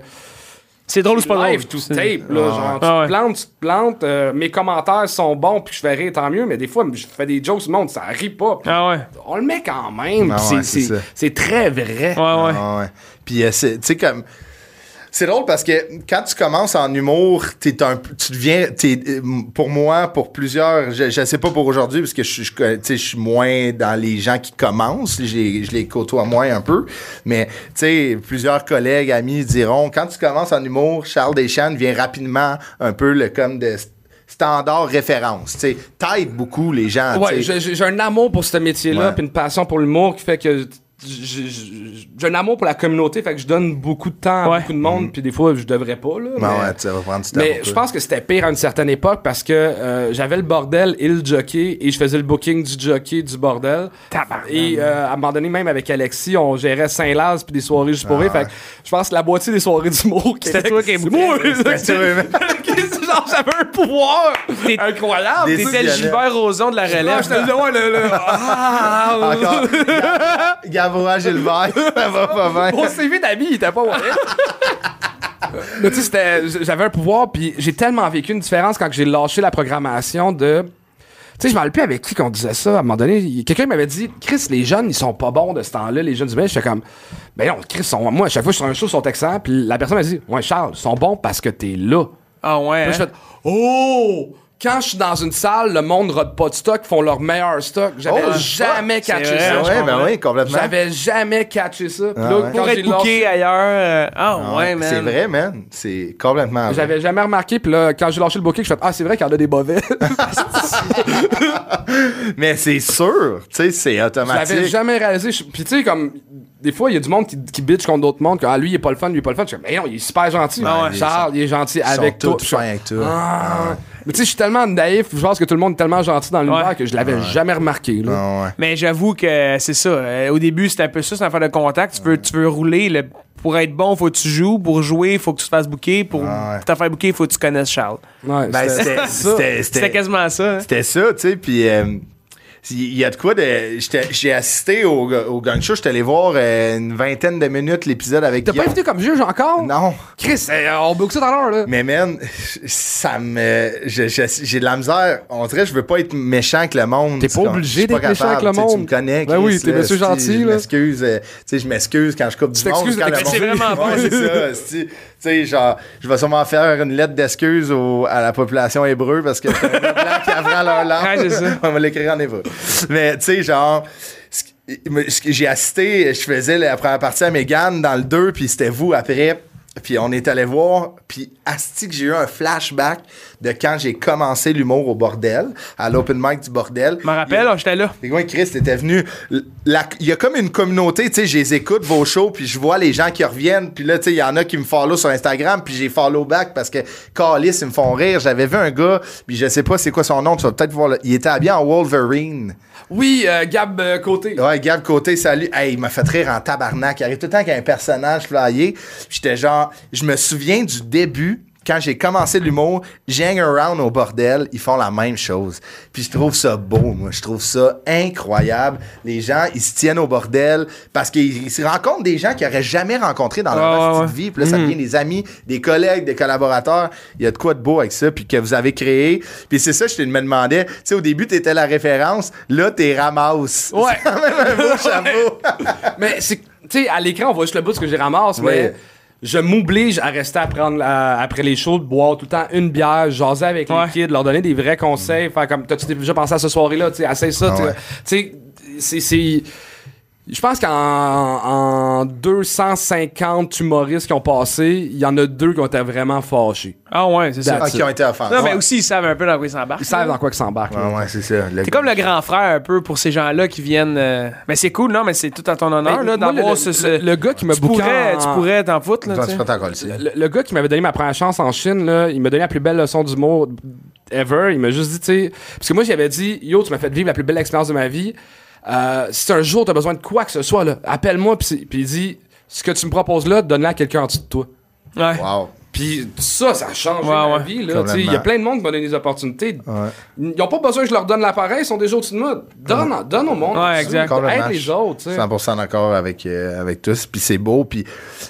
[SPEAKER 2] C'est drôle ou c'est pas
[SPEAKER 5] live
[SPEAKER 2] drôle?
[SPEAKER 5] tout
[SPEAKER 2] C'est-
[SPEAKER 5] tape là, genre tu
[SPEAKER 2] Ah ouais.
[SPEAKER 5] te plantes tu te plantes euh, mes commentaires sont bons puis je fais rire tant mieux mais des fois je fais des jokes du monde ça rit pas puis
[SPEAKER 2] Ah ouais.
[SPEAKER 5] on le met quand même
[SPEAKER 1] Ah
[SPEAKER 5] puis c'est-
[SPEAKER 1] ouais, c'est
[SPEAKER 5] c'est
[SPEAKER 1] ça.
[SPEAKER 5] c'est très vrai
[SPEAKER 2] Ouais, ouais.
[SPEAKER 1] Ah ouais. Puis, euh, c'est- tu sais, comme. C'est drôle parce que quand tu commences en humour, t'es un, p- tu deviens, t'es, euh, m- pour moi, pour plusieurs, je, je sais pas pour aujourd'hui parce que je, je, co- tu sais, je suis moins dans les gens qui commencent, je les, je les côtoie moins un peu, mais tu sais, plusieurs collègues, amis diront, quand tu commences en humour, Charles Deschamps devient rapidement un peu le comme de st- standard référence, tu sais, t'aides beaucoup les gens.
[SPEAKER 5] ouais
[SPEAKER 1] Ah, tu sais.
[SPEAKER 5] j'ai- j'ai j'ai un amour pour ce métier là
[SPEAKER 1] Ouais.
[SPEAKER 5] puis une passion pour l'humour qui fait que j'ai- j'ai j'ai un amour pour la communauté fait que je donne beaucoup de temps à
[SPEAKER 2] Ouais.
[SPEAKER 5] beaucoup de monde puis des fois je devrais pas là
[SPEAKER 1] Ben
[SPEAKER 5] mais-
[SPEAKER 1] Mm. ouais, ça va prendre du temps
[SPEAKER 5] Mais
[SPEAKER 1] pour
[SPEAKER 5] je
[SPEAKER 1] toi.
[SPEAKER 5] pense que c'était pire à une certaine époque parce que euh, j'avais le bordel et le jockey et je faisais le booking du jockey du bordel.
[SPEAKER 2] Tabarnak.
[SPEAKER 5] Et euh, à un moment donné, même avec Alexis, on gérait Saint-Laz puis des soirées juste pour rire.
[SPEAKER 1] Ah,
[SPEAKER 5] Fait que je pense que la moitié des soirées du mot
[SPEAKER 2] C'était toi qui
[SPEAKER 5] est
[SPEAKER 2] est
[SPEAKER 5] moi.
[SPEAKER 1] C'était toi, man.
[SPEAKER 5] C'est genre, j'avais un pouvoir
[SPEAKER 2] T'es-
[SPEAKER 5] incroyable.
[SPEAKER 1] Des-
[SPEAKER 2] Ah, T'étais le Gilbert Rozon de la
[SPEAKER 5] Là,
[SPEAKER 2] relève.
[SPEAKER 5] j'étais là, ouais, le- le- ah,
[SPEAKER 1] Encore. Gab- Gavroche Gilbert, ça va pas bien.
[SPEAKER 5] Mon CV d'amis, il était pas vrai. Mais tu sais, c'était- j'avais un pouvoir, puis j'ai tellement vécu une différence quand j'ai lâché la programmation de. Tu sais, je m'en rappelle plus avec qui qu'on disait ça. À un moment donné, il- quelqu'un m'avait dit Chris, les jeunes, ils sont pas bons de ce temps-là, les jeunes du Québec. J'étais comme Ben non, Chris, sont, moi, à chaque fois que je suis sur un show, ils sont excellents. Puis la personne m'a dit Ouais, Charles, ils sont bons parce que t'es là.
[SPEAKER 2] Ah ouais.
[SPEAKER 5] Puis
[SPEAKER 2] hein?
[SPEAKER 5] je fais Oh Quand je suis dans une salle, le monde rode pas de stock, font leur meilleur stock. J'avais
[SPEAKER 1] Oh,
[SPEAKER 5] jamais
[SPEAKER 2] c'est
[SPEAKER 5] catché
[SPEAKER 2] vrai,
[SPEAKER 5] ça.
[SPEAKER 1] Ben
[SPEAKER 2] je
[SPEAKER 1] ouais, ben
[SPEAKER 2] comprends.
[SPEAKER 1] oui, complètement. Ah,
[SPEAKER 5] J'avais jamais catché ça. Puis là,
[SPEAKER 1] ouais.
[SPEAKER 5] quand
[SPEAKER 2] Pour
[SPEAKER 5] j'ai
[SPEAKER 2] être
[SPEAKER 5] lancé-
[SPEAKER 2] booké ailleurs. euh, Ah
[SPEAKER 1] Ah
[SPEAKER 2] ouais,
[SPEAKER 1] ouais,
[SPEAKER 2] man.
[SPEAKER 1] C'est vrai, man. C'est complètement vrai.
[SPEAKER 5] J'avais jamais remarqué, puis là, quand j'ai lâché le bouquet, je fais Ah, c'est vrai qu'il y en a des mauvais.
[SPEAKER 1] Mais c'est sûr, tu sais, c'est
[SPEAKER 5] je l'avais
[SPEAKER 1] automatique.
[SPEAKER 5] jamais réalisé. Je- Puis tu sais, comme, des fois, il y a du monde qui, qui bitch contre d'autres mondes, que Ah, lui, il est pas le fun, lui, il est pas le fun. Je fais Mais non, il est super gentil.
[SPEAKER 1] Ah ouais.
[SPEAKER 5] Charles, il est gentil
[SPEAKER 1] Ils sont
[SPEAKER 5] avec toi.
[SPEAKER 1] tous
[SPEAKER 5] Puis je fais,
[SPEAKER 1] fins avec toi.
[SPEAKER 5] Ah. Mais tu sais, je suis tellement naïf, je pense que tout le monde est tellement gentil dans l'univers
[SPEAKER 2] Ouais.
[SPEAKER 5] que je l'avais jamais remarqué. là.
[SPEAKER 1] Ah ouais.
[SPEAKER 2] Mais j'avoue que c'est ça. Euh, Au début, c'était un peu ça, c'est une affaire de contact. Tu veux, tu veux rouler. le- Pour être bon, faut que tu joues. Pour jouer, faut que tu te fasses booker. Pour
[SPEAKER 1] Ah ouais.
[SPEAKER 2] te faire booker, faut que tu connaisses Charles.
[SPEAKER 5] Ouais,
[SPEAKER 1] Ben,
[SPEAKER 5] c'était-
[SPEAKER 1] c'était- c'était-
[SPEAKER 2] C'était
[SPEAKER 1] c'était
[SPEAKER 2] quasiment ça. hein.
[SPEAKER 1] C'était ça, tu sais, puis euh, il y a de quoi de... j'étais- J'ai assisté au, au gang show, j'étais allé voir euh, une vingtaine de minutes l'épisode avec
[SPEAKER 5] T'as pas
[SPEAKER 1] Guillaume.
[SPEAKER 5] invité comme juge encore?
[SPEAKER 1] Non.
[SPEAKER 5] Chris, eh, on boucle ça dans l'heure, là.
[SPEAKER 1] Mais man, ça me. je- je- J'ai de la misère. On dirait que je veux pas être méchant avec le monde.
[SPEAKER 5] T'es
[SPEAKER 1] C'est
[SPEAKER 5] pas
[SPEAKER 1] comme,
[SPEAKER 5] obligé
[SPEAKER 1] je suis pas
[SPEAKER 5] d'être méchant
[SPEAKER 1] capable,
[SPEAKER 5] avec le
[SPEAKER 1] tu sais,
[SPEAKER 5] monde.
[SPEAKER 1] Tu me connais.
[SPEAKER 5] Ben oui, t'es
[SPEAKER 1] là,
[SPEAKER 5] monsieur
[SPEAKER 1] si,
[SPEAKER 5] gentil,
[SPEAKER 1] Je
[SPEAKER 5] là.
[SPEAKER 1] m'excuse. euh, tu sais, je m'excuse quand je coupe du
[SPEAKER 5] Tu
[SPEAKER 1] monde.
[SPEAKER 5] t'excuses de
[SPEAKER 1] quand le
[SPEAKER 5] t'excuser
[SPEAKER 1] monde-
[SPEAKER 2] vraiment pas.
[SPEAKER 1] Ouais, c'est ça. si, Tu sais, genre, je vais sûrement faire une lettre d'excuse au- à la population hébreu parce que c'est un blanc qui apprend leur langue.
[SPEAKER 2] Ouais, c'est ça.
[SPEAKER 1] On va l'écrire en hébreu. Mais tu sais, genre. ce qui- me- ce que J'ai assisté, je faisais la première partie à Mégane dans le 2, puis c'était vous après. Puis on est allé voir, puis asti que j'ai eu un flashback de quand j'ai commencé l'humour au bordel, à l'open mic du bordel.
[SPEAKER 2] Je m'en rappelle, oh, j'étais là.
[SPEAKER 1] Les gars, Chris, t'étais venu. L- la- Il y a comme une communauté, tu sais, je les écoute, vos shows, puis je vois les gens qui reviennent. Puis là, tu sais, il y en a qui me follow sur Instagram, puis j'ai follow back parce que Calis, ils me font rire. J'avais vu un gars, puis je sais pas c'est quoi son nom, tu vas peut-être voir. le- Il était habillé en Wolverine.
[SPEAKER 5] Oui, euh, Gab euh, Côté.
[SPEAKER 1] Ouais, Gab Côté, salut. Hey, il m'a fait rire en tabarnak. Il arrive tout le temps qu'il y a un personnage flyé. Puis J'étais genre, je me souviens du début. Quand j'ai commencé l'humour, j'hang around au bordel, ils font la même chose. Puis je trouve ça beau, moi. Je trouve ça incroyable. Les gens, ils se tiennent au bordel parce qu'ils ils se rencontrent des gens qu'ils n'auraient jamais rencontrés dans leur
[SPEAKER 2] Ouais,
[SPEAKER 5] Ah,
[SPEAKER 1] petite
[SPEAKER 2] ouais, ouais.
[SPEAKER 1] vie. Puis
[SPEAKER 5] Hmm.
[SPEAKER 1] là, ça devient des amis, des collègues, des collaborateurs. Il y a de quoi de beau avec ça, puis que vous avez créé. Puis c'est ça, je te me demandais. Tu sais, au début, t'étais la référence. Là, t'es ramasse.
[SPEAKER 5] Ouais.
[SPEAKER 1] C'est quand même un beau chapeau.
[SPEAKER 5] Mais c'est, tu sais, à l'écran, on voit juste le bout de ce que j'ai ramasse,
[SPEAKER 1] Ouais.
[SPEAKER 5] mais je m'oblige à rester à prendre la- après les shows, de boire tout le temps une bière, jaser avec
[SPEAKER 2] Ouais.
[SPEAKER 5] les kids, leur donner des vrais conseils, faire comme, t'as-tu déjà pensé à ce soirée-là, tu sais, essaye ça,
[SPEAKER 1] Mm. Ah
[SPEAKER 5] tu
[SPEAKER 1] ouais.
[SPEAKER 5] sais, tu sais, c'est, c'est- je pense qu'en en 250 humoristes qui ont passé, il y en a deux qui ont été vraiment fâchés.
[SPEAKER 2] Ah ouais, c'est ça.
[SPEAKER 1] Ah, qui ont été offensés.
[SPEAKER 2] Non, mais aussi, ils savent un peu dans quoi ils s'embarquent.
[SPEAKER 5] Ils savent dans quoi ils s'embarquent. là.
[SPEAKER 1] Ouais, Ah, ouais, c'est ça.
[SPEAKER 2] T'es comme le grand frère un peu pour ces gens-là qui viennent. euh, Mais c'est cool, non? Mais c'est tout à ton honneur,
[SPEAKER 5] Mais
[SPEAKER 2] là,
[SPEAKER 5] Ben, moi,
[SPEAKER 2] d'avoir
[SPEAKER 5] le-
[SPEAKER 2] ce. ce-
[SPEAKER 5] le- le gars qui m'a
[SPEAKER 2] tu
[SPEAKER 5] booké
[SPEAKER 2] pourrais,
[SPEAKER 5] en-
[SPEAKER 2] tu pourrais t'en foutre, là.
[SPEAKER 1] Toi,
[SPEAKER 2] tu
[SPEAKER 1] tu
[SPEAKER 2] sais.
[SPEAKER 1] prends ta colle, c'est-
[SPEAKER 5] Le, le gars qui m'avait donné ma première chance en Chine, là, il m'a donné la plus belle leçon d'humour ever. Il m'a juste dit, tu sais, parce que moi j'avais dit, yo, tu m'as fait vivre la plus belle expérience de ma vie. Euh, si un jour t'as besoin de quoi que ce soit, là, appelle-moi. Puis c'est- puis il dit, ce que tu me proposes là, donne-le à quelqu'un en dessous de toi. Ah,
[SPEAKER 2] Ouais.
[SPEAKER 1] Wow.
[SPEAKER 5] Puis ça, ça change
[SPEAKER 2] Ouais,
[SPEAKER 5] ma
[SPEAKER 2] ouais.
[SPEAKER 5] vie. là. Tu sais, Il y a
[SPEAKER 1] Complètement.
[SPEAKER 5] plein de monde qui m'a donné des opportunités. Ils n'ont pas besoin que je leur donne l'appareil, ils sont déjà au-dessus de moi. Donne, donne au monde.
[SPEAKER 2] Ouais,
[SPEAKER 5] en dessous.
[SPEAKER 2] exact.
[SPEAKER 1] Complètement.
[SPEAKER 5] Aide les autres. tu sais.
[SPEAKER 1] 100% d'accord avec, euh, avec tous. Puis c'est beau. Puis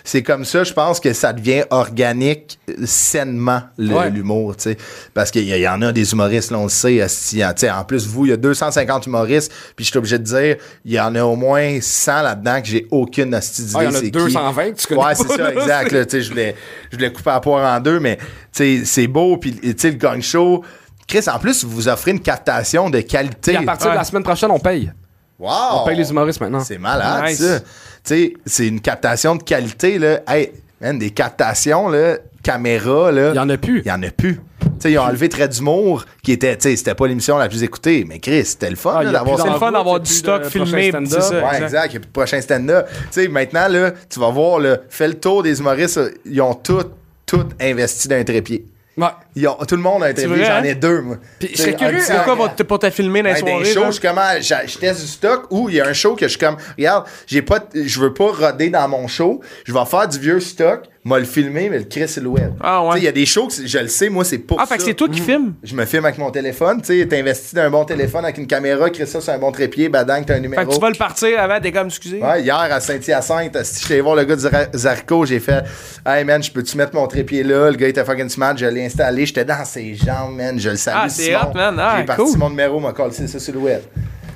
[SPEAKER 1] c'est comme ça, je pense que ça devient organique euh, sainement, le-
[SPEAKER 5] Ouais.
[SPEAKER 1] l'humour. tu sais. Parce qu'il y, a- il y en a des humoristes, là, on le sait. esti, hein, tu sais, En plus, vous, il y a 250 humoristes. Puis je suis obligé de dire, il y en a au moins 100 là-dedans que j'ai aucune hostie d'idée.
[SPEAKER 5] Ah, il y en a
[SPEAKER 1] c'est qui.
[SPEAKER 5] 220 que tu connais
[SPEAKER 1] Ouais,
[SPEAKER 5] pas,
[SPEAKER 1] c'est ça,
[SPEAKER 5] là,
[SPEAKER 1] exact. là, tu sais, je voulais, je voulais couper la poire en deux, mais tu sais, c'est beau. Puis tu sais, le gang show. Chris, en plus, vous offrez une captation de
[SPEAKER 5] Puis
[SPEAKER 1] qualité.
[SPEAKER 5] à partir de la
[SPEAKER 2] Ouais.
[SPEAKER 5] semaine prochaine, on paye.
[SPEAKER 1] Wow!
[SPEAKER 5] On paye les humoristes maintenant.
[SPEAKER 1] Oh. C'est malade,
[SPEAKER 2] Nice.
[SPEAKER 1] ça. Tu sais, c'est une captation de qualité, là. Hey, man, des captations, là, caméra, là.
[SPEAKER 5] Il y en a plus.
[SPEAKER 1] Il y en a plus. Tu sais, ils ont enlevé Trait d'humour, qui était, tu sais, c'était pas l'émission la plus écoutée, mais Chris, c'était le fun, là,
[SPEAKER 5] Ah, il y a
[SPEAKER 1] d'avoir
[SPEAKER 5] plus
[SPEAKER 1] ça.
[SPEAKER 2] C'est le
[SPEAKER 5] En
[SPEAKER 2] fun
[SPEAKER 5] gros,
[SPEAKER 2] d'avoir
[SPEAKER 5] c'est
[SPEAKER 2] du
[SPEAKER 5] plus
[SPEAKER 2] stock
[SPEAKER 5] de
[SPEAKER 2] filmé,
[SPEAKER 5] prochain
[SPEAKER 2] c'est
[SPEAKER 5] stand-up.
[SPEAKER 2] ça.
[SPEAKER 1] Ouais, exact. Il n'y a plus de prochain stand-up. Tu sais, maintenant, là, tu vas voir, là, fais le tour des humoristes, là, ils ont tout, tout investi d'un trépied.
[SPEAKER 5] Ouais.
[SPEAKER 1] Ils ont, tout le monde a un trépied,
[SPEAKER 2] vrai,
[SPEAKER 1] j'en
[SPEAKER 2] hein?
[SPEAKER 1] ai deux, moi.
[SPEAKER 5] Puis je
[SPEAKER 1] Tu sais,
[SPEAKER 5] serais
[SPEAKER 1] un
[SPEAKER 5] curieux,
[SPEAKER 1] petit-
[SPEAKER 2] C'est quoi pour te- pour te filmer dans
[SPEAKER 1] Ouais,
[SPEAKER 2] les
[SPEAKER 1] dans les
[SPEAKER 2] soirées,
[SPEAKER 1] shows,
[SPEAKER 2] là?
[SPEAKER 1] je, commence- j'a- je teste du stock ou il y a un show que je suis comme, regarde, j'ai pas, t- je veux pas roder dans mon show, je vais faire du vieux stock, m'a le filmer, mais le Chris c'est le web.
[SPEAKER 2] Ah ouais.
[SPEAKER 1] Tu sais, Il y a des shows que c'est- je le sais, moi c'est pour
[SPEAKER 2] Ah,
[SPEAKER 1] ça.
[SPEAKER 2] fait que c'est
[SPEAKER 5] Mm.
[SPEAKER 2] toi qui filmes?
[SPEAKER 1] Je me filme avec mon téléphone, tu sais, t'investis d'un bon téléphone avec une caméra, Chris ça sur un bon trépied, badang, t'as un numéro.
[SPEAKER 2] Fait que tu vas le partir avant, t'es comme, excusez.
[SPEAKER 1] Ouais, hier à Saint-Hyacinthe, si je suis allé voir le gars du Zarco, j'ai fait Hey man, je peux-tu mettre mon trépied là? Le gars était fucking smart, je l'ai installé, j'étais dans ses jambes, man, je le savais.
[SPEAKER 2] Ah, c'est hot, man. Ah,
[SPEAKER 1] j'ai
[SPEAKER 2] cool.
[SPEAKER 1] parti mon numéro, m'a collé ça sur le web.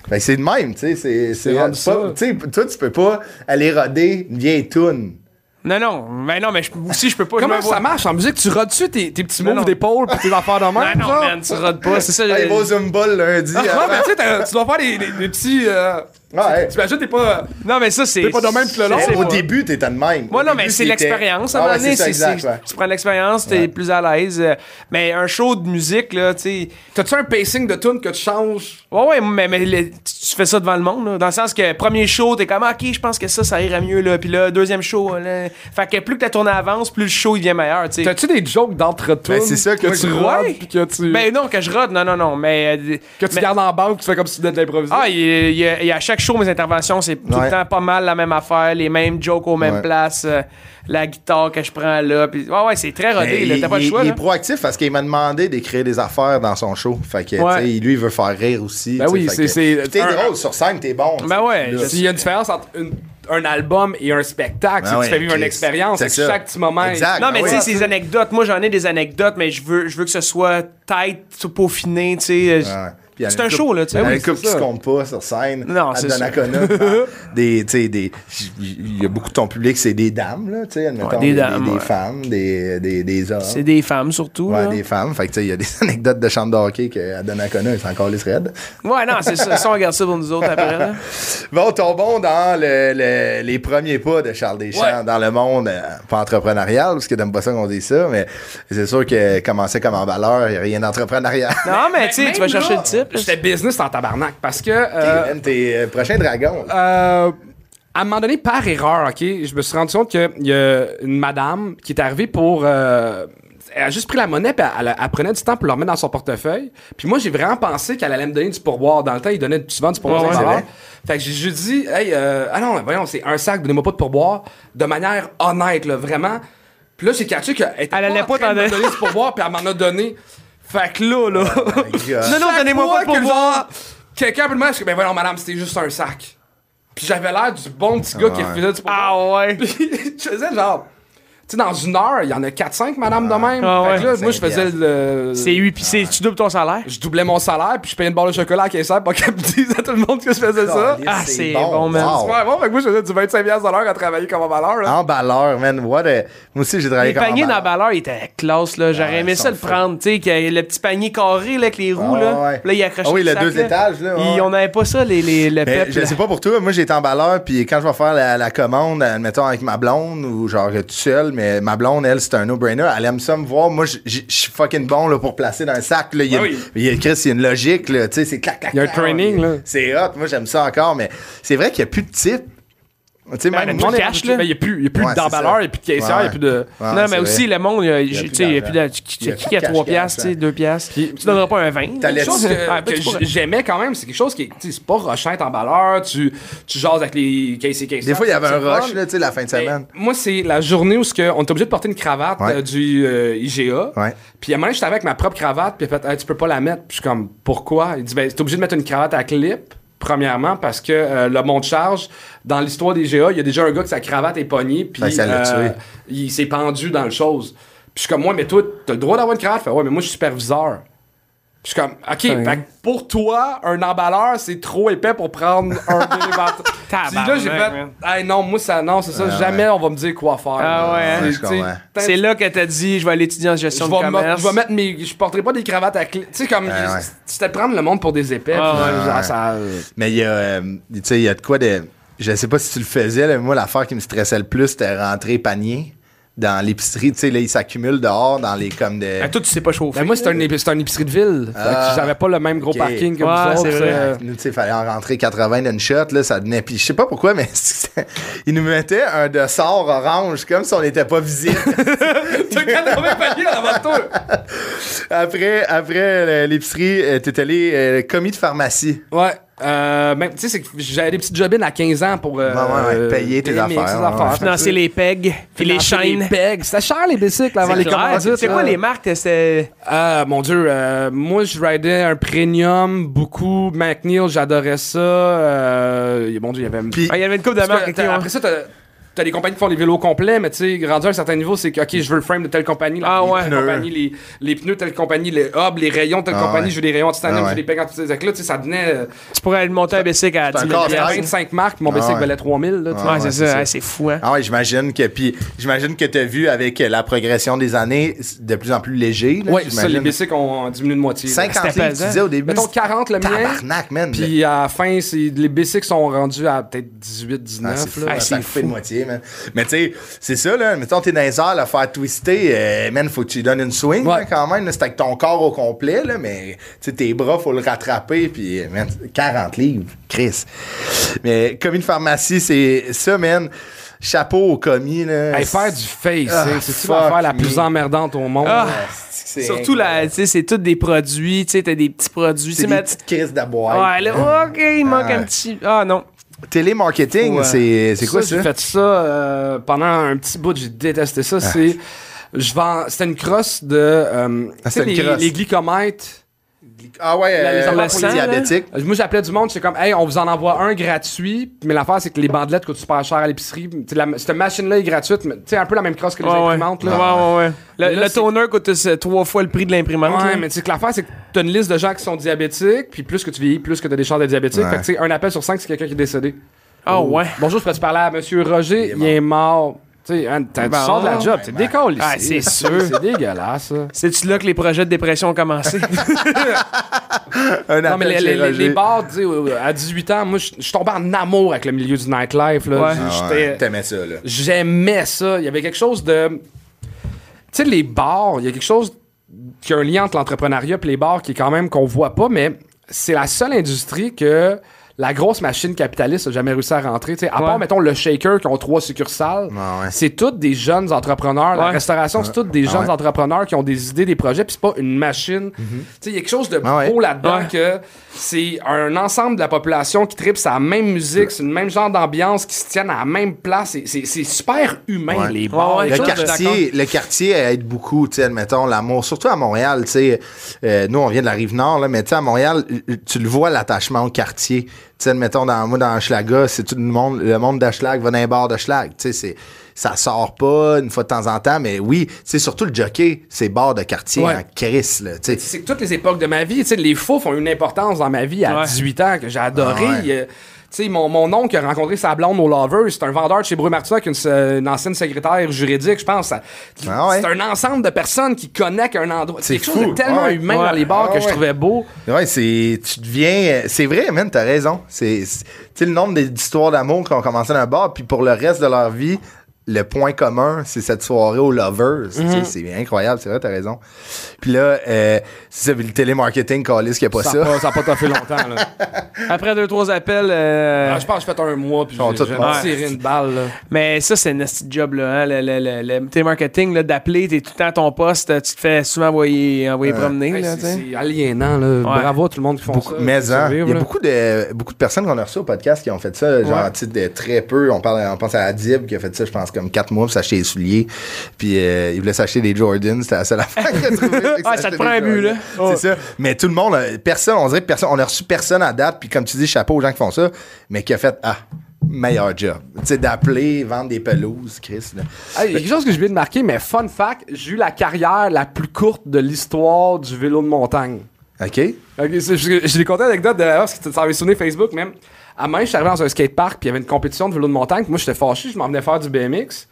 [SPEAKER 1] Fait que c'est de même, tu sais, c'est. c'est
[SPEAKER 5] rendu
[SPEAKER 1] c'est pas-
[SPEAKER 5] ça.
[SPEAKER 1] Tu sais, toi, tu peux pas aller roder une vieille toune.
[SPEAKER 2] Non, non, mais non, mais je- aussi, je peux pas. je
[SPEAKER 5] Comment
[SPEAKER 2] me
[SPEAKER 5] ça
[SPEAKER 2] vois-
[SPEAKER 5] marche en musique? Tu rodes dessus tes, tes petits
[SPEAKER 2] Mais
[SPEAKER 5] moves
[SPEAKER 2] non.
[SPEAKER 5] d'épaule pis tes affaires de
[SPEAKER 2] Ah
[SPEAKER 5] même?
[SPEAKER 2] non,
[SPEAKER 5] genre?
[SPEAKER 2] man, tu rodes pas, c'est ça. Ah,
[SPEAKER 1] Hey,
[SPEAKER 2] je-
[SPEAKER 1] va au Zumba le lundi.
[SPEAKER 5] Non, mais
[SPEAKER 1] avant.
[SPEAKER 5] tu sais, t'as- euh, tu dois faire des, des- des petits. euh,
[SPEAKER 1] Ouais.
[SPEAKER 5] Tu imagines, t'es pas.
[SPEAKER 2] Non, mais ça, c'est.
[SPEAKER 5] T'es pas de même tout le long?
[SPEAKER 2] je sais
[SPEAKER 1] Au
[SPEAKER 2] pas.
[SPEAKER 1] début, t'étais de même.
[SPEAKER 2] Moi,
[SPEAKER 1] Au
[SPEAKER 2] non,
[SPEAKER 1] début,
[SPEAKER 2] mais c'est
[SPEAKER 1] t'étais-
[SPEAKER 2] l'expérience. À un
[SPEAKER 1] Ah,
[SPEAKER 2] moment
[SPEAKER 1] ouais,
[SPEAKER 2] donné,
[SPEAKER 1] c'est ça,
[SPEAKER 2] c'est-
[SPEAKER 1] exact. ouais.
[SPEAKER 2] c'est- tu prends l'expérience, t'es plus à l'aise. euh, Mais un show de musique, là, tu sais.
[SPEAKER 5] T'as-tu un pacing de tune que tu changes?
[SPEAKER 2] Ouais, ouais, mais, mais le- tu tu fais ça devant le monde, là. Dans le sens que premier show, t'es comme, Ah, ok, je pense que ça, ça ira mieux, là. Puis là, deuxième show, là. Fait que plus que ta tournée avance, plus le show, il devient meilleur, tu sais.
[SPEAKER 5] T'as-tu des jokes d'entre-tunes?
[SPEAKER 1] Ben, c'est ça que
[SPEAKER 5] que, tu
[SPEAKER 1] moi,
[SPEAKER 5] rodes
[SPEAKER 2] ouais.
[SPEAKER 5] pis que tu.
[SPEAKER 2] Ben non, que je rode, non, non, non. Mais. euh,
[SPEAKER 5] que tu
[SPEAKER 2] mais-
[SPEAKER 5] gardes en banque, tu fais comme si tu venais de l'improviser.
[SPEAKER 2] Ah, il il y, a- il y a à chaque show, mes interventions, c'est tout
[SPEAKER 1] Ouais.
[SPEAKER 2] le temps pas mal la même affaire, les mêmes jokes aux mêmes
[SPEAKER 1] Ouais.
[SPEAKER 2] places, euh, la guitare que je prends là. Puis, ouais, ouais, c'est très rodé,
[SPEAKER 1] Mais
[SPEAKER 2] là,
[SPEAKER 1] Ben, il,
[SPEAKER 2] t'as pas le
[SPEAKER 1] il-
[SPEAKER 2] choix.
[SPEAKER 1] il
[SPEAKER 2] là.
[SPEAKER 1] est proactif parce qu'il m'a demandé d'écrire des affaires dans son show. Fait que,
[SPEAKER 2] Ouais.
[SPEAKER 1] tu sais, lui, il veut faire rire aussi.
[SPEAKER 5] Ben
[SPEAKER 1] tu sais,
[SPEAKER 5] oui,
[SPEAKER 1] fait
[SPEAKER 5] c'est-
[SPEAKER 1] que-
[SPEAKER 5] c'est-
[SPEAKER 1] Puis t'es
[SPEAKER 5] un-
[SPEAKER 1] drôle sur scène, t'es bon. tu
[SPEAKER 2] Ben
[SPEAKER 1] sais.
[SPEAKER 2] ouais,
[SPEAKER 1] Là,
[SPEAKER 2] je-
[SPEAKER 5] S'il y a une différence entre une- un album et un spectacle,
[SPEAKER 1] Ben
[SPEAKER 5] c'est que
[SPEAKER 1] ouais,
[SPEAKER 5] tu fais vivre une
[SPEAKER 1] Chris.
[SPEAKER 5] expérience.
[SPEAKER 1] C'est
[SPEAKER 5] c'est que
[SPEAKER 1] ça.
[SPEAKER 5] Chaque petit moment. est-
[SPEAKER 1] Exact.
[SPEAKER 2] Non, mais
[SPEAKER 1] Ah
[SPEAKER 2] tu sais,
[SPEAKER 1] ouais.
[SPEAKER 2] ces anecdotes, moi j'en ai des anecdotes, mais je veux, je veux que ce soit tête, tout peaufiné, tu sais. euh,
[SPEAKER 1] Ouais. Puis il y en a
[SPEAKER 2] C'est un
[SPEAKER 1] une couple-
[SPEAKER 2] show, là, tu sais.
[SPEAKER 1] Il y en a
[SPEAKER 2] Ben
[SPEAKER 1] une
[SPEAKER 2] oui,
[SPEAKER 1] couple
[SPEAKER 2] c'est
[SPEAKER 1] qui
[SPEAKER 2] ça.
[SPEAKER 1] se compte pas sur scène.
[SPEAKER 2] Non,
[SPEAKER 1] à
[SPEAKER 2] c'est ça.
[SPEAKER 1] Donnacona, des, tu sais, des, il y a beaucoup de ton public, c'est des dames, là, tu sais, admettons,
[SPEAKER 2] Ouais, des
[SPEAKER 1] des, des-
[SPEAKER 2] dames,
[SPEAKER 1] des
[SPEAKER 2] ouais.
[SPEAKER 1] femmes, des, des, des hommes.
[SPEAKER 2] C'est des femmes surtout.
[SPEAKER 1] Ouais,
[SPEAKER 2] là.
[SPEAKER 1] des femmes. Fait que, tu sais, il y a des anecdotes de chambre de hockey qu'à Donnacona, ils sont encore les raides.
[SPEAKER 2] Ouais, non, c'est ça. Ça, on regarde ça pour nous autres après. là.
[SPEAKER 1] Bon, tombons dans le- le- les premiers pas de Charles Deschamps
[SPEAKER 5] Ouais.
[SPEAKER 1] dans le monde, euh, pas entrepreneurial, parce que t'aimes pas ça qu'on dise ça, mais c'est sûr que commencer comme emballeur, il n'y a rien d'entrepreneurial.
[SPEAKER 2] Non, mais tu sais,
[SPEAKER 5] même
[SPEAKER 2] tu vas chercher
[SPEAKER 5] là,
[SPEAKER 2] le type. là.
[SPEAKER 5] J'étais business en tabarnak parce que. euh,
[SPEAKER 1] T'es- T'es euh, prochain dragon. là.
[SPEAKER 5] euh, à un moment donné, par erreur, OK, je me suis rendu compte qu'il y a une madame qui est arrivée pour. euh, elle a juste pris la monnaie, puis elle, elle prenait du temps pour le remettre dans son portefeuille. Puis moi, j'ai vraiment pensé qu'elle allait me donner du pourboire. Dans le temps, il donnait souvent du pourboire.
[SPEAKER 2] Ouais,
[SPEAKER 5] cinq
[SPEAKER 2] ouais,
[SPEAKER 5] dollars.
[SPEAKER 1] c'est vrai.
[SPEAKER 5] fait que j'ai juste dit, hey, euh, ah non, voyons, c'est un sac, donnez-moi pas de pourboire. De manière honnête, là, vraiment. Puis là, j'ai catché qu'elle était
[SPEAKER 2] Elle allait
[SPEAKER 5] en
[SPEAKER 2] pas
[SPEAKER 5] train de
[SPEAKER 2] t'en
[SPEAKER 5] me donner du pourboire, puis elle m'en a donné. Fait que là, là.
[SPEAKER 2] Ah,
[SPEAKER 1] God.
[SPEAKER 2] Non, non,
[SPEAKER 5] Chaque
[SPEAKER 2] donnez-moi
[SPEAKER 5] fois
[SPEAKER 2] pas de
[SPEAKER 5] que,
[SPEAKER 2] pourboire.
[SPEAKER 5] genre, Quelqu'un peut me dire, ben voyons, madame, c'était juste un sac. Puis j'avais l'air du bon petit gars qui
[SPEAKER 1] Ouais.
[SPEAKER 5] refusait du pourboire.
[SPEAKER 2] Ah ouais.
[SPEAKER 5] Puis je faisais genre. Tu sais, dans une heure, il y en a 4-5 madame de même.
[SPEAKER 2] Ah
[SPEAKER 5] Fait que
[SPEAKER 2] ouais.
[SPEAKER 5] là, moi, je faisais le.
[SPEAKER 2] C'est lui, puis c'est- tu doubles ton salaire.
[SPEAKER 5] Je doublais mon salaire, puis je payais une barre de chocolat à 15 cents pour qu'elle me dise à tout le monde que je faisais ça.
[SPEAKER 1] Caliste,
[SPEAKER 2] Ah, c'est bon, man.
[SPEAKER 1] wow.
[SPEAKER 5] Ouais, bon, fait que moi, je faisais du 25$ piastres à l'heure à travailler comme valeur.
[SPEAKER 1] Ah.
[SPEAKER 5] Là.
[SPEAKER 1] Emballeur, man. What a- Moi aussi, j'ai travaillé
[SPEAKER 2] Les
[SPEAKER 1] comme
[SPEAKER 2] paniers
[SPEAKER 1] emballeur.
[SPEAKER 2] d'emballeur, ils étaient classe, là. J'aurais
[SPEAKER 1] Ouais,
[SPEAKER 2] aimé
[SPEAKER 1] ils
[SPEAKER 2] ça
[SPEAKER 1] sont
[SPEAKER 2] le
[SPEAKER 1] fous.
[SPEAKER 2] prendre, tu sais, qu'il y a le petit panier carré, là, avec les roues,
[SPEAKER 1] Ah,
[SPEAKER 2] là.
[SPEAKER 1] ouais.
[SPEAKER 2] Puis Là, il accrochait
[SPEAKER 1] Ah oui,
[SPEAKER 2] le
[SPEAKER 1] le
[SPEAKER 2] sac,
[SPEAKER 1] deux étages, là, ouais.
[SPEAKER 2] Et on n'avait pas ça, les, les, le
[SPEAKER 1] Ben,
[SPEAKER 2] peuple.
[SPEAKER 1] je sais pas pour toi, moi j'ai été emballeur, puis quand je vais faire la, la commande, admettons avec ma blonde ou genre tout seul, mais ma blonde, elle, c'est un no-brainer, elle aime ça me voir. Moi, j- j- je suis fucking bon là, pour placer dans un sac. Là. Il, y a,
[SPEAKER 5] Ah oui.
[SPEAKER 1] il y a- Chris, il y a une logique, là, tu sais, c'est clac, clac,
[SPEAKER 5] Il y a un
[SPEAKER 1] clac.
[SPEAKER 5] training, là.
[SPEAKER 1] C'est hot, moi j'aime ça encore, mais c'est vrai qu'il n'y a plus de type. Tu sais,
[SPEAKER 2] Ben,
[SPEAKER 1] même
[SPEAKER 2] le
[SPEAKER 1] moi,
[SPEAKER 5] On est-
[SPEAKER 2] cash, là.
[SPEAKER 5] Ben, Il y a plus, il y a plus
[SPEAKER 1] Ouais, c'est
[SPEAKER 5] d'emballeur,
[SPEAKER 1] ça.
[SPEAKER 5] il y a plus de caissière, il y a
[SPEAKER 1] Ouais.
[SPEAKER 5] plus de.
[SPEAKER 1] Ouais,
[SPEAKER 2] non,
[SPEAKER 1] c'est
[SPEAKER 2] mais aussi,
[SPEAKER 1] vrai.
[SPEAKER 2] le monde, il y a-
[SPEAKER 1] a
[SPEAKER 2] tu
[SPEAKER 1] plus
[SPEAKER 2] sais, il y a plus de.
[SPEAKER 1] d'argent.
[SPEAKER 2] Tu
[SPEAKER 1] Il y a
[SPEAKER 2] qui
[SPEAKER 1] plus
[SPEAKER 2] qui
[SPEAKER 1] de
[SPEAKER 2] a
[SPEAKER 1] cash-cash,
[SPEAKER 2] 3 piastres, tu sais,
[SPEAKER 1] hein.
[SPEAKER 2] 2 piastres. Tu donneras pas un 20.
[SPEAKER 1] T'allais-
[SPEAKER 5] Quelque chose
[SPEAKER 1] là-dessus.
[SPEAKER 5] que,
[SPEAKER 2] Ah, ben,
[SPEAKER 5] que
[SPEAKER 2] tu pourrais.
[SPEAKER 5] j- j'aimais quand même, c'est quelque chose qui est, tu sais, c'est pas rushant en valeur, tu, tu jases avec les caissiers,
[SPEAKER 1] Des fois, il y avait un rush, là, tu sais, la fin de semaine.
[SPEAKER 5] Mais Ben, Moi, c'est la journée où ce que on était obligé de porter une cravate
[SPEAKER 1] Ouais.
[SPEAKER 5] euh, du euh, IGA.
[SPEAKER 1] Ouais.
[SPEAKER 5] Puis à un moment, donné, j'étais avec ma propre cravate, puis il a fait, Hey, tu peux pas la mettre. Puis je suis comme, pourquoi? Il dit, ben, t'es obligé de mettre une cravate à clip. Premièrement, parce que euh, le monte charge, dans l'histoire des GA, il y a déjà un gars que sa cravate est pognée, puis euh,
[SPEAKER 1] Fait que ça l'a tué.
[SPEAKER 5] il s'est pendu dans le chose. Puis je suis comme, ouais, mais toi, t'as le droit d'avoir une cravate? Fait, ouais, mais moi, je suis superviseur. Puis Je suis comme, OK, fait que pour toi, un emballeur, c'est trop épais pour prendre un élémentaire. Puis là, j'ai
[SPEAKER 2] Tabarnak,
[SPEAKER 5] fait, hey, non, moi, ça, non, c'est ça,
[SPEAKER 1] Ah,
[SPEAKER 5] jamais on va me dire quoi faire.
[SPEAKER 2] Ah, ouais, hein?
[SPEAKER 5] C'est-
[SPEAKER 1] Ouais, je
[SPEAKER 5] tu sais,
[SPEAKER 1] comprends.
[SPEAKER 5] t'as-
[SPEAKER 2] C'est là que t'as dit, je vais aller étudier en gestion
[SPEAKER 5] je
[SPEAKER 2] de
[SPEAKER 5] vais, me-
[SPEAKER 2] commerce.
[SPEAKER 5] je vais mettre mes. Je porterai pas des cravates à clé. Tu sais, comme.
[SPEAKER 1] Ah, ouais.
[SPEAKER 5] C'était de prendre le monde pour des épais.
[SPEAKER 2] Ah,
[SPEAKER 5] puis
[SPEAKER 2] ouais.
[SPEAKER 5] genre, ça-
[SPEAKER 1] Mais il y a, euh, tu sais, il y a de quoi de. Je sais pas si tu le faisais, là, mais moi, l'affaire qui me stressait le plus, c'était rentrer panier dans l'épicerie. Tu sais, là, ils s'accumulent dehors dans les comme de.
[SPEAKER 2] Ah, Toi, tu sais pas chauffer.
[SPEAKER 5] Ben, moi, c'est un, épi- c'est un épicerie de ville. Fait que
[SPEAKER 1] Ah.
[SPEAKER 5] j'avais pas le même gros
[SPEAKER 1] Ok.
[SPEAKER 5] parking que
[SPEAKER 2] Ouais,
[SPEAKER 5] vous
[SPEAKER 2] c'est
[SPEAKER 5] autres.
[SPEAKER 2] vrai.
[SPEAKER 5] euh,
[SPEAKER 1] Nous, tu sais, il fallait en rentrer 80 d'une shot, là, ça devenait. Puis je sais pas pourquoi, mais c'était- ils nous mettaient un de sort orange, comme si on n'était pas visible.
[SPEAKER 5] T'as 80 paniers devant toi.
[SPEAKER 1] après après euh, l'épicerie, euh, t'es allé euh, commis de pharmacie.
[SPEAKER 5] Ouais. Euh, même, tu sais, c'est que j'avais des petites jobines à 15 ans pour. euh,
[SPEAKER 1] Ouais, ouais, ouais, payer tes
[SPEAKER 5] mes
[SPEAKER 1] affaires,
[SPEAKER 5] petites
[SPEAKER 1] ouais, ouais.
[SPEAKER 2] Financer les pegs, puis les
[SPEAKER 5] Financer
[SPEAKER 2] chaînes.
[SPEAKER 5] les pegs. C'était cher les bicycles avant les
[SPEAKER 2] clair.
[SPEAKER 5] commandites.
[SPEAKER 2] C'est quoi
[SPEAKER 5] là.
[SPEAKER 2] les marques? C'est.
[SPEAKER 5] Ah, mon Dieu. euh, moi, je ridais un premium beaucoup. McNeil, j'adorais ça. Euh, mon Dieu, il y avait.
[SPEAKER 1] Puis
[SPEAKER 2] Ah, Il y avait une coupe de
[SPEAKER 5] Parce que
[SPEAKER 2] marques. ok,
[SPEAKER 5] t'as-
[SPEAKER 2] ouais.
[SPEAKER 5] après ça, t'as, t'as des compagnies qui font les vélos complets, mais tu sais, rendu à un certain niveau, c'est que, OK, je veux le frame de telle compagnie, la-
[SPEAKER 2] Ah
[SPEAKER 5] les
[SPEAKER 2] ouais.
[SPEAKER 5] telle
[SPEAKER 1] Pneus.
[SPEAKER 5] compagnie, les, les pneus de telle compagnie, les hubs, les rayons de telle
[SPEAKER 1] Ah
[SPEAKER 5] compagnie,
[SPEAKER 1] ouais.
[SPEAKER 5] je veux des rayons en
[SPEAKER 1] Ah
[SPEAKER 5] titanium, je veux
[SPEAKER 1] ouais. Ah,
[SPEAKER 5] des pegs en tout ça. Là, tu sais, ça venait.
[SPEAKER 2] Tu pourrais aller monter un bicycle à
[SPEAKER 1] C'est un
[SPEAKER 2] 10 000
[SPEAKER 1] casse-tête.
[SPEAKER 5] Il y avait 25 marques, mon
[SPEAKER 1] Ah
[SPEAKER 5] bicycle
[SPEAKER 1] ouais.
[SPEAKER 5] valait 3000. Là, tu vois.
[SPEAKER 2] Ouais, c'est
[SPEAKER 1] c'est
[SPEAKER 2] ça.
[SPEAKER 1] ça.
[SPEAKER 2] Ouais, C'est fou, hein?
[SPEAKER 1] Ah ouais, j'imagine que puis j'imagine que t'as vu avec euh, la progression des années c'est de plus en plus léger. Là,
[SPEAKER 5] Ouais, ça, les
[SPEAKER 1] j'imagine.
[SPEAKER 5] bicycles ont diminué de moitié. là.
[SPEAKER 1] 50
[SPEAKER 2] C'était
[SPEAKER 1] livres, tu
[SPEAKER 2] pesant.
[SPEAKER 1] disais au début.
[SPEAKER 5] Mettons 40 le mien.
[SPEAKER 1] Tabarnak, man.
[SPEAKER 5] Puis à la fin, c'est, les bicycles sont rendus à peut-être 18, 19.
[SPEAKER 1] Ah, c'est fou,
[SPEAKER 5] là.
[SPEAKER 1] hein,
[SPEAKER 2] c'est
[SPEAKER 1] ça a coupé de moitié, man. Mais tu sais, c'est ça, là. Mettons, t'es dans les airs, là, faire twister, euh, man, faut que tu lui donnes une swing,
[SPEAKER 5] Ouais.
[SPEAKER 1] là, quand même. là. C'est avec ton corps au complet, là, mais tu sais, tes bras, faut le rattraper, puis, euh, man, 40 livres, Chris. Mais comme une pharmacie, c'est ça, man. Chapeau au commis, là.
[SPEAKER 5] Hey, faire du face,
[SPEAKER 1] Ah,
[SPEAKER 5] hein, c'est-tu
[SPEAKER 1] fuck
[SPEAKER 5] l'affaire la
[SPEAKER 1] me.
[SPEAKER 5] plus emmerdante au monde?
[SPEAKER 2] Ah,
[SPEAKER 1] Ah, c'est- c'est
[SPEAKER 2] Surtout,
[SPEAKER 1] incroyable.
[SPEAKER 2] là, tu sais, c'est tous des produits, tu sais, t'as des petits produits. tu
[SPEAKER 1] C'est
[SPEAKER 2] sais,
[SPEAKER 1] des
[SPEAKER 2] ma-
[SPEAKER 1] petites crises d'aboire.
[SPEAKER 2] Ouais, là, ok, il manque
[SPEAKER 1] Ah.
[SPEAKER 2] un petit. Ah non.
[SPEAKER 1] Télémarketing,
[SPEAKER 5] Ouais.
[SPEAKER 1] c'est c'est quoi
[SPEAKER 5] J'ai
[SPEAKER 1] ça?
[SPEAKER 5] fait ça euh, pendant un petit bout, j'ai détesté ça. C'est je vends, c'était une crosse de, euh, tu
[SPEAKER 1] Ah,
[SPEAKER 5] sais,
[SPEAKER 1] c'était une
[SPEAKER 5] les,
[SPEAKER 1] crosse.
[SPEAKER 5] les glycomètres.
[SPEAKER 1] Ah ouais,
[SPEAKER 5] les
[SPEAKER 1] euh,
[SPEAKER 5] enfants
[SPEAKER 1] pour
[SPEAKER 5] pour
[SPEAKER 1] les
[SPEAKER 2] le sang, là?
[SPEAKER 1] diabétiques.
[SPEAKER 5] Euh, Moi, j'appelais du monde, c'est comme, hey, on vous en envoie un gratuit, mais l'affaire, c'est que les bandelettes coûtent super cher à l'épicerie. Tu sais, la- Cette machine-là est gratuite, mais tu sais, un peu la même crosse que les
[SPEAKER 2] Ouais, ouais.
[SPEAKER 5] imprimantes, là.
[SPEAKER 2] Ouais, ouais, ouais.
[SPEAKER 5] Mais
[SPEAKER 2] Le,
[SPEAKER 5] là,
[SPEAKER 2] le
[SPEAKER 5] c'est-
[SPEAKER 2] toner coûte euh, trois fois le prix de l'imprimante.
[SPEAKER 5] Ouais,
[SPEAKER 2] là.
[SPEAKER 5] mais tu sais que l'affaire, c'est que t'as une liste de gens qui sont diabétiques, puis plus que tu vieillis, plus que t'as des chances d'être diabétique.
[SPEAKER 1] Ouais.
[SPEAKER 5] Fait que tu sais, un appel sur cinq, c'est quelqu'un qui est décédé. Oh.
[SPEAKER 2] Ah
[SPEAKER 1] Oh.
[SPEAKER 2] ouais.
[SPEAKER 5] Bonjour, je pourrais te parler à Monsieur Roger, il est mort. Tu sais, hein, t'as- tu
[SPEAKER 2] Ben,
[SPEAKER 5] sors de la
[SPEAKER 2] oh,
[SPEAKER 5] job, t'es décolle ici.
[SPEAKER 2] Ah, c'est sûr.
[SPEAKER 5] C'est dégueulasse. ça.
[SPEAKER 2] C'est-tu là que les projets de dépression ont commencé?
[SPEAKER 1] Un
[SPEAKER 5] Non, mais
[SPEAKER 1] appel
[SPEAKER 5] les,
[SPEAKER 1] chez
[SPEAKER 5] les, les,
[SPEAKER 1] Roger.
[SPEAKER 5] les bars, tu sais, euh, à 18 ans, moi, je je suis tombé en amour avec le milieu du nightlife. Là.
[SPEAKER 2] Ouais.
[SPEAKER 5] J-
[SPEAKER 1] Ah ouais,
[SPEAKER 5] j'étais-
[SPEAKER 1] T'aimais ça, là.
[SPEAKER 5] J'aimais ça. Il y avait quelque chose de. Tu sais, les bars, il y a quelque chose qui a un lien entre l'entrepreneuriat et les bars qui est quand même qu'on voit pas, mais c'est la seule industrie que la grosse machine capitaliste a jamais réussi à rentrer. Tu sais, à
[SPEAKER 2] Ouais.
[SPEAKER 5] part, mettons, le Shaker qui ont trois succursales,
[SPEAKER 1] Ah ouais.
[SPEAKER 5] c'est toutes des jeunes entrepreneurs. La
[SPEAKER 2] Ouais.
[SPEAKER 5] restauration, c'est toutes des jeunes
[SPEAKER 1] ouais.
[SPEAKER 5] entrepreneurs qui ont des idées, des projets, puis c'est pas une machine. Tu sais, il y a quelque chose de
[SPEAKER 1] Ah ouais.
[SPEAKER 5] beau là-dedans
[SPEAKER 2] Ouais.
[SPEAKER 5] que c'est un ensemble de la population qui tripe sur la même musique, sur le même genre d'ambiance, qui se tiennent à la même place. C'est- C'est c'est super humain,
[SPEAKER 1] Ouais.
[SPEAKER 5] les bars.
[SPEAKER 2] Ouais, ouais.
[SPEAKER 5] Quelque
[SPEAKER 1] Le
[SPEAKER 5] chose de-
[SPEAKER 1] quartier, le quartier aide beaucoup, tu sais, admettons, l'amour. Surtout à Montréal, tu sais, euh, nous, on vient de la Rive-Nord, là, mais tu sais, à Montréal, euh, tu le vois, l'attachement au quartier. Tu sais, admettons, dans, moi, dans Hochelaga, c'est tout le monde, le monde d'Hochelaga va dans les bars d'Hochelaga. Tu sais, c'est, ça sort pas une fois de temps en temps, mais oui, tu sais, surtout le jockey, c'est bars de quartier
[SPEAKER 5] Ouais.
[SPEAKER 1] en crise, là, tu sais.
[SPEAKER 5] C'est que toutes les époques de ma vie, tu sais, les faux ont eu une importance dans ma vie à
[SPEAKER 2] Ouais.
[SPEAKER 5] 18 ans que j'ai adoré.
[SPEAKER 1] Ah ouais.
[SPEAKER 5] Il y a- Tu sais, mon, mon oncle a rencontré sa blonde au Lover, c'est un vendeur de chez Breu Martin, une, se- une ancienne secrétaire juridique, je pense. Ça-
[SPEAKER 1] Ah ouais.
[SPEAKER 5] C'est un ensemble de personnes qui connectent un endroit. C'est
[SPEAKER 1] C'est
[SPEAKER 5] quelque chose
[SPEAKER 1] fou.
[SPEAKER 5] de tellement
[SPEAKER 1] Ah ouais.
[SPEAKER 5] humain
[SPEAKER 2] Ouais.
[SPEAKER 5] dans les bars
[SPEAKER 1] Ah
[SPEAKER 5] que je
[SPEAKER 1] ouais.
[SPEAKER 5] trouvais beau.
[SPEAKER 1] Ouais, c'est. Tu deviens. euh, C'est vrai, man, t'as raison. C'est. c'est- Tu sais, le nombre d'histoires d'amour qui ont commencé dans un bar, puis pour le reste de leur vie, le point commun, c'est cette soirée aux lovers. Tu sais, C'est incroyable, c'est vrai, t'as raison. Puis là, euh, c'est ça, puis le télémarketing, Calis, qui a pas ça.
[SPEAKER 5] a pas- ça a pas, fait longtemps. Là.
[SPEAKER 2] Après deux, trois appels. euh,
[SPEAKER 5] Ah, je pense que j'ai fait un mois, puis
[SPEAKER 1] sont
[SPEAKER 5] j'ai
[SPEAKER 1] tous
[SPEAKER 5] j'ai
[SPEAKER 1] morts.
[SPEAKER 5] tiré une balle. là.
[SPEAKER 2] Mais ça, c'est un nasty job, là. Hein? Le, le, le, le télémarketing, là, d'appeler, t'es tout le temps à ton poste, tu te fais souvent envoyer, envoyer promener,
[SPEAKER 5] Hey,
[SPEAKER 2] là,
[SPEAKER 5] c'est
[SPEAKER 2] tu sais.
[SPEAKER 5] c'est aliénant. Là. Bravo à tout le monde qui font
[SPEAKER 1] Beaucoup,
[SPEAKER 5] ça.
[SPEAKER 1] mais hein, il
[SPEAKER 5] Survivre,
[SPEAKER 1] y a
[SPEAKER 5] là.
[SPEAKER 1] beaucoup de, beaucoup de personnes qu'on a reçues au podcast qui ont fait ça, genre,
[SPEAKER 2] Ouais.
[SPEAKER 1] tu sais, de très peu. On, parle, on pense à Adib qui a fait ça, je pense, comme 4 mois pour s'acheter des souliers. Puis euh, il voulait s'acheter des Jordans, c'était la seule affaire qu'il a trouvé. Fait que
[SPEAKER 2] Ah,
[SPEAKER 1] s'est
[SPEAKER 2] ça te
[SPEAKER 1] acheté
[SPEAKER 2] prend
[SPEAKER 1] des
[SPEAKER 2] un but,
[SPEAKER 1] Jordans.
[SPEAKER 2] là. Ouais.
[SPEAKER 1] C'est ça. Mais tout le monde, euh, personne, on dirait que personne, on a reçu personne à date. Puis comme tu dis, chapeau aux gens qui font ça, mais qui a fait, ah, meilleur job. Tu sais, d'appeler, vendre des pelouses, Chris. là.
[SPEAKER 5] Hey, Il y a quelque chose que je viens de marquer, mais fun fact, j'ai eu la carrière la plus courte de l'histoire du vélo de montagne.
[SPEAKER 1] OK? Ben,
[SPEAKER 5] Ok, c'est- je je l'ai conté l'anecdote de parce que ça avait sonné Facebook même. À main, je suis arrivé dans un skatepark, puis il y avait une compétition de vélo de montagne. puis moi, j'étais fâché, je m'en venais faire du BMX.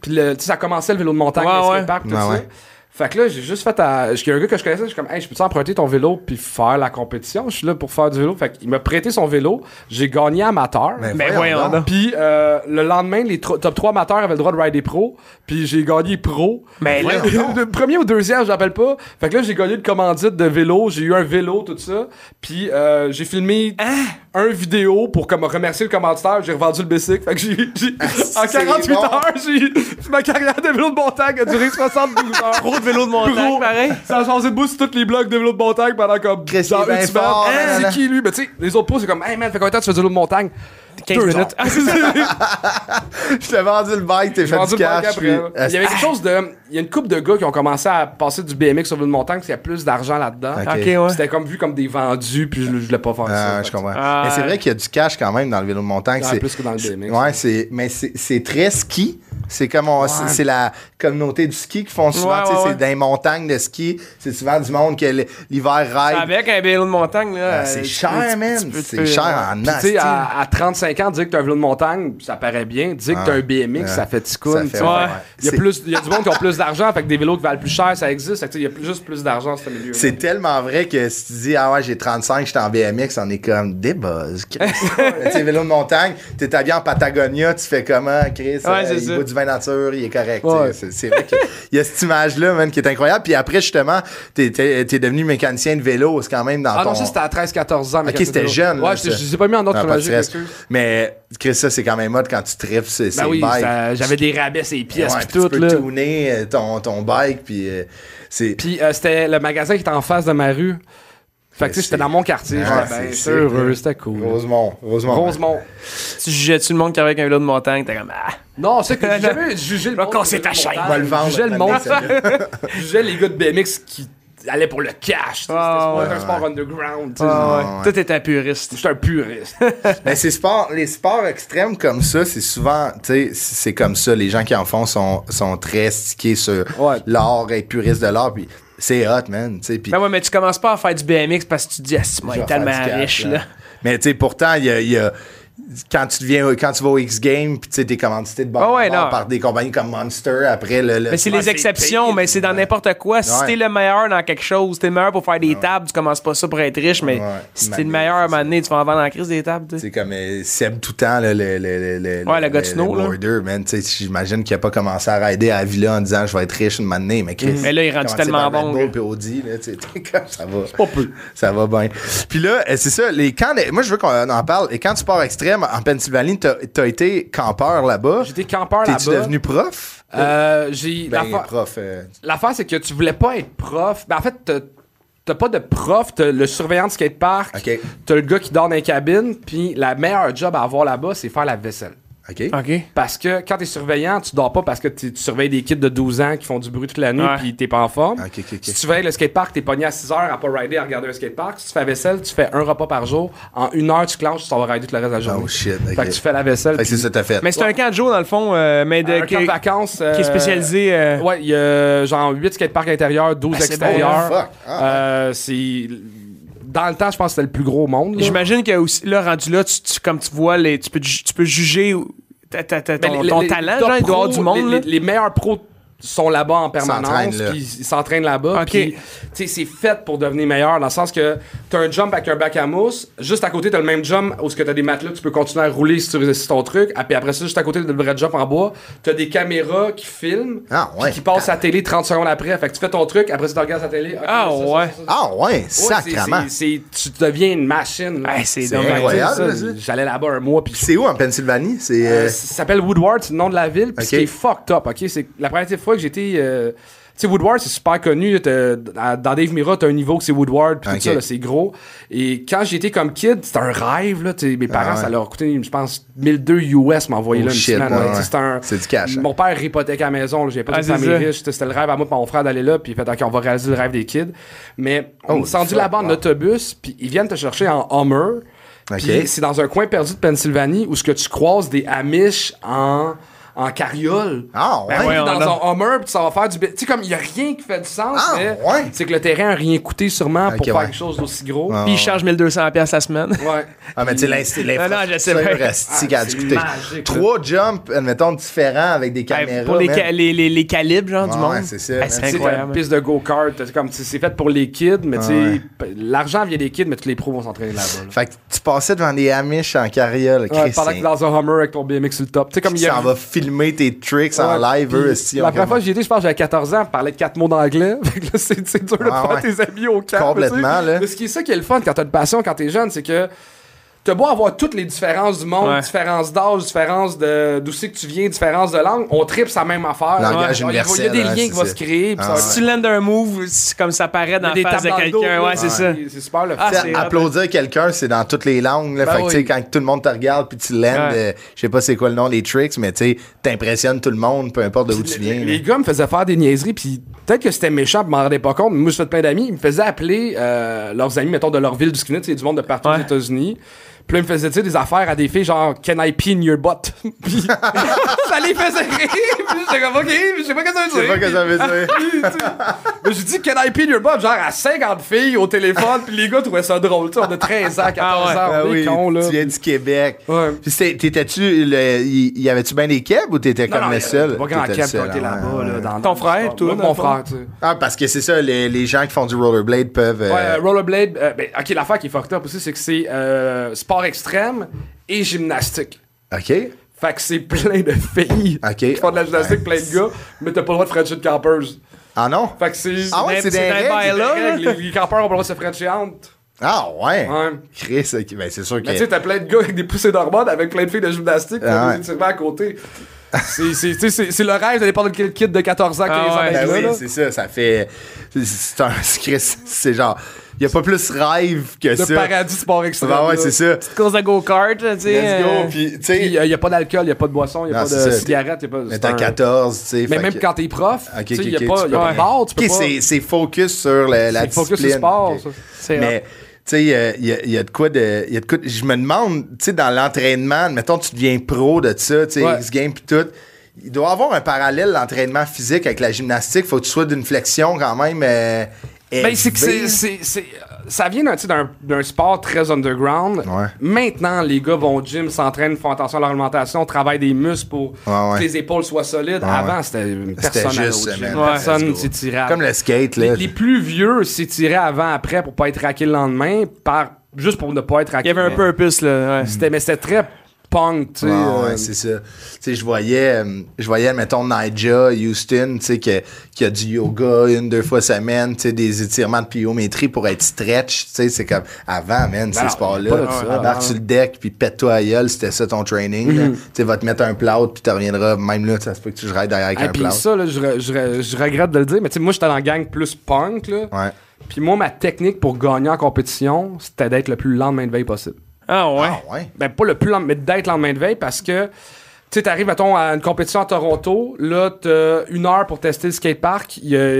[SPEAKER 5] Puis le- tu sais, ça commençait le vélo de montagne,
[SPEAKER 2] Ouais,
[SPEAKER 5] le
[SPEAKER 2] ouais.
[SPEAKER 5] skatepark, tout
[SPEAKER 1] Ouais,
[SPEAKER 5] ça.
[SPEAKER 1] ouais.
[SPEAKER 5] Fait que là, j'ai juste fait à. Il y a un gars que je connaissais, je suis comme, hey, je peux-tu emprunter ton vélo puis faire la compétition? Je suis là pour faire du vélo. Fait qu'il m'a prêté son vélo. J'ai gagné amateur.
[SPEAKER 2] Mais voyons donc.
[SPEAKER 5] Puis euh, le lendemain, les tro- top 3 amateurs avaient le droit de rider pro. Puis j'ai gagné pro.
[SPEAKER 2] Mais là-
[SPEAKER 5] le premier ou deuxième, j'appelle pas. Fait que là, j'ai gagné le commandite de vélo. J'ai eu un vélo, tout ça. Puis euh, j'ai filmé un vidéo pour comme remercier le commanditaire. J'ai revendu le bicycle. Fait que j'ai. j'ai- en
[SPEAKER 1] c'est
[SPEAKER 5] 48
[SPEAKER 1] bon.
[SPEAKER 5] heures, j'ai. Ma carrière de vélo de montagne a duré 72 heures. Gros de vélo de
[SPEAKER 2] montagne, pareil.
[SPEAKER 5] Ça a changé de bout sur tous les blocs de vélo de montagne pendant comme.
[SPEAKER 1] Chris,
[SPEAKER 5] genre
[SPEAKER 1] il est
[SPEAKER 5] une
[SPEAKER 1] bien
[SPEAKER 5] semaine.
[SPEAKER 1] fort,
[SPEAKER 5] Hein,
[SPEAKER 1] nanana.
[SPEAKER 5] c'est qui lui? Mais tu sais, les autres pros, c'est comme, hey man, fait combien de temps tu fais du vélo de montagne?
[SPEAKER 2] 15
[SPEAKER 5] Deux
[SPEAKER 2] minutes. Ah,
[SPEAKER 5] ans.
[SPEAKER 1] Je t'ai vendu le bike, t'es
[SPEAKER 5] J'ai
[SPEAKER 1] fait
[SPEAKER 5] vendu
[SPEAKER 1] du
[SPEAKER 5] le bike
[SPEAKER 1] cash.
[SPEAKER 5] après.
[SPEAKER 1] puis-
[SPEAKER 5] là. Il y avait quelque chose de. euh, Il y a une couple de gars qui ont commencé à passer du BMX sur une montagne parce qu'il y a plus d'argent là-dedans.
[SPEAKER 1] Ok.
[SPEAKER 2] OK,
[SPEAKER 1] Ok,
[SPEAKER 5] Puis
[SPEAKER 2] ouais.
[SPEAKER 5] C'était comme vu comme des vendus, puis je, je voulais pas faire ça.
[SPEAKER 1] Ah,
[SPEAKER 5] Fait
[SPEAKER 1] je
[SPEAKER 5] que-
[SPEAKER 1] comprends.
[SPEAKER 2] Ah,
[SPEAKER 1] mais c'est
[SPEAKER 2] ouais.
[SPEAKER 1] vrai qu'il y a du cash quand même dans le vélo de montagne.
[SPEAKER 5] Ah,
[SPEAKER 1] c'est
[SPEAKER 5] plus que dans le
[SPEAKER 1] c'est-
[SPEAKER 5] BMX,
[SPEAKER 1] Ouais, c'est, mais c'est, c'est très ski. C'est comme on- c'est, c'est la communauté du ski qui font souvent,
[SPEAKER 2] Ouais,
[SPEAKER 1] tu sais,
[SPEAKER 2] ouais,
[SPEAKER 1] c'est
[SPEAKER 2] ouais.
[SPEAKER 1] dans les montagnes de ski. C'est souvent du monde que l- l'hiver ride.
[SPEAKER 2] Avec un vélo de montagne, là.
[SPEAKER 1] Ah, c'est
[SPEAKER 2] euh,
[SPEAKER 1] cher,
[SPEAKER 2] tu- tu-
[SPEAKER 1] man.
[SPEAKER 2] tu peux- tu
[SPEAKER 1] c'est
[SPEAKER 2] peux- euh,
[SPEAKER 1] cher en
[SPEAKER 5] Puis tu sais,
[SPEAKER 1] nasty.
[SPEAKER 5] à, à 35 ans, dire que t'as un vélo de montagne, ça paraît bien. Dire que t'as un BMX, ça fait
[SPEAKER 1] Ça
[SPEAKER 5] ticoune.
[SPEAKER 1] fait-
[SPEAKER 5] tu sais.
[SPEAKER 1] Ah, ouais.
[SPEAKER 5] Il y, a
[SPEAKER 1] C'est-
[SPEAKER 5] plus, il y a du monde qui ont plus d'argent, fait que des vélos qui valent plus cher, ça existe. Fait que tu sais, il y a plus- juste plus d'argent dans ce milieu.
[SPEAKER 1] C'est tellement vrai que si tu dis, ah ouais, j'ai 35, j'étais en BMX, on est comme des buzz. Chris. tu sais, vélo de montagne, t'es habillé en Patagonia, tu fais comment, Chris? euh,
[SPEAKER 2] c'est
[SPEAKER 1] il
[SPEAKER 2] ça.
[SPEAKER 1] boit du vin nature, il est correct. tu sais.
[SPEAKER 5] Ouais.
[SPEAKER 1] C'est- C'est vrai qu'il y a cette image-là, man, qui est incroyable. Puis après, justement, t'es t'es- t'es devenu mécanicien de vélo, c'est quand même dans
[SPEAKER 5] Ah
[SPEAKER 1] ton.
[SPEAKER 5] non, ça c'était à 13-14 ans. mais
[SPEAKER 1] Ok,
[SPEAKER 5] quand
[SPEAKER 1] c'était
[SPEAKER 5] j'étais-
[SPEAKER 1] jeune, là,
[SPEAKER 5] Ouais, je
[SPEAKER 1] ça.
[SPEAKER 5] je les ai pas mis en note
[SPEAKER 1] Ah, pas de
[SPEAKER 5] chronologique.
[SPEAKER 1] stress.
[SPEAKER 5] excuse.
[SPEAKER 1] Mais Chris, ça, c'est quand même mode quand tu tripes, c'est
[SPEAKER 5] Ben
[SPEAKER 1] c'est
[SPEAKER 5] oui,
[SPEAKER 1] bike.
[SPEAKER 5] ça- j'avais des rabais, et
[SPEAKER 1] Ouais,
[SPEAKER 5] pièces,
[SPEAKER 1] puis
[SPEAKER 5] puis
[SPEAKER 1] tu
[SPEAKER 5] tout.
[SPEAKER 1] peux
[SPEAKER 5] là.
[SPEAKER 1] tuner euh, ton, ton bike, puis euh, c'est.
[SPEAKER 5] Puis euh, c'était le magasin qui était en face de ma rue. Fait que tu sais, j'étais dans mon quartier.
[SPEAKER 1] Ouais,
[SPEAKER 5] J'étais
[SPEAKER 1] c'est-
[SPEAKER 5] bien
[SPEAKER 1] c'est-
[SPEAKER 5] heureux, c'était cool.
[SPEAKER 1] Rosemont, Rosemont.
[SPEAKER 5] Rosemont.
[SPEAKER 2] Tu jugeais-tu le monde qui avait un vélo de montagne? T'es comme, ah.
[SPEAKER 5] Non, c'est que j'ai jamais jugé le
[SPEAKER 2] Va
[SPEAKER 5] monde.
[SPEAKER 2] casser
[SPEAKER 5] de
[SPEAKER 2] ta
[SPEAKER 5] la
[SPEAKER 2] chaîne.
[SPEAKER 5] montagne.
[SPEAKER 1] On va le vendre.
[SPEAKER 5] Jugeais le monde. Jugeais les gars de BMX qui allait pour le cash. tu sais, C'était
[SPEAKER 2] Ah,
[SPEAKER 5] c'était
[SPEAKER 2] ouais,
[SPEAKER 5] un sport underground. tu sais.
[SPEAKER 2] Ah, ouais.
[SPEAKER 1] ouais.
[SPEAKER 2] Toi, t'es un puriste.
[SPEAKER 5] J'étais un puriste.
[SPEAKER 1] Mais ces sports, Ben, les sports extrêmes comme ça, c'est souvent, tu sais, c'est comme ça. Les gens qui en font sont, sont très stickés sur
[SPEAKER 5] Ouais.
[SPEAKER 1] l'art et puristes de l'art. Puis c'est hot, man. tu sais, Puis
[SPEAKER 2] Ben ouais, mais tu commences pas à faire du BMX parce que tu te dis, ah, c'est moi,
[SPEAKER 1] je
[SPEAKER 2] il est
[SPEAKER 1] vais faire
[SPEAKER 2] tellement
[SPEAKER 1] du cash,
[SPEAKER 2] riche,
[SPEAKER 1] là.
[SPEAKER 5] Ben,
[SPEAKER 2] là.
[SPEAKER 1] Mais tu sais, pourtant, il y a, il y a- quand tu deviens, quand tu vas au X Games, puis tu sais, t'es commandité de bord
[SPEAKER 2] Ah ouais,
[SPEAKER 1] à bord
[SPEAKER 2] non.
[SPEAKER 1] par des compagnies comme Monster. Après, le, le-
[SPEAKER 2] Mais c'est
[SPEAKER 5] Ouais,
[SPEAKER 2] les
[SPEAKER 5] c'est
[SPEAKER 2] exceptions,
[SPEAKER 5] pire,
[SPEAKER 2] mais c'est dans n'importe quoi. Si
[SPEAKER 1] Ouais.
[SPEAKER 2] t'es le meilleur dans quelque chose, t'es le meilleur pour faire des tables, tu commences pas ça pour être riche, mais
[SPEAKER 1] Ouais.
[SPEAKER 2] si t'es
[SPEAKER 1] Malgré,
[SPEAKER 2] le meilleur à un
[SPEAKER 1] c'est
[SPEAKER 2] moment donné, tu vas en vendre en crise des tables, tu sais.
[SPEAKER 1] C'est comme euh, Seb Toutant, le, le, le, le, le,
[SPEAKER 2] Ouais, le Gatineau, là.
[SPEAKER 1] border, man. Tu sais, J'imagine qu'il a pas commencé à rider à la villa en disant je vais être riche une matinée, mais Chris.
[SPEAKER 2] Mais là, il est rendu
[SPEAKER 1] commencé
[SPEAKER 2] tellement
[SPEAKER 1] par Red
[SPEAKER 2] bon,
[SPEAKER 1] Bull
[SPEAKER 2] là.
[SPEAKER 1] puis Audi, là, tu sais, t'es comme, ça va. Ça va bien. Puis là, euh, c'est ça, les camps, de- moi je veux qu'on en parle. Les camps du sport extrême en Pennsylvanie, t'as as été campeur là-bas.
[SPEAKER 5] J'étais campeur
[SPEAKER 1] T'es-tu
[SPEAKER 5] là-bas.
[SPEAKER 1] devenu prof?
[SPEAKER 5] Euh, j'ai
[SPEAKER 1] Ben,
[SPEAKER 5] l'affaire-
[SPEAKER 1] prof. euh,
[SPEAKER 5] L'affaire, c'est que tu voulais pas être prof. Ben, en fait, t'as- t'as pas de prof, t'as le surveillant de skatepark,
[SPEAKER 1] Ok.
[SPEAKER 5] t'as le gars qui dort dans les cabines, puis la meilleure job à avoir là-bas, c'est faire la vaisselle.
[SPEAKER 1] OK.
[SPEAKER 2] OK.
[SPEAKER 5] Parce que quand t'es surveillant, tu dors pas parce que t'es- tu surveilles des kids de 12 ans qui font du bruit toute la nuit
[SPEAKER 2] Ouais.
[SPEAKER 5] puis t'es pas en forme.
[SPEAKER 1] Ok, ok, ok.
[SPEAKER 5] Si tu surveilles le skatepark, t'es pogné à 6 heures à pas rider, à regarder un skatepark. Si tu fais la vaisselle, tu fais un repas par jour. En une heure, tu clenches, tu t'en vas rider tout le reste de la journée.
[SPEAKER 1] Oh shit.
[SPEAKER 5] Fait que tu fais la vaisselle.
[SPEAKER 1] Fait que c'est
[SPEAKER 5] puis-
[SPEAKER 1] ça que t'as fait.
[SPEAKER 2] Mais c'est un camp de jour, dans le fond, euh, mais de,
[SPEAKER 5] un
[SPEAKER 2] qui,
[SPEAKER 5] camp de vacances.
[SPEAKER 2] qui est
[SPEAKER 5] euh,
[SPEAKER 2] spécialisé. euh,
[SPEAKER 5] Ouais, il y a genre 8 skateparks intérieurs, 12
[SPEAKER 2] c'est bon,
[SPEAKER 5] extérieurs.
[SPEAKER 1] hein? Fuck. Ah,
[SPEAKER 5] Euh, c'est. Dans le temps, je pense que c'était le plus gros au monde. là.
[SPEAKER 2] J'imagine que aussi, là, rendu là, tu, tu- comme tu vois, les, tu, peux, ju- tu peux juger ou- ta- ta- ta-
[SPEAKER 5] Ben,
[SPEAKER 2] ton,
[SPEAKER 5] les-
[SPEAKER 2] ton
[SPEAKER 5] les-
[SPEAKER 2] talent,
[SPEAKER 5] les
[SPEAKER 2] genre,
[SPEAKER 5] top
[SPEAKER 2] il doit y avoir
[SPEAKER 5] pros,
[SPEAKER 2] du monde.
[SPEAKER 5] Les,
[SPEAKER 2] là.
[SPEAKER 5] les- les meilleurs pros sont là-bas en permanence,
[SPEAKER 1] S'entraînent, là.
[SPEAKER 5] puis ils s'entraînent là-bas.
[SPEAKER 2] Ok.
[SPEAKER 5] puis, tu sais, c'est fait pour devenir meilleur, dans le sens que t'as un jump avec un bac à mousse, juste à côté, t'as le même jump où ce que t'as des matelas, tu peux continuer à rouler si tu réussis ton truc, ah, puis après ça, juste à côté, t'as le vrai jump en bois, t'as des caméras qui filment,
[SPEAKER 1] Ah,
[SPEAKER 5] puis
[SPEAKER 1] ouais.
[SPEAKER 5] qui passent à la télé 30 secondes après, fait que tu fais ton truc, après ça, tu regardes la télé. ok,
[SPEAKER 2] Ah,
[SPEAKER 5] ça, ça,
[SPEAKER 2] ouais.
[SPEAKER 5] ça, ça, ça.
[SPEAKER 1] Ah ouais,
[SPEAKER 5] Ouais, c'est-
[SPEAKER 1] sacrement.
[SPEAKER 5] c'est- c'est- tu deviens une machine. là.
[SPEAKER 2] Hey, Eh, c'est
[SPEAKER 5] Fait
[SPEAKER 2] dingue.
[SPEAKER 5] que,
[SPEAKER 1] Incroyable,
[SPEAKER 5] tu sais,
[SPEAKER 1] ça.
[SPEAKER 5] ça, J'allais là-bas un mois, puis
[SPEAKER 1] C'est où en Pennsylvanie? C'est.
[SPEAKER 5] euh,
[SPEAKER 1] euh,
[SPEAKER 5] ça s'appelle Woodward, c'est le nom de la ville. Puis
[SPEAKER 1] Ok.
[SPEAKER 5] ce qui est fucked up, ok? C'est la première fois que j'étais. euh, tu sais, Woodward, c'est super connu. t'as- à- Dans Dave Mira, t'as un niveau que c'est Woodward, puis
[SPEAKER 1] Ok.
[SPEAKER 5] tout ça, là, c'est gros. Et quand j'étais comme kid, c'était un rêve, là. tu sais, Mes parents,
[SPEAKER 1] Ah ouais.
[SPEAKER 5] ça leur coûtait, je pense, 1002 US m'envoyer
[SPEAKER 1] Oh
[SPEAKER 5] là une
[SPEAKER 1] shit,
[SPEAKER 5] semaine.
[SPEAKER 1] ouais,
[SPEAKER 5] là, tu sais,
[SPEAKER 1] ouais.
[SPEAKER 5] c'était un-
[SPEAKER 1] C'est du cash, hein.
[SPEAKER 5] Mon père hypothèque à la maison, là, j'avais pas
[SPEAKER 2] Ah,
[SPEAKER 5] de
[SPEAKER 2] c'est
[SPEAKER 5] famille
[SPEAKER 2] ça.
[SPEAKER 5] riche. C'était le rêve à moi, et mon frère d'aller là, puis fait, ok, on va réaliser le rêve des kids. Mais on
[SPEAKER 1] Oh,
[SPEAKER 5] est descendu
[SPEAKER 1] fuck,
[SPEAKER 5] là-bas en
[SPEAKER 1] wow.
[SPEAKER 5] autobus, puis ils viennent te chercher en Hummer.
[SPEAKER 1] Ok.
[SPEAKER 5] Puis c'est dans un coin perdu de Pennsylvanie où ce que tu croises des Amish en en carriole.
[SPEAKER 1] Ah, ouais.
[SPEAKER 5] Ben oui,
[SPEAKER 2] Voyons
[SPEAKER 5] dans
[SPEAKER 2] donc.
[SPEAKER 5] un Hummer, puis ça va faire du... bi- Tu sais, comme, il n'y a rien qui fait du sens,
[SPEAKER 1] Ah,
[SPEAKER 5] mais
[SPEAKER 1] ouais.
[SPEAKER 5] c'est que le terrain a rien coûté sûrement pour
[SPEAKER 1] Ok,
[SPEAKER 5] faire
[SPEAKER 1] ouais.
[SPEAKER 5] quelque chose d'aussi gros.
[SPEAKER 1] Ah,
[SPEAKER 2] Puis ils chargent 1200$ la semaine.
[SPEAKER 5] Ouais.
[SPEAKER 1] Ah, mais tu sais, l'in- c'est
[SPEAKER 2] Non, non, je sais bien.
[SPEAKER 1] l'infrastructure asti qui a
[SPEAKER 5] Ah,
[SPEAKER 1] dû
[SPEAKER 5] c'est
[SPEAKER 1] coûter.
[SPEAKER 5] magique,
[SPEAKER 1] Trois jumps, admettons, différents avec des
[SPEAKER 2] Hey,
[SPEAKER 1] caméras.
[SPEAKER 2] Ben, pour les,
[SPEAKER 1] man.
[SPEAKER 2] ca- les, les, les calibres, genre, du
[SPEAKER 1] Ouais,
[SPEAKER 2] monde.
[SPEAKER 1] ouais, c'est ça,
[SPEAKER 2] Hey,
[SPEAKER 1] man.
[SPEAKER 2] c'est
[SPEAKER 1] Tu sais,
[SPEAKER 5] Tu sais, t'as une
[SPEAKER 2] incroyable.
[SPEAKER 5] piste de go-kart, t'as- comme, tu sais, c'est fait pour les kids,
[SPEAKER 1] Ah,
[SPEAKER 5] mais tu sais, p- l'argent vient des kids, mais tous les pros vont s'entraîner là-bas. là.
[SPEAKER 1] Fait que tu passais devant des Amish en carriole,
[SPEAKER 5] Ouais,
[SPEAKER 1] Chris. hein.
[SPEAKER 5] pendant que t'es dans un Hummer avec ton BMX sur le top. Tu sais, comme
[SPEAKER 1] Tu
[SPEAKER 5] il y a...
[SPEAKER 1] s'en vas filmer tes tricks en
[SPEAKER 5] Ouais,
[SPEAKER 1] live,
[SPEAKER 5] puis
[SPEAKER 1] eux, esti,
[SPEAKER 5] La
[SPEAKER 1] on
[SPEAKER 5] première fois que
[SPEAKER 1] commence.
[SPEAKER 5] j'y étais, je pense que j'avais 14 ans, je parlais de 4 mots d'anglais. Fait que là, c'est c'est dur de
[SPEAKER 1] Ouais,
[SPEAKER 5] faire
[SPEAKER 1] ouais.
[SPEAKER 5] tes amis au camp.
[SPEAKER 1] Complètement,
[SPEAKER 5] tu sais.
[SPEAKER 1] là.
[SPEAKER 5] Mais ce qui est ça qui est le fun quand t'as une passion, quand t'es jeune, c'est que t'as beau avoir toutes les différences du monde,
[SPEAKER 2] Ouais.
[SPEAKER 5] différences d'âge, différences de- d'où c'est que tu viens, différences de langue, on tripe sa même affaire.
[SPEAKER 1] Langage
[SPEAKER 5] Ouais. Alors, Il y a
[SPEAKER 1] universel,
[SPEAKER 5] des
[SPEAKER 1] ouais,
[SPEAKER 5] liens
[SPEAKER 1] c'est
[SPEAKER 5] qui vont
[SPEAKER 1] ça. Ah.
[SPEAKER 5] se créer. puis ça va-
[SPEAKER 2] Si tu landes un move, c'est comme ça paraît dans
[SPEAKER 5] Il y
[SPEAKER 2] la
[SPEAKER 5] a des
[SPEAKER 2] face de
[SPEAKER 5] tapes dans le dos,
[SPEAKER 2] quelqu'un,
[SPEAKER 5] là.
[SPEAKER 2] ouais, c'est ça.
[SPEAKER 5] C'est super le
[SPEAKER 2] Ah,
[SPEAKER 5] fun.
[SPEAKER 2] c'est-
[SPEAKER 1] Applaudir quelqu'un, c'est dans toutes les langues. Là,
[SPEAKER 5] Ben
[SPEAKER 1] fait que, tu
[SPEAKER 5] oui.
[SPEAKER 1] sais, quand tout le monde te regarde puis tu landes,
[SPEAKER 2] Ouais.
[SPEAKER 1] euh, je sais pas c'est quoi le nom des tricks, mais tu sais, t'impressionnes tout le monde, peu importe d'où tu
[SPEAKER 5] Les-
[SPEAKER 1] viens. là.
[SPEAKER 5] Les gars me faisaient faire des niaiseries, puis peut-être que c'était méchant, puis je m'en rendais pas compte, mais moi, je fais plein d'amis. Ils me faisaient appeler euh, leurs amis, mettons, de leur ville du skinhead, c'est du monde de partout aux
[SPEAKER 2] Ouais.
[SPEAKER 5] États-Unis. Puis là, ils me faisaient dire des affaires à des filles, genre, Can I pin your butt? Puis ça les faisait rire, puis j'étais comme, OK, mais je sais pas que ça veut
[SPEAKER 1] Je sais
[SPEAKER 5] dire.
[SPEAKER 1] pas que ça veut dire.
[SPEAKER 5] Mais j'ai dit, Can I pin your butt? Genre, à 50 filles au téléphone, puis les gars trouvaient ça drôle, tu sais, on a 13 ans, 14 ans,
[SPEAKER 1] Ah
[SPEAKER 5] on est
[SPEAKER 1] oui,
[SPEAKER 5] cons, là.
[SPEAKER 1] tu viens du Québec.
[SPEAKER 5] Ouais.
[SPEAKER 1] Puis c'était- t'étais-tu, le- y, y avait-tu bien des kebs ou t'étais
[SPEAKER 5] Non,
[SPEAKER 1] comme
[SPEAKER 5] non,
[SPEAKER 1] le
[SPEAKER 5] mais
[SPEAKER 1] seul?
[SPEAKER 5] c'est Pas grand
[SPEAKER 1] T'étais le
[SPEAKER 5] cap
[SPEAKER 1] seul,
[SPEAKER 5] quand t'es
[SPEAKER 1] ah,
[SPEAKER 5] là-bas,
[SPEAKER 1] ouais.
[SPEAKER 5] là, dans
[SPEAKER 2] Ton frère, toi,
[SPEAKER 5] Moi,
[SPEAKER 2] dans le
[SPEAKER 5] Mon
[SPEAKER 2] fond?
[SPEAKER 5] frère, tu sais.
[SPEAKER 1] Ah, parce que c'est ça, les, les gens qui font du rollerblade peuvent... euh,
[SPEAKER 5] Ouais, euh, rollerblade. euh, ben, ok, l'affaire qui est fucked up aussi, c'est que c'est euh, sport extrême et gymnastique.
[SPEAKER 1] OK.
[SPEAKER 5] Fait que c'est plein de filles
[SPEAKER 1] Ok.
[SPEAKER 5] qui font de la gymnastique,
[SPEAKER 1] Ouais.
[SPEAKER 5] plein de gars, mais t'as pas le droit de frencher de campers.
[SPEAKER 1] Ah non?
[SPEAKER 5] Fait que c'est.
[SPEAKER 1] Ah ouais,
[SPEAKER 2] Mais
[SPEAKER 1] c'est
[SPEAKER 2] Ben, c'est
[SPEAKER 1] des
[SPEAKER 2] un
[SPEAKER 1] règles.
[SPEAKER 2] bail,
[SPEAKER 5] c'est
[SPEAKER 2] là,
[SPEAKER 5] des règles, Les, les campeurs ont pas le droit de se frencher entre.
[SPEAKER 1] Ah ouais?
[SPEAKER 5] Ouais.
[SPEAKER 1] Chris, ok, ben c'est sûr
[SPEAKER 5] Mais tu sais,
[SPEAKER 1] que...
[SPEAKER 5] t'as plein de gars avec des poussées d'hormones, avec plein de filles de gymnastique,
[SPEAKER 1] Ah
[SPEAKER 5] t'as
[SPEAKER 1] ouais.
[SPEAKER 5] des étirements à côté. C'est- c'est- tu sais, C'est c'est le rêve d'aller parler de kid de 14 ans, 15
[SPEAKER 2] Ah
[SPEAKER 5] ans.
[SPEAKER 2] ouais.
[SPEAKER 5] d'être
[SPEAKER 1] Ben
[SPEAKER 5] là,
[SPEAKER 1] oui,
[SPEAKER 5] là.
[SPEAKER 1] c'est ça, ça fait. c'est- C'est un secret, c'est genre. Il a pas plus rêve que
[SPEAKER 5] Le
[SPEAKER 1] ça.
[SPEAKER 5] paradis sport extrême.
[SPEAKER 1] Ben ouais,
[SPEAKER 5] là.
[SPEAKER 1] c'est ça.
[SPEAKER 2] Course de go-kart, là, tu sais.
[SPEAKER 1] Let's
[SPEAKER 2] euh,
[SPEAKER 1] go. Puis, tu sais,
[SPEAKER 5] Il n'y a, pas d'alcool, il n'y a pas de boisson, il n'y a
[SPEAKER 1] Non,
[SPEAKER 5] pas
[SPEAKER 1] c'est
[SPEAKER 5] de
[SPEAKER 1] ça.
[SPEAKER 5] cigarette, il n'y a pas
[SPEAKER 1] mais
[SPEAKER 5] c'est
[SPEAKER 1] t'as
[SPEAKER 5] un-
[SPEAKER 1] 14, tu sais.
[SPEAKER 5] Mais
[SPEAKER 1] fait
[SPEAKER 5] même
[SPEAKER 1] que- Ah,
[SPEAKER 5] quand t'es prof,
[SPEAKER 1] Ok,
[SPEAKER 5] tu sais, il n'y
[SPEAKER 1] ok,
[SPEAKER 5] a
[SPEAKER 1] ok,
[SPEAKER 5] pas
[SPEAKER 1] tu
[SPEAKER 5] il y a
[SPEAKER 1] peux
[SPEAKER 5] pas
[SPEAKER 1] pas.
[SPEAKER 5] de bar, tu peux
[SPEAKER 1] Ok,
[SPEAKER 5] pas.
[SPEAKER 1] c'est c'est focus sur la, la
[SPEAKER 5] C'est
[SPEAKER 1] discipline.
[SPEAKER 5] focus sur le sport,
[SPEAKER 1] Ok.
[SPEAKER 5] ça.
[SPEAKER 2] C'est
[SPEAKER 1] Mais, tu sais, euh, il y, a- il y a de quoi de. il Y a de quoi de- je me demande, tu sais, dans l'entraînement, mettons, tu deviens pro de ça, tu sais,
[SPEAKER 5] Ouais.
[SPEAKER 1] X-Game pis tout. Il doit y avoir un parallèle, l'entraînement physique avec la gymnastique. Faut que tu sois d'une flexion quand même. euh,
[SPEAKER 5] Ben, c'est que
[SPEAKER 1] élevée.
[SPEAKER 5] c'est, c'est- c'est- ça vient d'un, tu sais, d'un, d'un sport très underground.
[SPEAKER 1] Ouais.
[SPEAKER 5] Maintenant, les gars vont au gym, s'entraînent, font attention à leur alimentation, travaillent des muscles pour
[SPEAKER 1] Ouais, ouais.
[SPEAKER 5] que les épaules soient solides. Avant, c'était personne allait
[SPEAKER 1] juste,
[SPEAKER 5] au gym.
[SPEAKER 1] man, let's go.
[SPEAKER 5] Personne s'étirait.
[SPEAKER 1] Comme le skate, là.
[SPEAKER 5] les, les plus vieux s'étiraient avant, après, pour pas être raqués le lendemain, par, juste pour ne pas être
[SPEAKER 2] Il y
[SPEAKER 5] raqués.
[SPEAKER 2] avait un
[SPEAKER 5] Mais
[SPEAKER 2] purpose, là. ouais.
[SPEAKER 5] C'était, mais c'était très punk, tu sais.
[SPEAKER 1] Ouais,
[SPEAKER 5] euh,
[SPEAKER 1] Ah, ouais, c'est ça. Tu sais, je voyais, euh, je voyais, mettons, Nigel Houston, tu sais, que- qui a du yoga une, deux fois semaine, tu sais, des étirements de pliométrie pour être stretch, tu sais, c'est comme, avant, man, ces
[SPEAKER 5] non,
[SPEAKER 1] sports-là,
[SPEAKER 5] Ben, pas de ça, Mhm.
[SPEAKER 1] embarque
[SPEAKER 5] ouais.
[SPEAKER 1] sur le deck, puis pète-toi à gueule, c'était ça ton training, là. tu sais, va te mettre un plout, puis tu reviendras, même là, ça se peut que tu rides derrière avec
[SPEAKER 5] Ah,
[SPEAKER 1] un
[SPEAKER 5] puis
[SPEAKER 1] plout.
[SPEAKER 5] ça, là, je, re- je re- je regrette de le dire, mais tu sais, moi, j'étais dans la gang plus punk, là.
[SPEAKER 1] Ouais.
[SPEAKER 5] Puis moi, ma technique pour gagner en compétition, c'était d'être le plus lendemain de veille possible.
[SPEAKER 2] Ah ouais.
[SPEAKER 1] Ah, ouais.
[SPEAKER 5] Ben, pas le plus lendemain, mais d'être lendemain de veille parce que, tu sais, t'arrives, mettons, à une compétition à Toronto, là, t'as une heure pour tester le skatepark, il y a,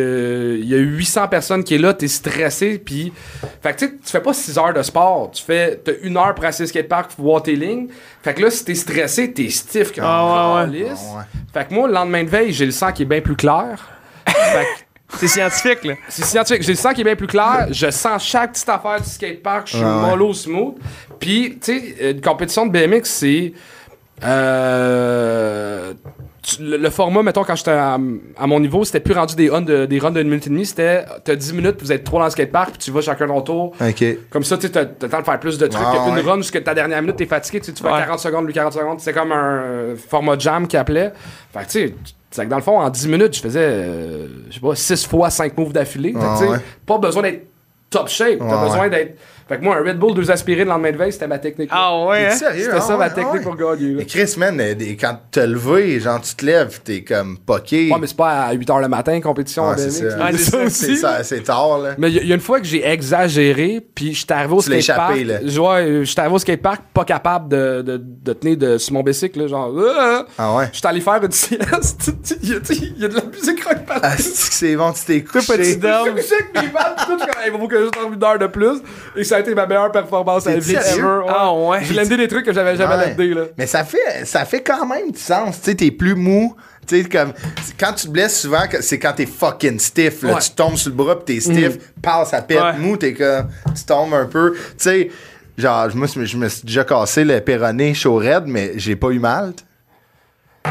[SPEAKER 5] il y a 800 personnes qui est là, t'es stressé, puis... Fait que, tu sais, tu fais pas 6 heures de sport, tu fais... T'as une heure pour assister au skatepark, voir tes lignes. Fait que là, si t'es stressé, t'es stiff comme
[SPEAKER 2] Ah,
[SPEAKER 5] un
[SPEAKER 2] ouais,
[SPEAKER 5] calice.
[SPEAKER 1] Ah, ouais.
[SPEAKER 5] Fait que moi, le lendemain de veille, j'ai le sang qui est bien plus clair. fait que,
[SPEAKER 2] C'est scientifique, là.
[SPEAKER 5] c'est scientifique. J'ai le sang qui est bien plus clair. Je sens chaque petite affaire du skatepark. Je suis mollo smooth. Puis, tu sais, une compétition de BMX, c'est. euh, tu- le, le format, mettons, quand j'étais à, à mon niveau, c'était plus rendu des runs de, des runs d'une minute et demie. C'était, t'as 10 minutes, vous êtes trois dans le skatepark, puis tu vas chacun ton tour.
[SPEAKER 1] OK.
[SPEAKER 5] Comme ça, tu sais, t'as t'as le temps de faire plus de trucs
[SPEAKER 1] Ah,
[SPEAKER 5] qu'une
[SPEAKER 1] ouais.
[SPEAKER 5] run jusqu'à ta dernière minute, t'es fatigué, tu sais, tu fais
[SPEAKER 2] Ouais.
[SPEAKER 5] 40 secondes, lui 40 secondes. C'est comme un euh, format jam qui appelait. Fait que, tu sais, c'est que dans le fond, en 10 minutes, je faisais, euh, je sais pas, 6 fois 5 moves d'affilée. Fait que,
[SPEAKER 1] Ah,
[SPEAKER 5] tu sais,
[SPEAKER 1] ouais.
[SPEAKER 5] pas besoin d'être top shape. T'as
[SPEAKER 1] Ouais,
[SPEAKER 5] besoin d'être. Fait que moi, un Red Bull, deux aspirés le lendemain de veille, c'était ma technique.
[SPEAKER 2] Ah ouais. hein?
[SPEAKER 1] Sérieux,
[SPEAKER 5] C'était
[SPEAKER 1] ah
[SPEAKER 5] ça
[SPEAKER 1] ouais,
[SPEAKER 5] ma
[SPEAKER 1] ah
[SPEAKER 5] technique
[SPEAKER 1] ouais.
[SPEAKER 5] pour gagner. là.
[SPEAKER 1] Mais Chris, man, euh, des- quand tu te levé, genre, tu te lèves, t'es comme poqué.
[SPEAKER 5] Ouais, mais c'est pas à 8 h le matin, compétition en
[SPEAKER 1] Ouais, c'est
[SPEAKER 5] BMX.
[SPEAKER 1] ça.
[SPEAKER 5] là.
[SPEAKER 2] Ah, c'est ça
[SPEAKER 1] C'est ça, c'est tard, là.
[SPEAKER 5] Mais il y, a- y a une fois que j'ai exagéré, puis j'étais arrivé au
[SPEAKER 1] Tu l'as
[SPEAKER 5] skatepark.
[SPEAKER 1] échappé, là.
[SPEAKER 5] Je- Ouais, j'étais arrivé au skatepark, pas capable de, de, de tenir de, sur mon bicycle, là, genre. Ah!
[SPEAKER 1] Ah ouais.
[SPEAKER 5] J'étais allé faire une sieste. Il y, a- tu sais, il y a de la musique rock partout.
[SPEAKER 1] Ah, c'est que c'est bon, tu t'es couché.
[SPEAKER 2] petit dame.
[SPEAKER 5] Je suis avec mes vannes, tout, je suis comme, Hey, faut que je dorme une heure de plus. Et ça a été ma meilleure performance à
[SPEAKER 1] T'es
[SPEAKER 5] la vie
[SPEAKER 1] sérieux?
[SPEAKER 5] ever.
[SPEAKER 2] Ah ouais.
[SPEAKER 5] J'ai landé des trucs que j'avais jamais
[SPEAKER 1] Ouais.
[SPEAKER 5] landé, là.
[SPEAKER 1] Mais ça fait, ça fait quand même du sens. Tu sais, t'es plus mou. Tu sais, comme, c'est- quand tu te blesses souvent, que- c'est quand t'es fucking stiff. là.
[SPEAKER 5] Ouais. Mhm.
[SPEAKER 1] Tu tombes sur le bras pis t'es stiff, passe, ça pète,
[SPEAKER 2] Ouais.
[SPEAKER 1] mou, t'es comme, tu tombes un peu. Tu sais, genre, je me, suis- je me suis déjà cassé le péroné chaud raide, mais j'ai pas eu mal. t-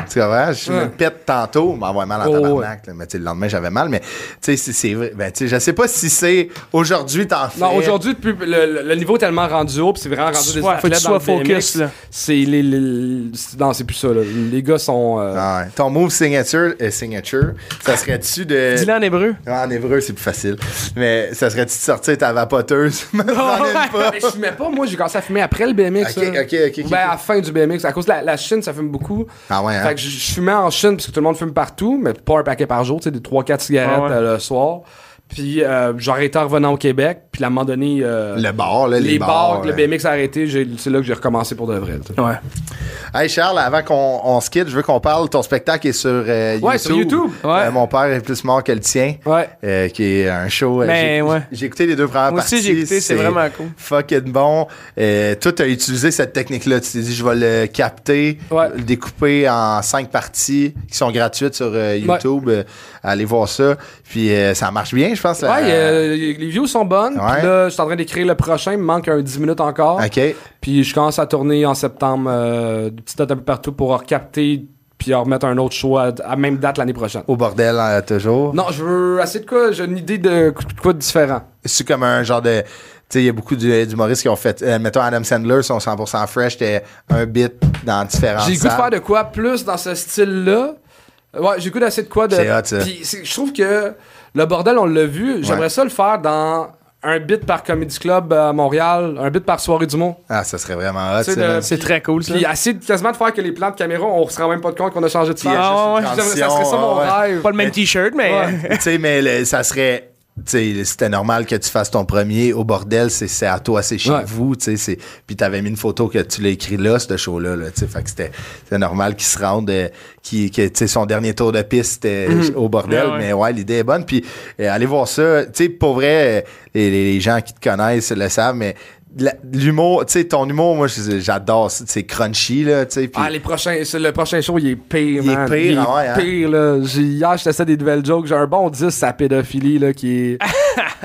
[SPEAKER 1] Tu comprends? Je me
[SPEAKER 5] Ouais.
[SPEAKER 1] pète tantôt, mais ouais, mal en
[SPEAKER 5] Oh,
[SPEAKER 1] tabarnak. là. Mais tu sais, le lendemain, j'avais mal, mais tu sais, c'est- c'est vrai. Ben, tu sais, je sais pas si c'est aujourd'hui, t'en fais.
[SPEAKER 5] Non, aujourd'hui, depuis- le, le- le niveau est tellement rendu haut, puis c'est vraiment rendu des
[SPEAKER 2] Ouais, faut que
[SPEAKER 5] athlètes
[SPEAKER 2] tu
[SPEAKER 5] dans
[SPEAKER 2] sois
[SPEAKER 5] le BMX.
[SPEAKER 2] focus, là.
[SPEAKER 5] C'est les, les- les- Non, c'est plus ça, là. Les gars sont. euh,
[SPEAKER 1] Ah ouais. Ton move signature, euh, signature ça serait dessus de.
[SPEAKER 2] Dis-le en hébreu.
[SPEAKER 1] Ah, en hébreu, c'est plus facile. Mais ça serait-tu de sortir ta vapoteuse? J'en aime pas.
[SPEAKER 5] Mais je fumais pas, moi, j'ai commencé à fumer après le BMX.
[SPEAKER 1] Ok,
[SPEAKER 5] là.
[SPEAKER 1] ok, ok, ok,
[SPEAKER 5] Ben,
[SPEAKER 1] ok.
[SPEAKER 5] à la fin du BMX. À cause de la, la Chine, ça fume beaucoup.
[SPEAKER 1] Ah ouais, hein?
[SPEAKER 5] Fait que je- je fumais en Chine, parce que tout le monde fume partout, mais pas un paquet par jour, tu sais, des 3-4 cigarettes
[SPEAKER 2] Ah ouais.
[SPEAKER 5] euh, le soir. Puis, euh, j'ai arrêté en revenant au Québec, puis à un moment donné. euh,
[SPEAKER 1] Le bar, là, les, euh.
[SPEAKER 5] les bars, que le
[SPEAKER 1] là.
[SPEAKER 5] BMX a arrêté, j'ai- c'est là que j'ai recommencé pour de vrai. tu sais.
[SPEAKER 2] Ouais.
[SPEAKER 1] Hey Charles, avant qu'on on se quitte, je veux qu'on parle. Ton spectacle est sur euh, YouTube.
[SPEAKER 5] Ouais, sur YouTube, ouais.
[SPEAKER 1] Euh, mon père est plus mort que le tien.
[SPEAKER 5] Ouais.
[SPEAKER 1] Euh, qui est un show. euh,
[SPEAKER 2] Ben,
[SPEAKER 1] j'ai-
[SPEAKER 2] ouais.
[SPEAKER 1] J'ai écouté les deux premières
[SPEAKER 2] Moi
[SPEAKER 1] parties.
[SPEAKER 2] aussi, j'ai écouté, c'est vraiment cool.
[SPEAKER 1] Fucking bon. Euh, toi, t'as utilisé cette technique-là. Tu t'es dit, je vais le capter,
[SPEAKER 5] Ouais.
[SPEAKER 1] le découper en cinq parties qui sont gratuites sur euh, YouTube. Euh, allez voir ça. Puis euh, ça marche bien, je pense. la-
[SPEAKER 5] Ouais, euh, les views sont bonnes. puis
[SPEAKER 1] Ouais.
[SPEAKER 5] là, je suis en train d'écrire le prochain. Il me manque un 10 minutes encore.
[SPEAKER 1] Ah. OK.
[SPEAKER 5] Puis je commence à tourner en septembre, euh, des petites dates un peu partout pour recapter puis en remettre un autre show à, à même date l'année prochaine.
[SPEAKER 1] Au bordel, euh, toujours.
[SPEAKER 5] Non, je veux assez de quoi, j'ai une idée de cou- de quoi de différent.
[SPEAKER 1] C'est comme un genre de. Tu sais, il y a beaucoup d'hu- d'humoristes qui ont fait. euh, mettons Adam Sandler, son 100% fresh, c'était un bit dans différents.
[SPEAKER 5] J'ai le goût de faire de quoi plus dans ce style-là. Ouais, j'ai le goût d'assez de quoi de.
[SPEAKER 1] C'est hot, ça.
[SPEAKER 5] Puis c'est- je trouve que le bordel, on l'a vu, j'aimerais
[SPEAKER 1] Ouais.
[SPEAKER 5] ça le faire dans un bit par Comedy Club à Montréal, un bit par Soirée du Mot.
[SPEAKER 1] Ah, ça serait vraiment hot,
[SPEAKER 5] Tu sais,
[SPEAKER 1] ça.
[SPEAKER 5] le-
[SPEAKER 1] là.
[SPEAKER 2] C'est très cool, ça.
[SPEAKER 5] Puis essayer de- quasiment de faire que les plans de caméra, on se rend même pas de compte qu'on a changé de
[SPEAKER 1] y a
[SPEAKER 5] salle.
[SPEAKER 1] juste une
[SPEAKER 5] Ah ouais, Ça serait ça
[SPEAKER 1] transition,
[SPEAKER 5] mon
[SPEAKER 1] ah ouais.
[SPEAKER 5] rêve.
[SPEAKER 2] Pas le même t-shirt, mais. euh,
[SPEAKER 1] tu sais, mais le- ça serait. tu sais, C'était normal que tu fasses ton premier au bordel, c'est c'est à toi, c'est chez
[SPEAKER 5] Ouais.
[SPEAKER 1] vous. tu sais, c'est- Puis t'avais mis une photo que tu l'as écrit là, ce show-là. Là, tu sais, fait que c'était c'était normal qu'il se rende, euh, qu'il- que tu sais, son dernier tour de piste c'était
[SPEAKER 5] Mhm.
[SPEAKER 1] au bordel.
[SPEAKER 2] Ouais, ouais.
[SPEAKER 1] Mais ouais, l'idée est bonne. Puis euh, allez voir ça. Tu sais, pour vrai, euh, les, les- les gens qui te connaissent le savent, mais la- l'humour, tu sais, ton humour, moi, je- j'adore. C'est c'est crunchy, là. tu sais, puis-
[SPEAKER 5] Ah, les prochains, c'est- le prochain show, il est pire,
[SPEAKER 1] Il est
[SPEAKER 5] man.
[SPEAKER 1] pire,
[SPEAKER 5] il est
[SPEAKER 1] ah ouais, hein.
[SPEAKER 5] pire, là. J'ai- Hier, je testais des nouvelles jokes. J'ai un bon 10 à pédophilie, là, qui est.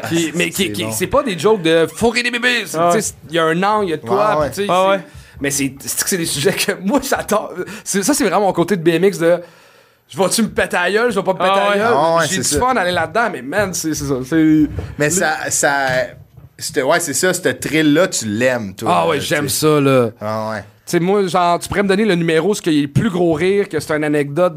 [SPEAKER 5] qui- mais qui,
[SPEAKER 1] c'est
[SPEAKER 5] qui-
[SPEAKER 1] bon.
[SPEAKER 5] c'est pas des jokes de fourrer des bébés. C'est-
[SPEAKER 2] Ah ouais.
[SPEAKER 5] tu sais, Il y a un an, il y a de quoi.
[SPEAKER 1] Ah ouais.
[SPEAKER 5] puis tu sais,
[SPEAKER 2] Ah
[SPEAKER 5] c'est-
[SPEAKER 2] ouais.
[SPEAKER 5] Mais c'est c'est que c'est des sujets que moi, j'attends. C'est- Ça, c'est vraiment mon côté de BMX de. Je vais-tu me péter à gueule? Je vais pas me péter
[SPEAKER 2] Ah
[SPEAKER 5] à
[SPEAKER 2] ouais.
[SPEAKER 5] gueule?
[SPEAKER 1] Ah ouais,
[SPEAKER 5] J'ai du
[SPEAKER 1] c'est ça.
[SPEAKER 5] fun d'aller là-dedans, mais man, c'est c'est ça. c'est-
[SPEAKER 1] mais ça. ça c'était- ouais, c'est ça, ce thrill-là, tu l'aimes, toi.
[SPEAKER 5] Ah
[SPEAKER 1] là,
[SPEAKER 5] ouais,
[SPEAKER 1] tu
[SPEAKER 5] j'aime
[SPEAKER 1] sais.
[SPEAKER 5] ça, là.
[SPEAKER 1] Ah ouais.
[SPEAKER 5] Tu sais, moi, genre, tu pourrais me donner le numéro, ce qu'il y a le plus gros rire, que c'est une anecdote,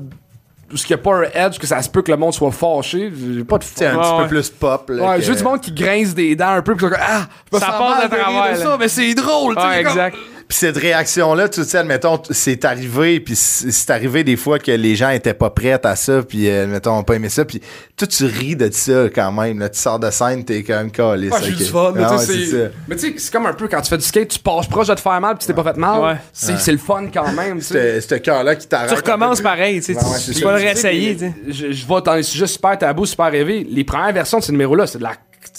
[SPEAKER 5] ou ce qu'il n'y a pas un edge, que ça se peut que le monde soit fâché. J'ai pas de
[SPEAKER 1] C'est un euh,
[SPEAKER 5] fun.
[SPEAKER 2] Ouais,
[SPEAKER 1] petit
[SPEAKER 2] ouais.
[SPEAKER 1] peu plus pop. Là,
[SPEAKER 5] Ouais,
[SPEAKER 1] que-
[SPEAKER 5] juste du monde qui grince des dents un peu, pis qui sont comme, ah, je me
[SPEAKER 2] Ça
[SPEAKER 5] sens
[SPEAKER 2] passe
[SPEAKER 5] mal
[SPEAKER 2] à
[SPEAKER 5] de rire
[SPEAKER 2] travers,
[SPEAKER 5] de
[SPEAKER 2] là.
[SPEAKER 5] ça, mais c'est drôle, tu sais,
[SPEAKER 2] Ouais,
[SPEAKER 5] comme-
[SPEAKER 2] exact.
[SPEAKER 1] Puis cette réaction-là, tu sais, admettons, t- c'est arrivé, puis c- c'est arrivé des fois que les gens étaient pas prêts à ça, puis euh, admettons, ont pas aimé ça, puis toi, tu ris de ça quand même. Là, tu sors de scène, t'es quand même calé.
[SPEAKER 5] Ah, j'ai eu du fun, mais tu sais, c'est- mais tu sais, c'est comme un peu quand tu fais du skate, tu passes proche de te faire mal, pis tu t'es pas fait mal.
[SPEAKER 2] Ouais.
[SPEAKER 5] C'est c'est le fun quand même, tu sais.
[SPEAKER 1] Ce cœur-là qui t'arrête.
[SPEAKER 2] Tu recommences pareil, tu
[SPEAKER 1] Ouais,
[SPEAKER 2] sais.
[SPEAKER 1] ouais,
[SPEAKER 2] tu-
[SPEAKER 1] c'est
[SPEAKER 2] Tu
[SPEAKER 1] ça.
[SPEAKER 2] vas le
[SPEAKER 5] Tu sais,
[SPEAKER 2] réessayer, tu
[SPEAKER 5] les-
[SPEAKER 2] sais.
[SPEAKER 5] Je, je vais dans les sujets super tabous, super rêvés. Les premières versions de ces numéros-là, c'est de la.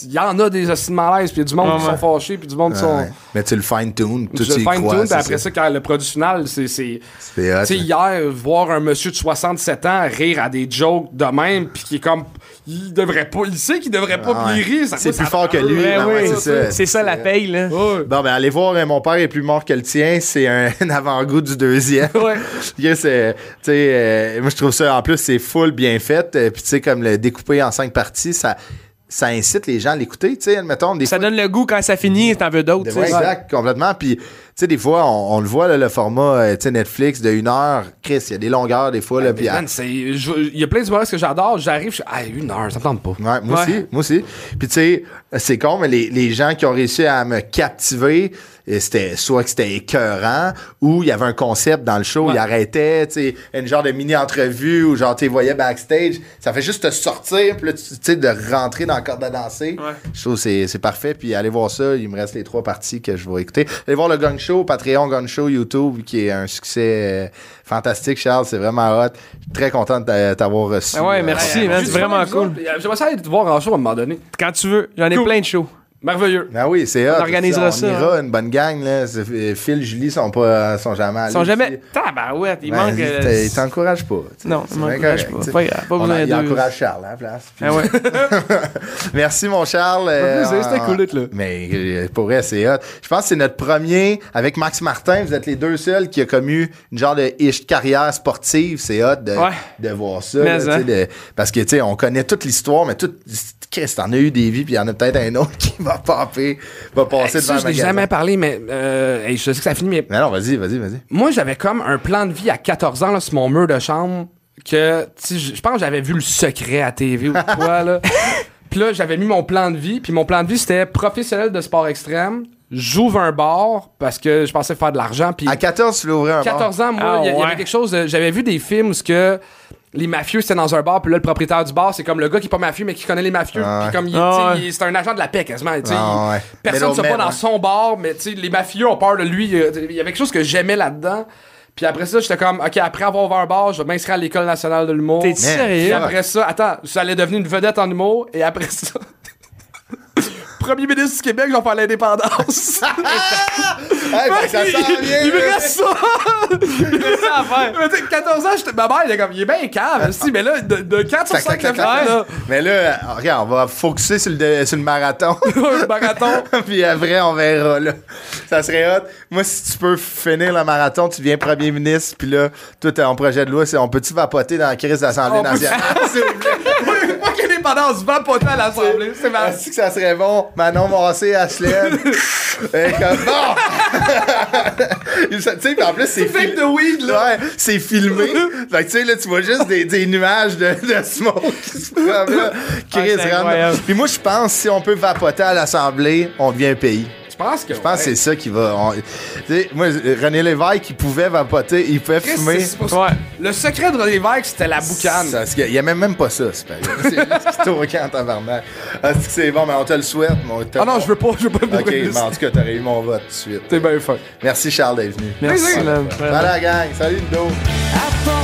[SPEAKER 5] Il y en a des hosties de malaise, puis il y a du monde qui
[SPEAKER 2] Ouais, ouais.
[SPEAKER 5] sont fâchés, puis du monde qui sont.
[SPEAKER 1] Ouais. Mais tu le fine-tune, tout
[SPEAKER 5] Tu
[SPEAKER 1] tu y
[SPEAKER 5] le fine
[SPEAKER 1] crois.
[SPEAKER 5] tune,
[SPEAKER 1] c'est
[SPEAKER 5] puis après
[SPEAKER 1] ça.
[SPEAKER 5] ça, quand le produit final, c'est. c'est-
[SPEAKER 1] C'est hot,
[SPEAKER 5] Tu sais,
[SPEAKER 1] hein.
[SPEAKER 5] hier, voir un monsieur de 67 ans rire à des jokes de même, puis qui est comme. Il devrait pas. Il sait qu'il devrait pas,
[SPEAKER 1] Ah,
[SPEAKER 5] puis il
[SPEAKER 1] ouais.
[SPEAKER 5] rit. ça-
[SPEAKER 1] C'est
[SPEAKER 5] ça-
[SPEAKER 1] plus fort que lui. ouais,
[SPEAKER 2] Ben oui,
[SPEAKER 1] ouais, c'est ça.
[SPEAKER 2] C'est ça la paye, là.
[SPEAKER 5] Ouais.
[SPEAKER 1] Bon, ben allez voir, euh, mon père est plus mort que le tien, c'est un, un avant-goût du deuxième.
[SPEAKER 5] Ouais.
[SPEAKER 1] Yes, euh, tu sais, euh, moi je trouve ça en plus c'est full bien fait, euh, puis tu sais comme le découper en cinq parties, ça ça incite les gens à l'écouter, tu sais, admettons des
[SPEAKER 2] Ça
[SPEAKER 1] fois-
[SPEAKER 2] donne le goût quand ça finit, t'en veux d'autres, tu
[SPEAKER 1] Ben Ouais,
[SPEAKER 2] sais.
[SPEAKER 1] exact, complètement. Puis, tu sais, des fois, on, on le voit, là, le format euh, tu sais, Netflix de une heure. Chris, il y a des longueurs, des fois. Là, puis, à-
[SPEAKER 5] Man, c'est- je- Il y a plein de humoristes que j'adore, j'arrive, je suis. Ah, une heure, ça me tente pas.
[SPEAKER 1] Ouais, moi
[SPEAKER 2] Ouais.
[SPEAKER 1] aussi, moi aussi. Puis tu sais, c'est con, mais les, les gens qui ont réussi à me captiver, et c'était soit que c'était écœurant, ou il y avait un concept dans le show, ils arrêtaient, tu sais, une genre de mini-entrevue, ou genre, tu les voyais backstage, ça fait juste te sortir, puis là, tu tu sais, de rentrer dans le corde à danser.
[SPEAKER 2] Ouais.
[SPEAKER 1] Je trouve que c'est c'est parfait, puis allez voir ça, il me reste les trois parties que je vais écouter. Allez voir le Gong Show, Patreon Gong Show, YouTube, qui est un succès euh, fantastique, Charles, c'est vraiment hot. Je suis très content de t'a- t'avoir reçu.
[SPEAKER 2] Ah ouais,
[SPEAKER 1] euh,
[SPEAKER 2] merci,
[SPEAKER 1] à-
[SPEAKER 2] man,
[SPEAKER 5] Juste
[SPEAKER 2] c'est vraiment
[SPEAKER 5] vous autres,
[SPEAKER 2] cool.
[SPEAKER 5] puis, euh, J'aimerais ça aller te voir en show à un moment donné.
[SPEAKER 2] Quand tu veux. J'en ai
[SPEAKER 5] Cool.
[SPEAKER 2] plein de shows.
[SPEAKER 5] Merveilleux.
[SPEAKER 1] Ben oui, c'est hot.
[SPEAKER 2] organisera ça, hein.
[SPEAKER 1] On ira, une bonne gang, là. C'est- euh, Phil, Julie sont pas, euh, sont jamais allés.
[SPEAKER 2] Ils sont jamais.
[SPEAKER 1] ici.
[SPEAKER 2] Tabarouette, il
[SPEAKER 1] Ben,
[SPEAKER 2] manque.
[SPEAKER 1] ils
[SPEAKER 2] euh,
[SPEAKER 1] t- ils t'encouragent pas. tu sais.
[SPEAKER 2] Non,
[SPEAKER 1] C'est
[SPEAKER 2] ils
[SPEAKER 1] bien
[SPEAKER 2] m'encouragent
[SPEAKER 1] correct,
[SPEAKER 2] pas.
[SPEAKER 1] tu sais.
[SPEAKER 2] Pas grave, pas
[SPEAKER 1] On
[SPEAKER 2] besoin
[SPEAKER 1] en- Ils
[SPEAKER 2] d'eux.
[SPEAKER 1] encouragent Charles, hein, à la place.
[SPEAKER 2] Ah ouais. hein,
[SPEAKER 1] Merci, mon Charles. euh,
[SPEAKER 5] plaisir, c'était
[SPEAKER 1] en-
[SPEAKER 5] cool d'être là.
[SPEAKER 1] Mais euh, pour vrai, c'est hot. Je pense que c'est notre premier, avec Max Martin, vous êtes les deux seuls qui a commu une genre de ish carrière sportive. C'est hot de,
[SPEAKER 2] Ouais.
[SPEAKER 1] de voir ça.
[SPEAKER 2] Mais,
[SPEAKER 1] là, tu
[SPEAKER 2] hein.
[SPEAKER 1] sais, de- parce que, tu sais, on connaît toute l'histoire, mais tout. Chris, t'en as eu des vies, puis il y en a peut-être un autre qui va popper, va passer devant
[SPEAKER 5] Ça, je
[SPEAKER 1] le
[SPEAKER 5] n'ai
[SPEAKER 1] magasin.
[SPEAKER 5] jamais parlé, mais euh, hey, je sais que ça finit, mais
[SPEAKER 1] Mais non, vas-y, vas-y, vas-y.
[SPEAKER 5] moi, j'avais comme un plan de vie à 14 ans là, sur mon mur de chambre que, tu sais, je je pense que j'avais vu le secret à TV ou quoi, là. Puis là, j'avais mis mon plan de vie, puis mon plan de vie, c'était professionnel de sport extrême, j'ouvre un bar parce que je pensais faire de l'argent, puis...
[SPEAKER 1] À 14, tu l'as ouvert un bar.
[SPEAKER 5] 14 ans, moi,
[SPEAKER 2] Ah,
[SPEAKER 5] il y a- il y, avait
[SPEAKER 2] ouais.
[SPEAKER 5] quelque chose. de- J'avais vu des films où ce que les mafieux c'était dans un bar, puis là, le propriétaire du bar, c'est comme le gars qui est pas mafieux, mais qui connaît les mafieux.
[SPEAKER 1] Ah, ouais.
[SPEAKER 5] Puis comme il,
[SPEAKER 2] Ah,
[SPEAKER 5] tu sais,
[SPEAKER 2] ouais.
[SPEAKER 5] il- c'est un agent de la paix quasiment. tu sais,
[SPEAKER 1] Ah,
[SPEAKER 5] il-
[SPEAKER 1] ouais.
[SPEAKER 5] Personne ne se
[SPEAKER 1] Middleman,
[SPEAKER 5] pas dans
[SPEAKER 1] ouais.
[SPEAKER 5] son bar, mais tu sais, les mafieux ont peur de lui. euh, Il y avait quelque chose que j'aimais là-dedans. Puis après ça, j'étais comme, OK, après avoir ouvert un bar, je vais m'inscrire à l'École nationale de l'humour.
[SPEAKER 2] T'es
[SPEAKER 1] Man,
[SPEAKER 5] Puis
[SPEAKER 2] sérieux?
[SPEAKER 1] fuck.
[SPEAKER 5] après ça, attends, j'allais devenir une vedette en humour, et après ça. Premier ministre du Québec, j'en faire l'indépendance.
[SPEAKER 1] Hey, ben, ça s'en vient.
[SPEAKER 5] il me reste ça!
[SPEAKER 2] ça à faire.
[SPEAKER 5] Mais t'sais, 14 ans, j'étais- ma mère, elle est comme, il est bien calme, aussi, mais là, de, de 4 sur
[SPEAKER 1] Tac,
[SPEAKER 5] 5
[SPEAKER 1] tac, tac, tac.
[SPEAKER 5] là,
[SPEAKER 1] Mais là, euh, regarde, on va focuser sur le, dé- sur le marathon.
[SPEAKER 5] un marathon.
[SPEAKER 1] Puis après, on verra, là. Ça serait hot. Moi, si tu peux finir le marathon, tu viens premier ministre. Puis là, tout en projet de loi, c'est on peut-tu vapoter dans la crise de l'Assemblée
[SPEAKER 5] On peut-
[SPEAKER 1] nationale? S'il vous plaît. Moi, que les
[SPEAKER 5] pendant on se bat pas à l'assemblée. C'est ma...
[SPEAKER 1] Est-ce que ça serait bon? Manon Massé, Ashley. Et comme, bon! Il se- tu sais, puis en plus, c'est
[SPEAKER 5] fake
[SPEAKER 1] fil-
[SPEAKER 5] de weed, là.
[SPEAKER 1] Ouais, c'est filmé. Fait que, tu sais, là, tu vois juste des, des nuages de, de smoke qui se promènent, là. Chris,
[SPEAKER 2] c'est
[SPEAKER 1] rentre.
[SPEAKER 2] incroyable.
[SPEAKER 1] Puis moi, je pense, si on peut vapoter à l'Assemblée, on devient un pays.
[SPEAKER 5] Je pense que.
[SPEAKER 1] Je pense que c'est ça qui va. on- Tu sais, moi, René Lévesque, il pouvait vapoter, il pouvait fumer.
[SPEAKER 2] Ouais.
[SPEAKER 5] Le secret de René Lévesque, c'était la boucane.
[SPEAKER 1] Ça, c'est que- Il y a même, même pas ça, c'est pas C'est juste qu'il tourne en tabarnak. Ah, c'est que c'est bon, mais on te le souhaite, mon
[SPEAKER 5] Ah non, je veux pas, je veux pas me
[SPEAKER 1] Ok,
[SPEAKER 5] brûler.
[SPEAKER 1] mais en tout cas, t'aurais eu mon vote tout de suite.
[SPEAKER 5] T'es bien fin.
[SPEAKER 1] Merci Charles d'être venu.
[SPEAKER 2] Merci,
[SPEAKER 5] Plaisir.
[SPEAKER 2] man. Vraiment.
[SPEAKER 1] Voilà, gang. Salut, Ludo.
[SPEAKER 4] I thought